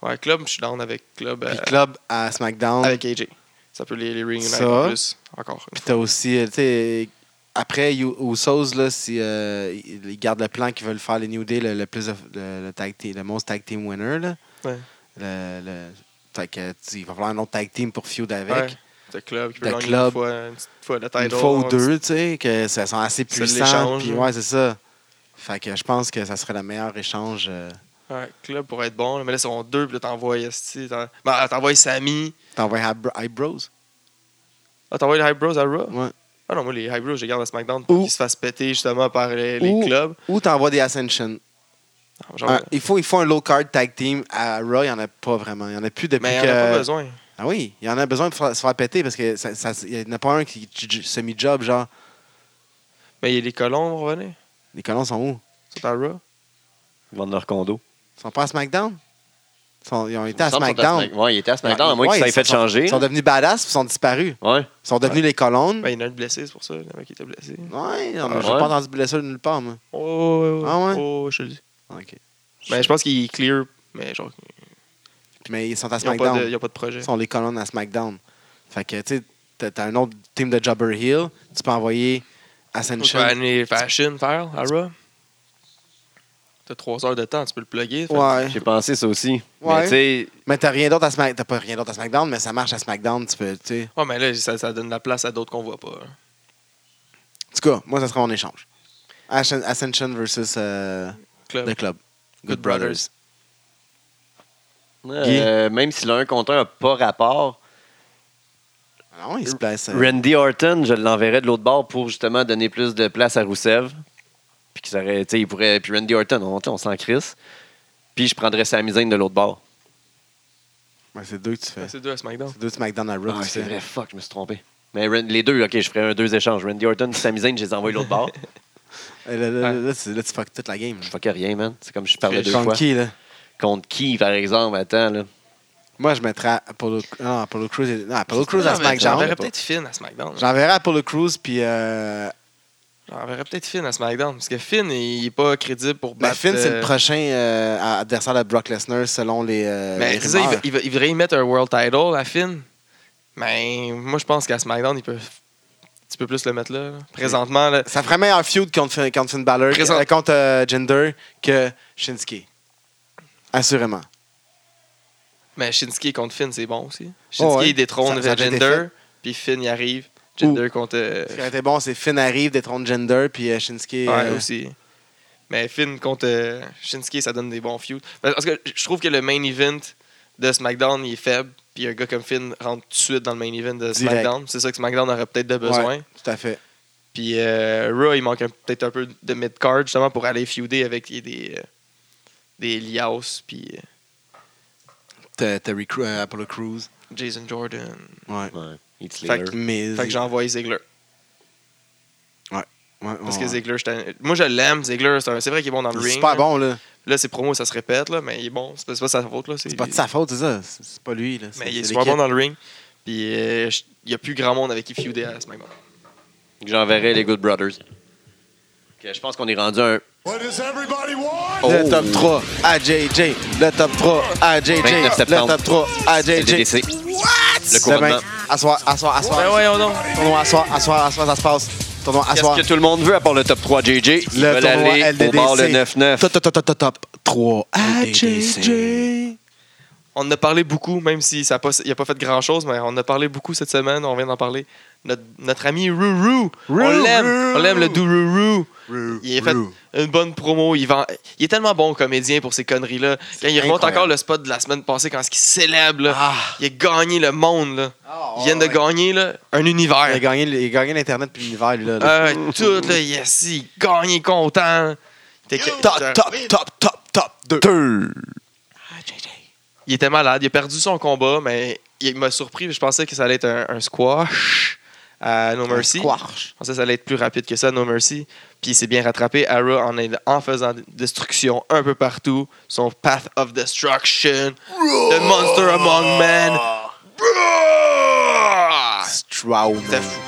S1: ouais, club, je suis down avec club, euh,
S3: Puis Club à SmackDown.
S1: avec AJ. Ça peut les, les reunite
S3: Ça.
S1: en plus, encore. une
S3: Puis t'as aussi, euh, tu sais, après You- Usos, là, si, euh, ils ils gardent le plan qu'ils veulent faire les New Day le, le plus de, le, le tag team, le most tag team winner. Là.
S1: Ouais.
S3: Le, le- fait que, tu sais, il va falloir un autre tag team pour feud avec.
S1: Ouais, de club qui peut
S3: de
S1: gagner
S3: club.
S1: une fois, une petite fois le title.
S3: Une fois ou
S1: on-
S3: deux, tu sais, que ça sent assez
S1: C'est de
S3: puissant.
S1: l'échange, hein.
S3: Puis
S1: là.
S3: ouais, c'est ça. Fait que je pense que ça serait le meilleur échange. euh,
S1: Ouais, club pour être bon. là. Mais là, ils sont deux, puis là, t'envoies Esti. t'en- Ben, t'envoies Sammy.
S3: T'envoies Hab- Eyebrows?
S1: Ah, t'envoies les High Bros à Raw?
S3: Ouais.
S1: Ah non, moi, les High Bros, je les garde à SmackDown
S3: Ou-
S1: pour qu'ils se fassent péter justement par les, les
S3: Ou-
S1: clubs.
S3: Ou t'envoies des Ascension.
S1: Ah, Genre,
S3: Un- il, faut, il faut un low card tag team. À Raw, il n'y en a pas vraiment. Il n'y en a plus depuis
S1: mais il
S3: que.
S1: n'y en a pas besoin.
S3: Ah oui, il y en a besoin de fa- se faire péter parce que ça, ça- il n'y en a pas un qui j- j- semi-job, genre.
S1: Mais il y a les colons, vous revenez.
S3: Les colons sont où?
S1: C'est à Raw.
S2: Ils vendent leur condo.
S3: Ils sont pas à SmackDown? Ils, sont- ils ont été
S2: Il
S3: à
S2: me semble qu'ils sont
S3: SmackDown.
S2: Smack- Ouais, ils étaient à SmackDown, à moins
S3: Ouais,
S2: qu'ils
S3: ils
S2: s'aient fait
S3: sont-
S2: changer.
S3: Ils sont
S2: là.
S3: devenus badass puis ils sont disparus.
S2: Ouais.
S3: Ils sont devenus les colonnes.
S1: Ben, il y en a un de blessé, c'est pour ça. Il y en a un qui était blessé.
S3: Ouais, je
S2: Ah
S3: n'ai
S2: ouais?
S3: pas entendu de blessure nulle part, moi.
S1: Oh,
S3: Ah ouais?
S1: Oh, je te le dis.
S3: OK.
S1: Ben, je pense qu'il est clear, mais genre,
S3: Mais ils sont à
S1: il n'y a, pas
S3: SmackDown.
S1: de- y a pas de projet.
S3: Ils sont les colonnes à SmackDown. Fait que, tu sais, t'as- t'as un autre team de Jobber Hill. Tu peux envoyer
S1: On peut
S3: Ascension.
S1: aller fashion faire à Raw. T'as trois heures de temps, tu peux le plugger. fait-
S3: Ouais.
S2: J'ai pensé ça aussi.
S3: Ouais.
S2: Mais tu sais,
S3: Mais t'as rien d'autre à Smack- t'as pas rien d'autre à SmackDown, mais ça marche à SmackDown. Tu peux, tu sais.
S1: Ouais, mais là, ça, ça donne la place à d'autres qu'on voit pas. hein.
S3: En tout cas, moi, ça sera mon échange. Asc- Ascension versus euh,
S1: Club.
S3: The Club. Good,
S1: Good
S3: Brothers.
S1: Brothers.
S2: euh, même si l'un contre un n'a pas rapport,
S3: Ah non, ils se placent. euh,
S2: Randy Orton, je l'enverrais de l'autre bord pour justement donner plus de place à Rousseff. Puis qu'ils auraient- tu sais, il pourrait. Puis Randy Orton, on, tu sais, on s'en crisse. Puis je prendrais Sami Zayn de l'autre bord.
S3: ouais, c'est deux que tu fais.
S1: Ouais, C'est deux à SmackDown.
S3: C'est deux SmackDown à Raw.
S2: Ah,
S3: tu
S2: c'est
S3: fais.
S2: vrai, fuck, je me suis trompé. Mais Ren- les deux, ok, je ferais un deux échanges. Randy Orton et Sami Zayn, je les envoie de l'autre bord.
S3: Euh, Là, là,
S1: Ouais.
S3: là, tu, là, tu fuck toute la game.
S2: Je fuck rien, man. C'est comme je parlais deux
S3: Contre
S2: fois.
S3: qui, là?
S2: Contre qui, par exemple? Attends, là.
S3: Moi, je mettrais Apollo, non, Apollo Crews. et- Non, Apollo Crews à
S1: Non, mais J'enverrais
S3: SmackDown.
S1: peut-être Finn à SmackDown. là.
S3: J'enverrai Apollo Crews, puis. Euh...
S1: J'enverrais peut-être Finn à SmackDown. Parce que Finn, il est pas crédible pour
S3: Ben,
S1: battre.
S3: Finn, c'est
S1: euh,
S3: le prochain euh, adversaire de Brock Lesnar selon les. euh, les
S1: Mais Ben, c'est ça, il,
S3: rumeurs.
S1: va- il va- il voudrait y mettre un World Title à Finn. Mais moi, je pense qu'à SmackDown, il peut un petit peu plus le mettre là. là. Présentement, là,
S3: Ça ferait meilleur feud contre, Finn- contre Finn Balor,
S1: Présent-
S3: euh, contre euh, Jinder, que Shinsuke. Assurément.
S1: mais ben, Shinsuke contre Finn, c'est bon aussi. Shinsuke,
S3: Oh, ouais.
S1: il détrône
S3: Ça- ça a déjà été
S1: Jinder, puis Finn, il arrive. Jinder contre. euh,
S3: Ce qui aurait été bon, c'est Finn arrive, détrône Gender, puis euh, Shinsuke.
S1: Ouais,
S3: euh,
S1: aussi. Mais Finn contre euh, Shinsuke, ça donne des bons feuds. Parce que je trouve que le main event de SmackDown, il est faible. Puis un gars comme Finn rentre tout de suite dans le main event de
S3: Direct.
S1: SmackDown. C'est ça que SmackDown aurait peut-être de besoin.
S3: ouais, tout à fait.
S1: Puis euh, Raw, il manque un- peut-être un peu de mid-card justement pour aller feuder avec des, des, euh, des Liaos puis euh,
S3: T'as t'as recru- euh, Apollo Crews.
S1: Jason Jordan.
S3: Ouais.
S2: Ouais. Heath
S1: Fait que-
S2: Slater.
S3: Miz.
S1: Fait que j'ai envoyé Ziggler.
S3: Ouais,
S1: Parce
S3: ouais,
S1: que
S3: ouais.
S1: Ziggler, j'étais- moi je l'aime, Ziggler. C'est un- c'est vrai qu'il est bon dans le
S3: Il est
S1: ring.
S3: super
S1: là.
S3: bon, là.
S1: Là, ses promos, ça se répète, là, mais il est bon. C'est pas, c'est pas sa faute. là.
S3: C'est pas de sa faute, c'est ça. C'est c'est pas lui, là.
S1: Mais
S3: C'est-
S1: il est
S3: c'est
S1: super bon
S3: l'équipe.
S1: dans le ring. Puis euh, je- il n'y a plus grand monde avec qui feuder à SmackDown.
S2: J'enverrais les Good Brothers. Ok, je pense qu'on est rendu à un
S4: What does everybody want?
S2: Oh.
S3: Le top 3 à JJ. Le top 3 à JJ.
S2: 29
S3: Le
S2: septembre.
S3: top 3 à JJ.
S2: LDDC. Le couronnement.
S3: Demain, asseoir, asseoir, asseoir.
S1: Ben voyons donc.
S3: Tournoi, asseoir, asseoir, asseoir, ça se passe. Tournoi, asseoir.
S2: Qu'est-ce que tout le monde veut à part le top 3 JJ? Ils
S3: Le
S2: veulent
S3: tournoi
S2: aller
S3: LDDC.
S2: au bord le 9-9.
S3: Top, top, top, top, top, top 3 à
S2: LDDC.
S3: JJ.
S1: On en a parlé beaucoup, même si ça a pas, il n'a pas fait grand-chose, mais on en a parlé beaucoup cette semaine. On vient d'en parler. Notre, notre ami Rourou. On
S3: Roo,
S1: l'aime.
S3: Roo.
S1: On l'aime, le doux Rourou. Il a fait
S3: Roo.
S1: une bonne promo. Il, vend- il est tellement bon comédien pour ces conneries-là. Quand il remonte
S3: incroyable. Ah.
S1: encore le spot de la semaine passée, quand il célèbre, là, il a gagné le monde. Là. il vient de gagner là, un univers.
S3: Il a gagné, il a gagné l'Internet puis l'univers, lui, là.
S1: Ah, tout, là, yes, il gagnait content. Il était-
S3: Top, top, top, top, top 2.
S1: Il était malade, il a perdu son combat, mais il m'a surpris. puis Je pensais que ça allait être un, un squash à No Mercy.
S3: Squash.
S1: Je pensais que ça allait être plus rapide que ça à No Mercy. Puis il s'est bien rattrapé, Ara, en, en faisant destruction un peu partout. Son Path of
S3: Ah,
S1: Destruction, The Monster Among Men. Roar!
S3: Shroud.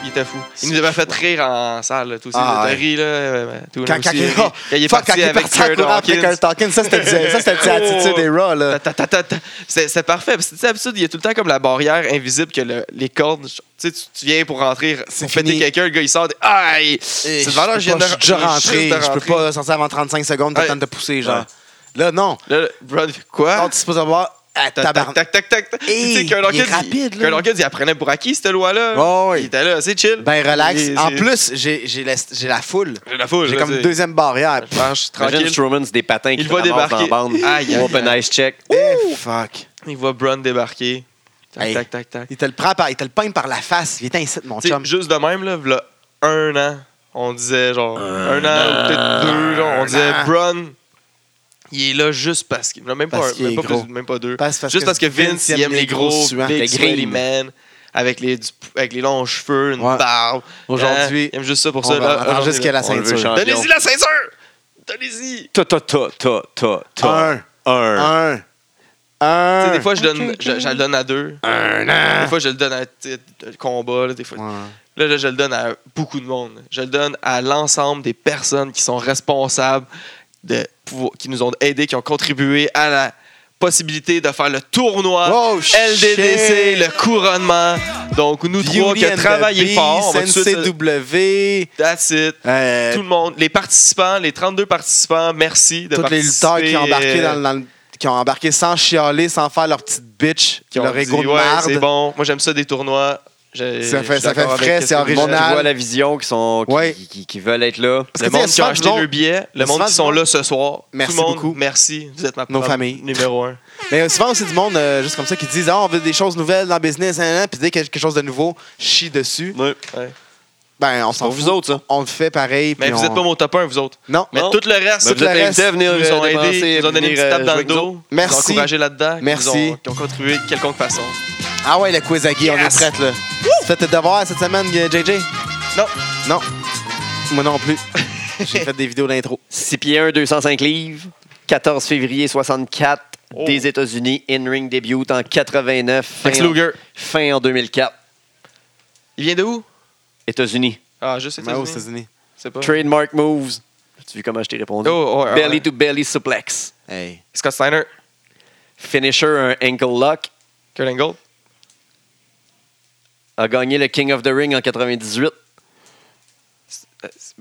S1: Il était fou. Il était fou. Il nous avait fait rire en salle, là, tout aussi.
S3: Ah,
S1: Ah,
S3: ouais.
S1: ri, là. euh, tout le
S3: Quand,
S1: monde
S3: quand,
S1: aussi a ri.
S3: quand,
S1: il est
S3: Fuck, quand
S1: parti
S3: il est
S1: avec
S3: parti en
S1: Kurt
S3: courant après
S1: Hawkins.
S3: Kurt Hawkins, ça c'était du- ça, c'était
S1: Oh.
S3: l'attitude des Raw. Là.
S1: Ta- ta- ta- ta- C'est c'est parfait. Puis, tu sais, d'habitude, il y a tout le temps comme la barrière invisible que le- les cordes. Tu sais, tu- tu viens pour rentrer,
S3: C'est
S1: pour péter
S3: fini.
S1: quelqu'un, le gars, il sort. des- Aïe!
S3: C'est
S1: C'est
S3: devant là, je viens de- je suis déjà rentré.
S1: juste de
S3: Je peux
S1: rentrer. Ah.
S3: pas sortir avant 35 secondes,
S1: Ouais.
S3: t'attends de pousser, genre. Là, non.
S1: Là, le- Braun fait quoi?
S3: Non, tu peux avoir. Ah,
S1: Tac, tac,
S3: tabarnak.
S1: tac, tac, tac. Tu
S3: Hey,
S1: sais, Kurt
S3: il est
S1: Hawkins,
S3: rapide, là.
S1: Kurt Hawkins, il apprenait pour acquis, cette loi-là.
S3: Ouais, ouais.
S1: Il était là, c'est chill.
S3: Ben, relax.
S1: Il-
S3: En
S1: c'est-
S3: plus, j'ai j'ai la, j'ai la foule.
S1: J'ai la foule.
S3: J'ai
S1: là,
S3: comme
S1: c'est-
S3: une deuxième barrière.
S1: Je pense, je suis
S2: Imagine
S1: tranquille.
S2: Strowman, c'est des patins qui
S1: Il va
S2: le ramassent
S1: débarquer.
S2: dans la bande.
S1: Aïe, aïe,
S2: Open
S1: aïe.
S2: ice check.
S3: Eh, fuck.
S1: Il voit Braun débarquer. Tac,
S3: Hey.
S1: tac, tac, tac.
S3: Il te le prend, par- il te le peigne par la face. Il était incite, mon
S1: Tu sais,
S3: chum.
S1: juste de même, là, v'là un an, on disait genre un, an, ou peut-être deux, genre, on disait
S3: an.
S1: Braun, il est là juste parce qu'il. non, Même, pas,
S3: Parce
S1: un,
S3: qu'il
S1: même,
S3: est
S1: pas
S3: gros.
S1: plus- même pas deux.
S3: Parce- parce
S1: juste
S3: que
S1: parce que Vince, il aime les gros,
S3: suants.
S1: big
S3: Les
S1: sweaty
S3: green.
S1: men avec les, du- avec les longs cheveux, une
S3: Ouais.
S1: barbe.
S3: Aujourd'hui,
S1: Hein, il aime juste ça pour
S3: On
S1: ça.
S3: va
S1: là.
S3: attendre
S1: Aujourd'hui,
S3: jusqu'à
S1: là.
S3: la
S2: on le veut
S3: ceinture.
S2: champion.
S1: Donnez-y la ceinture! Donnez-y!
S2: Ta, ta, ta, ta, ta, ta.
S3: Un.
S2: Un.
S1: Tu
S3: Un.
S1: sais,
S3: Un.
S1: des fois, je, donne, je, je le donne à deux. Des fois, je le donne à tu sais, le combat. là, des fois,
S3: Ouais.
S1: Là, là, je le donne à beaucoup de monde. Je le donne à l'ensemble des personnes qui sont responsables, de, pouvoir- qui nous ont aidés, qui ont contribué à la possibilité de faire le tournoi
S3: Wow,
S1: LDDC,
S3: Oh, shit.
S1: le couronnement. Donc, nous trois qui
S3: Beauty and
S1: avons
S3: the
S1: travaillé
S3: Beast,
S1: fort, on va tout de suite...
S3: NCW.
S1: That's it.
S3: euh,
S1: Tout le monde, les participants, les 32 participants, merci de
S3: Toutes les lutteurs
S1: participer.
S3: qui ont embarqué dans, le- dans le- qui ont embarqué sans chialer, sans faire leur petite bitch,
S1: qui ont
S3: leur
S1: dit,
S3: égo de
S1: ouais,
S3: marde.
S1: c'est bon. Moi, j'aime ça des tournois. Je-
S3: Ça
S1: je
S3: fait-
S1: suis
S3: ça fait
S1: d'accord avec
S3: frais,
S1: qu'est-ce
S3: c'est
S1: que-
S2: Le monde qui
S3: original.
S2: voit la vision, qui, sont, qui,
S3: Ouais.
S2: qui, qui- qui veulent être là.
S3: Parce
S1: Le
S3: que, tu sais,
S1: monde qui a
S3: souvent,
S1: acheté
S3: disons-
S1: leur billet, le
S3: souvent,
S1: monde qui sont
S3: disons-
S1: là ce soir.
S3: Merci
S1: Tout le monde,
S3: beaucoup.
S1: merci. Vous êtes ma
S3: Nos
S1: ma-
S3: familles.
S1: Numéro un.
S3: Mais souvent aussi du monde, euh, juste comme ça, qui disent Ah, on veut des choses nouvelles dans le business, hein, hein, puis dès qu'il y a quelque chose de nouveau, chie dessus.
S1: Ouais.
S3: Ben, on s'en
S2: Pour
S3: fout.
S2: vous autres, ça.
S3: On le fait pareil.
S1: Mais
S3: puis
S1: vous
S3: on-
S1: êtes pas mon top 1, vous autres.
S3: Non,
S1: Mais
S2: Non.
S1: tout le reste,
S2: Mais
S3: tout
S2: vous êtes
S3: le
S2: invités à
S3: reste,
S2: venir
S1: ils nous ont
S2: euh,
S1: aidés,
S2: dépenser,
S1: ils nous ont donné une petite
S2: venir,
S1: tape dans
S2: euh,
S1: le
S2: jouer avec nous
S1: dos.
S2: autres.
S1: Ils nous
S3: Merci.
S1: ont encouragés là-dedans. qui nous
S3: Merci.
S1: ont- Qui ont contribué de quelconque façon.
S3: Ah ouais, le quiz à Guy,
S1: Yes.
S3: on est prête, là. Tu fais tes devoirs cette semaine, euh, JJ
S1: Non.
S3: Non. Moi non plus. J'ai fait des vidéos d'intro.
S2: 6 pieds 1, 205 livres. 14 février 64
S1: Oh.
S2: des États-Unis. In-ring début en 89. Fin,
S1: Max
S2: en-
S1: Luger,
S2: fin en 2004.
S1: il vient de où?
S2: États-Unis.
S1: Ah, juste
S3: Mais aux
S1: États-Unis.
S3: États-Unis.
S1: C'est pas.
S2: Trademark moves. As-tu vu comment je t'ai répondu?
S1: Oh, ouais, ouais,
S2: belly
S1: ouais.
S2: to belly suplex.
S3: Hey.
S1: Scott Steiner,
S2: Finisher, un ankle lock.
S1: Kurt Angle.
S2: A gagné le King of the Ring en 98.
S1: Euh, c'est-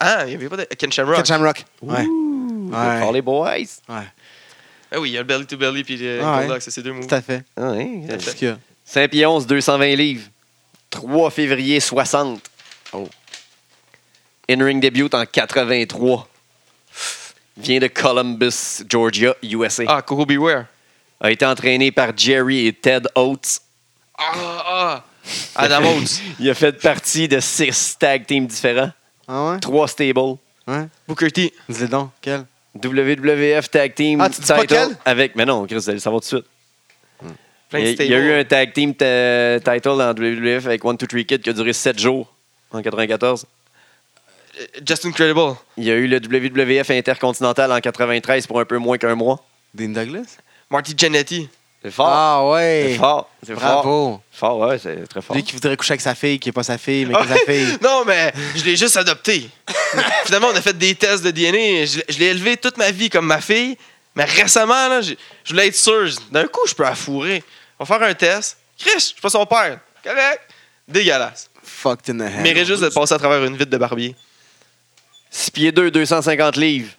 S1: Ah, il y avait pas de. Ken Shamrock.
S3: Ken Shamrock. Ouais. Ouais.
S2: Parlez, boys.
S3: Ouais.
S1: Ah oui, il y a le belly to belly puis le
S3: Ah,
S1: Angle
S3: ouais.
S1: Lock, c'est ces deux moves.
S3: Tout à fait.
S2: Ah, hein.
S1: Tout à fait.
S2: 5 pieds 11, 220 livres. 3 février 60.
S3: Oh.
S2: In-ring début en 83. Vient de Columbus, Georgia, USA.
S1: Ah, Coco Beware.
S2: A été entraîné par Jerry et Ted Oates.
S1: Ah, ah, ah. Adam Oates.
S2: Il a fait partie de 6 tag teams différents.
S3: Ah ouais?
S2: 3 stables.
S3: Ouais.
S1: Booker T.
S3: Dis-le donc. Quel?
S2: WWF Tag Team
S3: Ah, tu dis pas quel?
S2: avec. Mais non, Chris, vous allez le savoir tout de suite.
S1: Plein de
S2: il, y a- il y a
S1: stables.
S2: eu un Tag Team ta- title en WWF avec One Two Three Kid qui a duré 7 jours en 94.
S1: Euh, Justin Credible.
S2: Il y a eu le WWF Intercontinental en 93 pour un peu moins qu'un mois.
S3: Dean Douglas?
S1: Marty Jannetty.
S2: C'est fort.
S3: Ah
S2: C'est
S3: ouais.
S2: fort. C'est fort.
S3: Bravo.
S2: Fort, ouais, c'est très fort.
S3: Lui qui voudrait coucher avec sa fille, qui est pas sa fille, mais qui est sa fille.
S1: Non, mais je l'ai juste adopté. Finalement, on a fait des tests de DNA. Je, l'ai- je l'ai élevé toute ma vie comme ma fille. Mais récemment, là, j'ai- je voulais être sûr. Je- D'un coup, je peux la fourrer. On va faire un test. Chris, je suis pas son père. Correct. Dégueulasse.
S3: Fucked in the
S2: Ben
S3: head.
S1: Mérite juste de passer à travers une vitre de barbier.
S2: 6 pieds 2, 250 livres.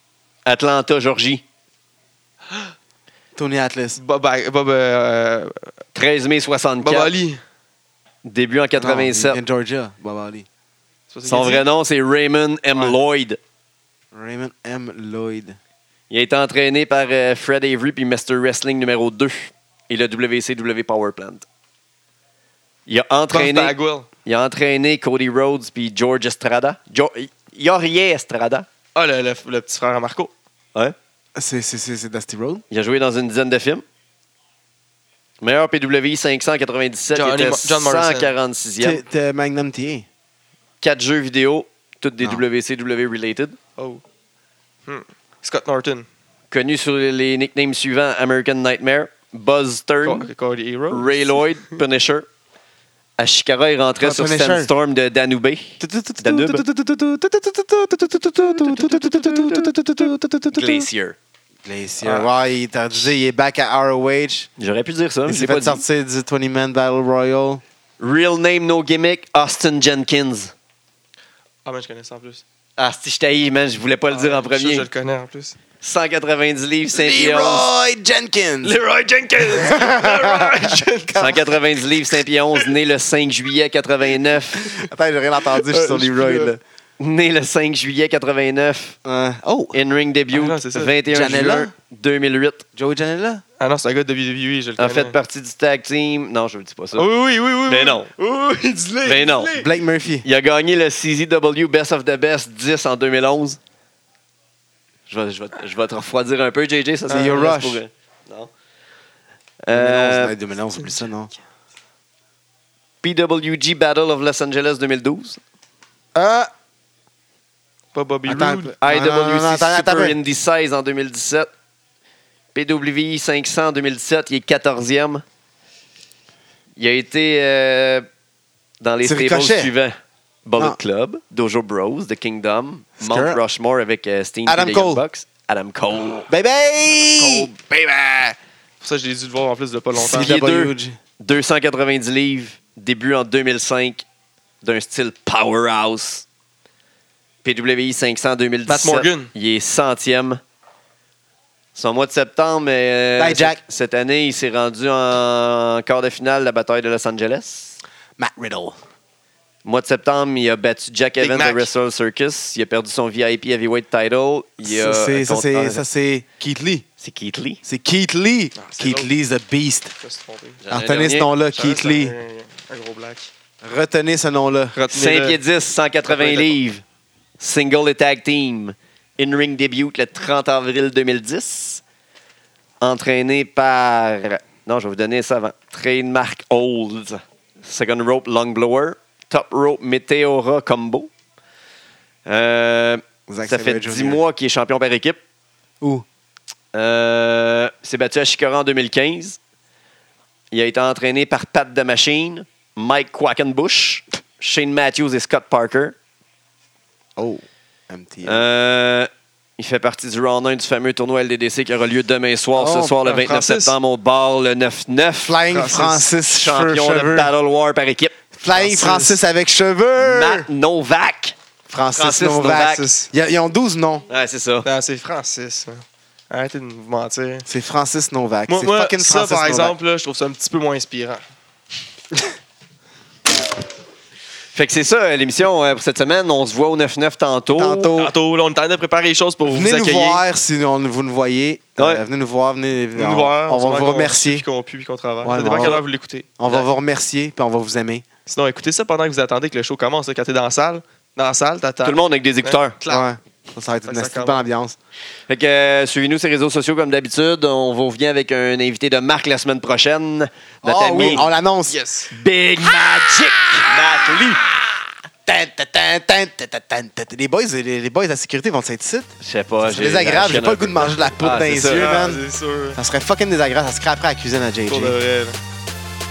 S2: Atlanta, Georgie.
S3: Tony Atlas.
S1: Bob, Bob, euh,
S2: 13 mai 64.
S1: Bob Ali.
S2: Début en
S3: Non,
S2: 87.
S3: il vient de Georgia. Bob Ali.
S1: C'est pas ça
S2: Son
S1: qu'il
S2: vrai
S1: dit?
S2: nom, c'est Raymond M.
S3: Ouais.
S2: Lloyd.
S3: Raymond M. Lloyd.
S2: Il a été entraîné par euh, Fred Avery puis Mr. Wrestling numéro 2 et le WCW Power Plant. Il a
S1: Buff
S2: entraîné,
S1: Bagwell.
S2: il a entraîné Cody Rhodes puis George Estrada. Jo- Yorier Estrada.
S1: Ah, le, le- le petit frère à Marco.
S3: C'est- C'est c'est- c'est Dusty Road?
S2: Il a joué dans une dizaine de films. Meilleur PWI 597,
S1: Johnny
S2: il était
S1: Ma- John Morrison.
S2: 146e.
S3: T'es- t'es Magnum TA.
S2: 4 jeux vidéo, tous des
S3: Non.
S2: WCW related.
S1: Oh. Hmm. Scott Norton.
S2: Connu sous les nicknames suivants American Nightmare, Buzz Stern,
S1: Co- Cody Hero.
S2: Ray Lloyd, Punisher, Ashikara est rentré
S3: Un
S2: sur
S3: Punisher.
S2: Sandstorm de Danube. Danube. Glacier.
S3: Glacier. Ouais, il t'a dit, il est back à ROH.
S2: J'aurais pu dire ça, mais
S3: Il
S2: je l'ai
S3: s'est
S2: pas
S3: fait
S2: dit.
S3: sortir du 20-man Battle Royal.
S2: Real name, no gimmick, Austin Jenkins.
S1: Ah, mais je connais ça en plus.
S2: Ah, si je t'haïs, man, je voulais pas le dire en
S1: Ah, Je,
S2: premier.
S1: je le connais en plus.
S2: 190 livres, Saint-Pierre.
S3: Leroy Jenkins!
S1: Leroy Jenkins! Leroy Jenkins!
S2: 190 livres, Saint-Pierre, né le 5 juillet 89.
S3: Attends, j'ai rien entendu, je suis sur
S1: Euh, je suis
S3: Leroy, là.
S1: là.
S2: Né le 5 juillet 89.
S3: Ouais. Oh!
S2: In-ring debut,
S1: Ah non, c'est ça.
S2: 21
S3: Janela?
S2: juin 2008.
S3: Joey Janela?
S1: Ah non, c'est un gars de WWE, je le
S2: En
S1: connais.
S2: fait, partie du tag team. Non, je ne dis pas ça.
S1: Oui, oui, oui, oui. oui.
S2: Mais
S3: Ben
S2: non.
S1: Oui, oui, dis-le.
S2: Mais non.
S1: dis-le.
S3: Blake Murphy.
S2: Il a gagné le CZW Best of the Best 10 en 2011. Je vais, je vais, je vais te refroidir un peu, JJ. Ça,
S1: Euh,
S3: C'est
S2: c'est
S3: Your
S2: reste
S3: Rush.
S2: pour- Non. Euh,
S3: 2011, 2011, oublie ça, non?
S2: PWG Battle of Los Angeles 2012.
S3: Ah!
S1: Pas Bobby
S3: Attends un
S1: Roode.
S3: peu.
S2: Ah,
S3: Non, non, non, non,
S2: IWC
S3: attends, attends
S2: Super
S3: un peu.
S2: Indy 16 en 2017. PWI 500 en 2017. Il est 14e. Il a été euh, dans les
S3: C'est
S2: stables
S3: Ricochet.
S2: suivants. Bullet
S3: Non.
S2: Club, Dojo Bros, The Kingdom,
S3: C'est
S2: Mount
S3: correct.
S2: Rushmore avec euh, Steen puis
S3: Adam
S2: The Young
S3: Cole.
S2: Bucks. Adam Cole.
S3: Baby!
S1: Pour ça, je l'ai dû le voir en plus de pas longtemps.
S2: Il est deux.
S3: CWG.
S2: 290 livres, début en 2005, d'un style powerhouse. PWI 500 2017.
S1: Matt Morgan.
S2: Il est centième. Son mois de septembre, mais euh,
S3: Bye, Jack.
S2: cette, cette année, il s'est rendu en quart de finale de la bataille de Los Angeles.
S3: Matt Riddle.
S2: Mois de septembre, il a battu Jack
S1: Big
S2: Evans
S1: Mac.
S2: de Wrestle Circus. Il a perdu son VIP Heavyweight title. Il
S3: Ça,
S2: a
S3: c'est- ça,
S2: contre-
S3: c'est- ça, c'est Keith Lee.
S2: C'est Keith Lee.
S3: C'est Keith Lee.
S1: Ah, c'est
S3: Keith
S1: l'autre.
S3: Lee is a beast.
S1: Je me suis trompé.
S2: L'année
S3: Retenez ce
S2: dernière,
S3: nom-là,
S1: J'avais
S3: Keith Lee.
S1: un- Un gros black.
S3: Retenez ce nom-là.
S2: 5 pieds 10, 180 livres. Single et tag team. In-ring début le 30 avril 2010. Entraîné par. Non, je vais vous donner ça avant. Trademark Olds. Second rope long blower. Top rope Meteora combo. Euh,
S3: Zack
S2: ça fait
S3: Sabre
S2: 10
S3: Jr..
S2: mois qu'il est champion par équipe.
S3: Où?
S2: Euh, s'est battu à Chikora en 2015. Il a été entraîné par Pat de Machine, Mike Quackenbush, Shane Matthews et Scott Parker.
S3: Oh. MTL.
S2: Euh, il fait partie du round 1 du fameux tournoi LDDC qui aura lieu demain soir,
S3: Oh,
S2: ce soir, le 29
S1: Francis.
S2: septembre, au bar le 9-9.
S3: Flying Francis, cheveux,
S2: Champion de
S3: cheveux.
S2: Battle War par équipe.
S3: Flying Francis.
S1: Francis
S3: avec cheveux.
S2: Matt Novak.
S3: Francis,
S2: Francis
S3: Novak.
S1: Novak.
S3: Ils ils ont 12 noms.
S2: Ouais, c'est ça.
S1: Non, c'est Francis. hein. Arrêtez de vous mentir.
S3: C'est Francis Novak.
S1: Moi,
S3: C'est
S1: moi,
S3: fucking
S1: ça,
S3: Francis
S1: par
S3: Novak.
S1: exemple, là, je trouve ça un petit peu moins inspirant.
S2: Fait que c'est ça, l'émission euh, pour cette semaine. On se voit au 9-9 tantôt.
S3: Tantôt.
S1: Tantôt, là, on est en train de préparer les choses pour
S3: Oh. Venez
S1: vous
S3: nous
S1: accueillir.
S3: voir si on- vous nous voyez.
S2: Ouais.
S3: Euh, venez nous voir. Venez,
S1: Venez
S3: on,
S1: nous voir.
S3: on
S1: en ce
S3: va
S1: moment
S3: vous
S1: qu'on
S3: remercier.
S1: pue, Qu'on pue, puis qu'on travaille.
S3: Ouais,
S1: ça dépend
S3: on
S1: à quelle
S3: va-
S1: heure vous l'écoutez.
S3: On va vous remercier puis on va vous aimer.
S1: Sinon, écoutez ça pendant que vous attendez que le show commence. là, quand t'es dans la salle, dans la salle, t'attends.
S2: Tout le monde avec des écouteurs.
S1: Hein? Clap.
S3: Ouais. Ça va être
S1: Fait
S3: une
S1: que ça
S3: assez bonne
S1: commence.
S3: ambiance.
S2: Fait que euh, suivez-nous sur les réseaux sociaux comme d'habitude. On vous revient avec un invité de Marc la semaine prochaine. Notre
S3: Ah oui,
S2: ami
S3: on Ah! l'annonce.
S1: Yes.
S2: Big Magic Matt Lee.
S3: Tan, tan, tan, tan, tan, tan, tan. Les boys, les, les boys de la sécurité vont s'être ici.
S2: Je sais pas.
S3: C'est désagréable. J'ai pas le goût de manger de la poudre
S2: Ah,
S3: dans les
S2: c'est ça.
S3: yeux,
S1: Ah,
S3: man.
S1: c'est sûr.
S3: Ça serait fucking désagréable. Ça se craperait à la cuisine à JJ.
S1: Pour de vrai. là.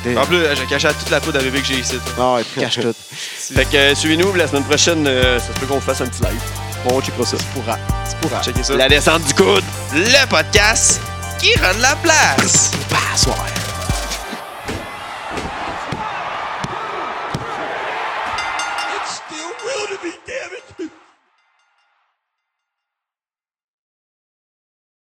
S3: Des-
S1: En plus, j'ai caché toute la poudre à bébé que j'ai ici. là.
S3: Ah ouais, puis cache tout.
S2: Fait que euh, suivez-nous la semaine prochaine. euh, ça se peut qu'on fasse un petit live. On checkera ça.
S3: Pourra. C'est pourra.
S1: Checkez ça.
S2: La descente du coude.
S1: Le podcast qui rend la place.
S3: Pas à soir.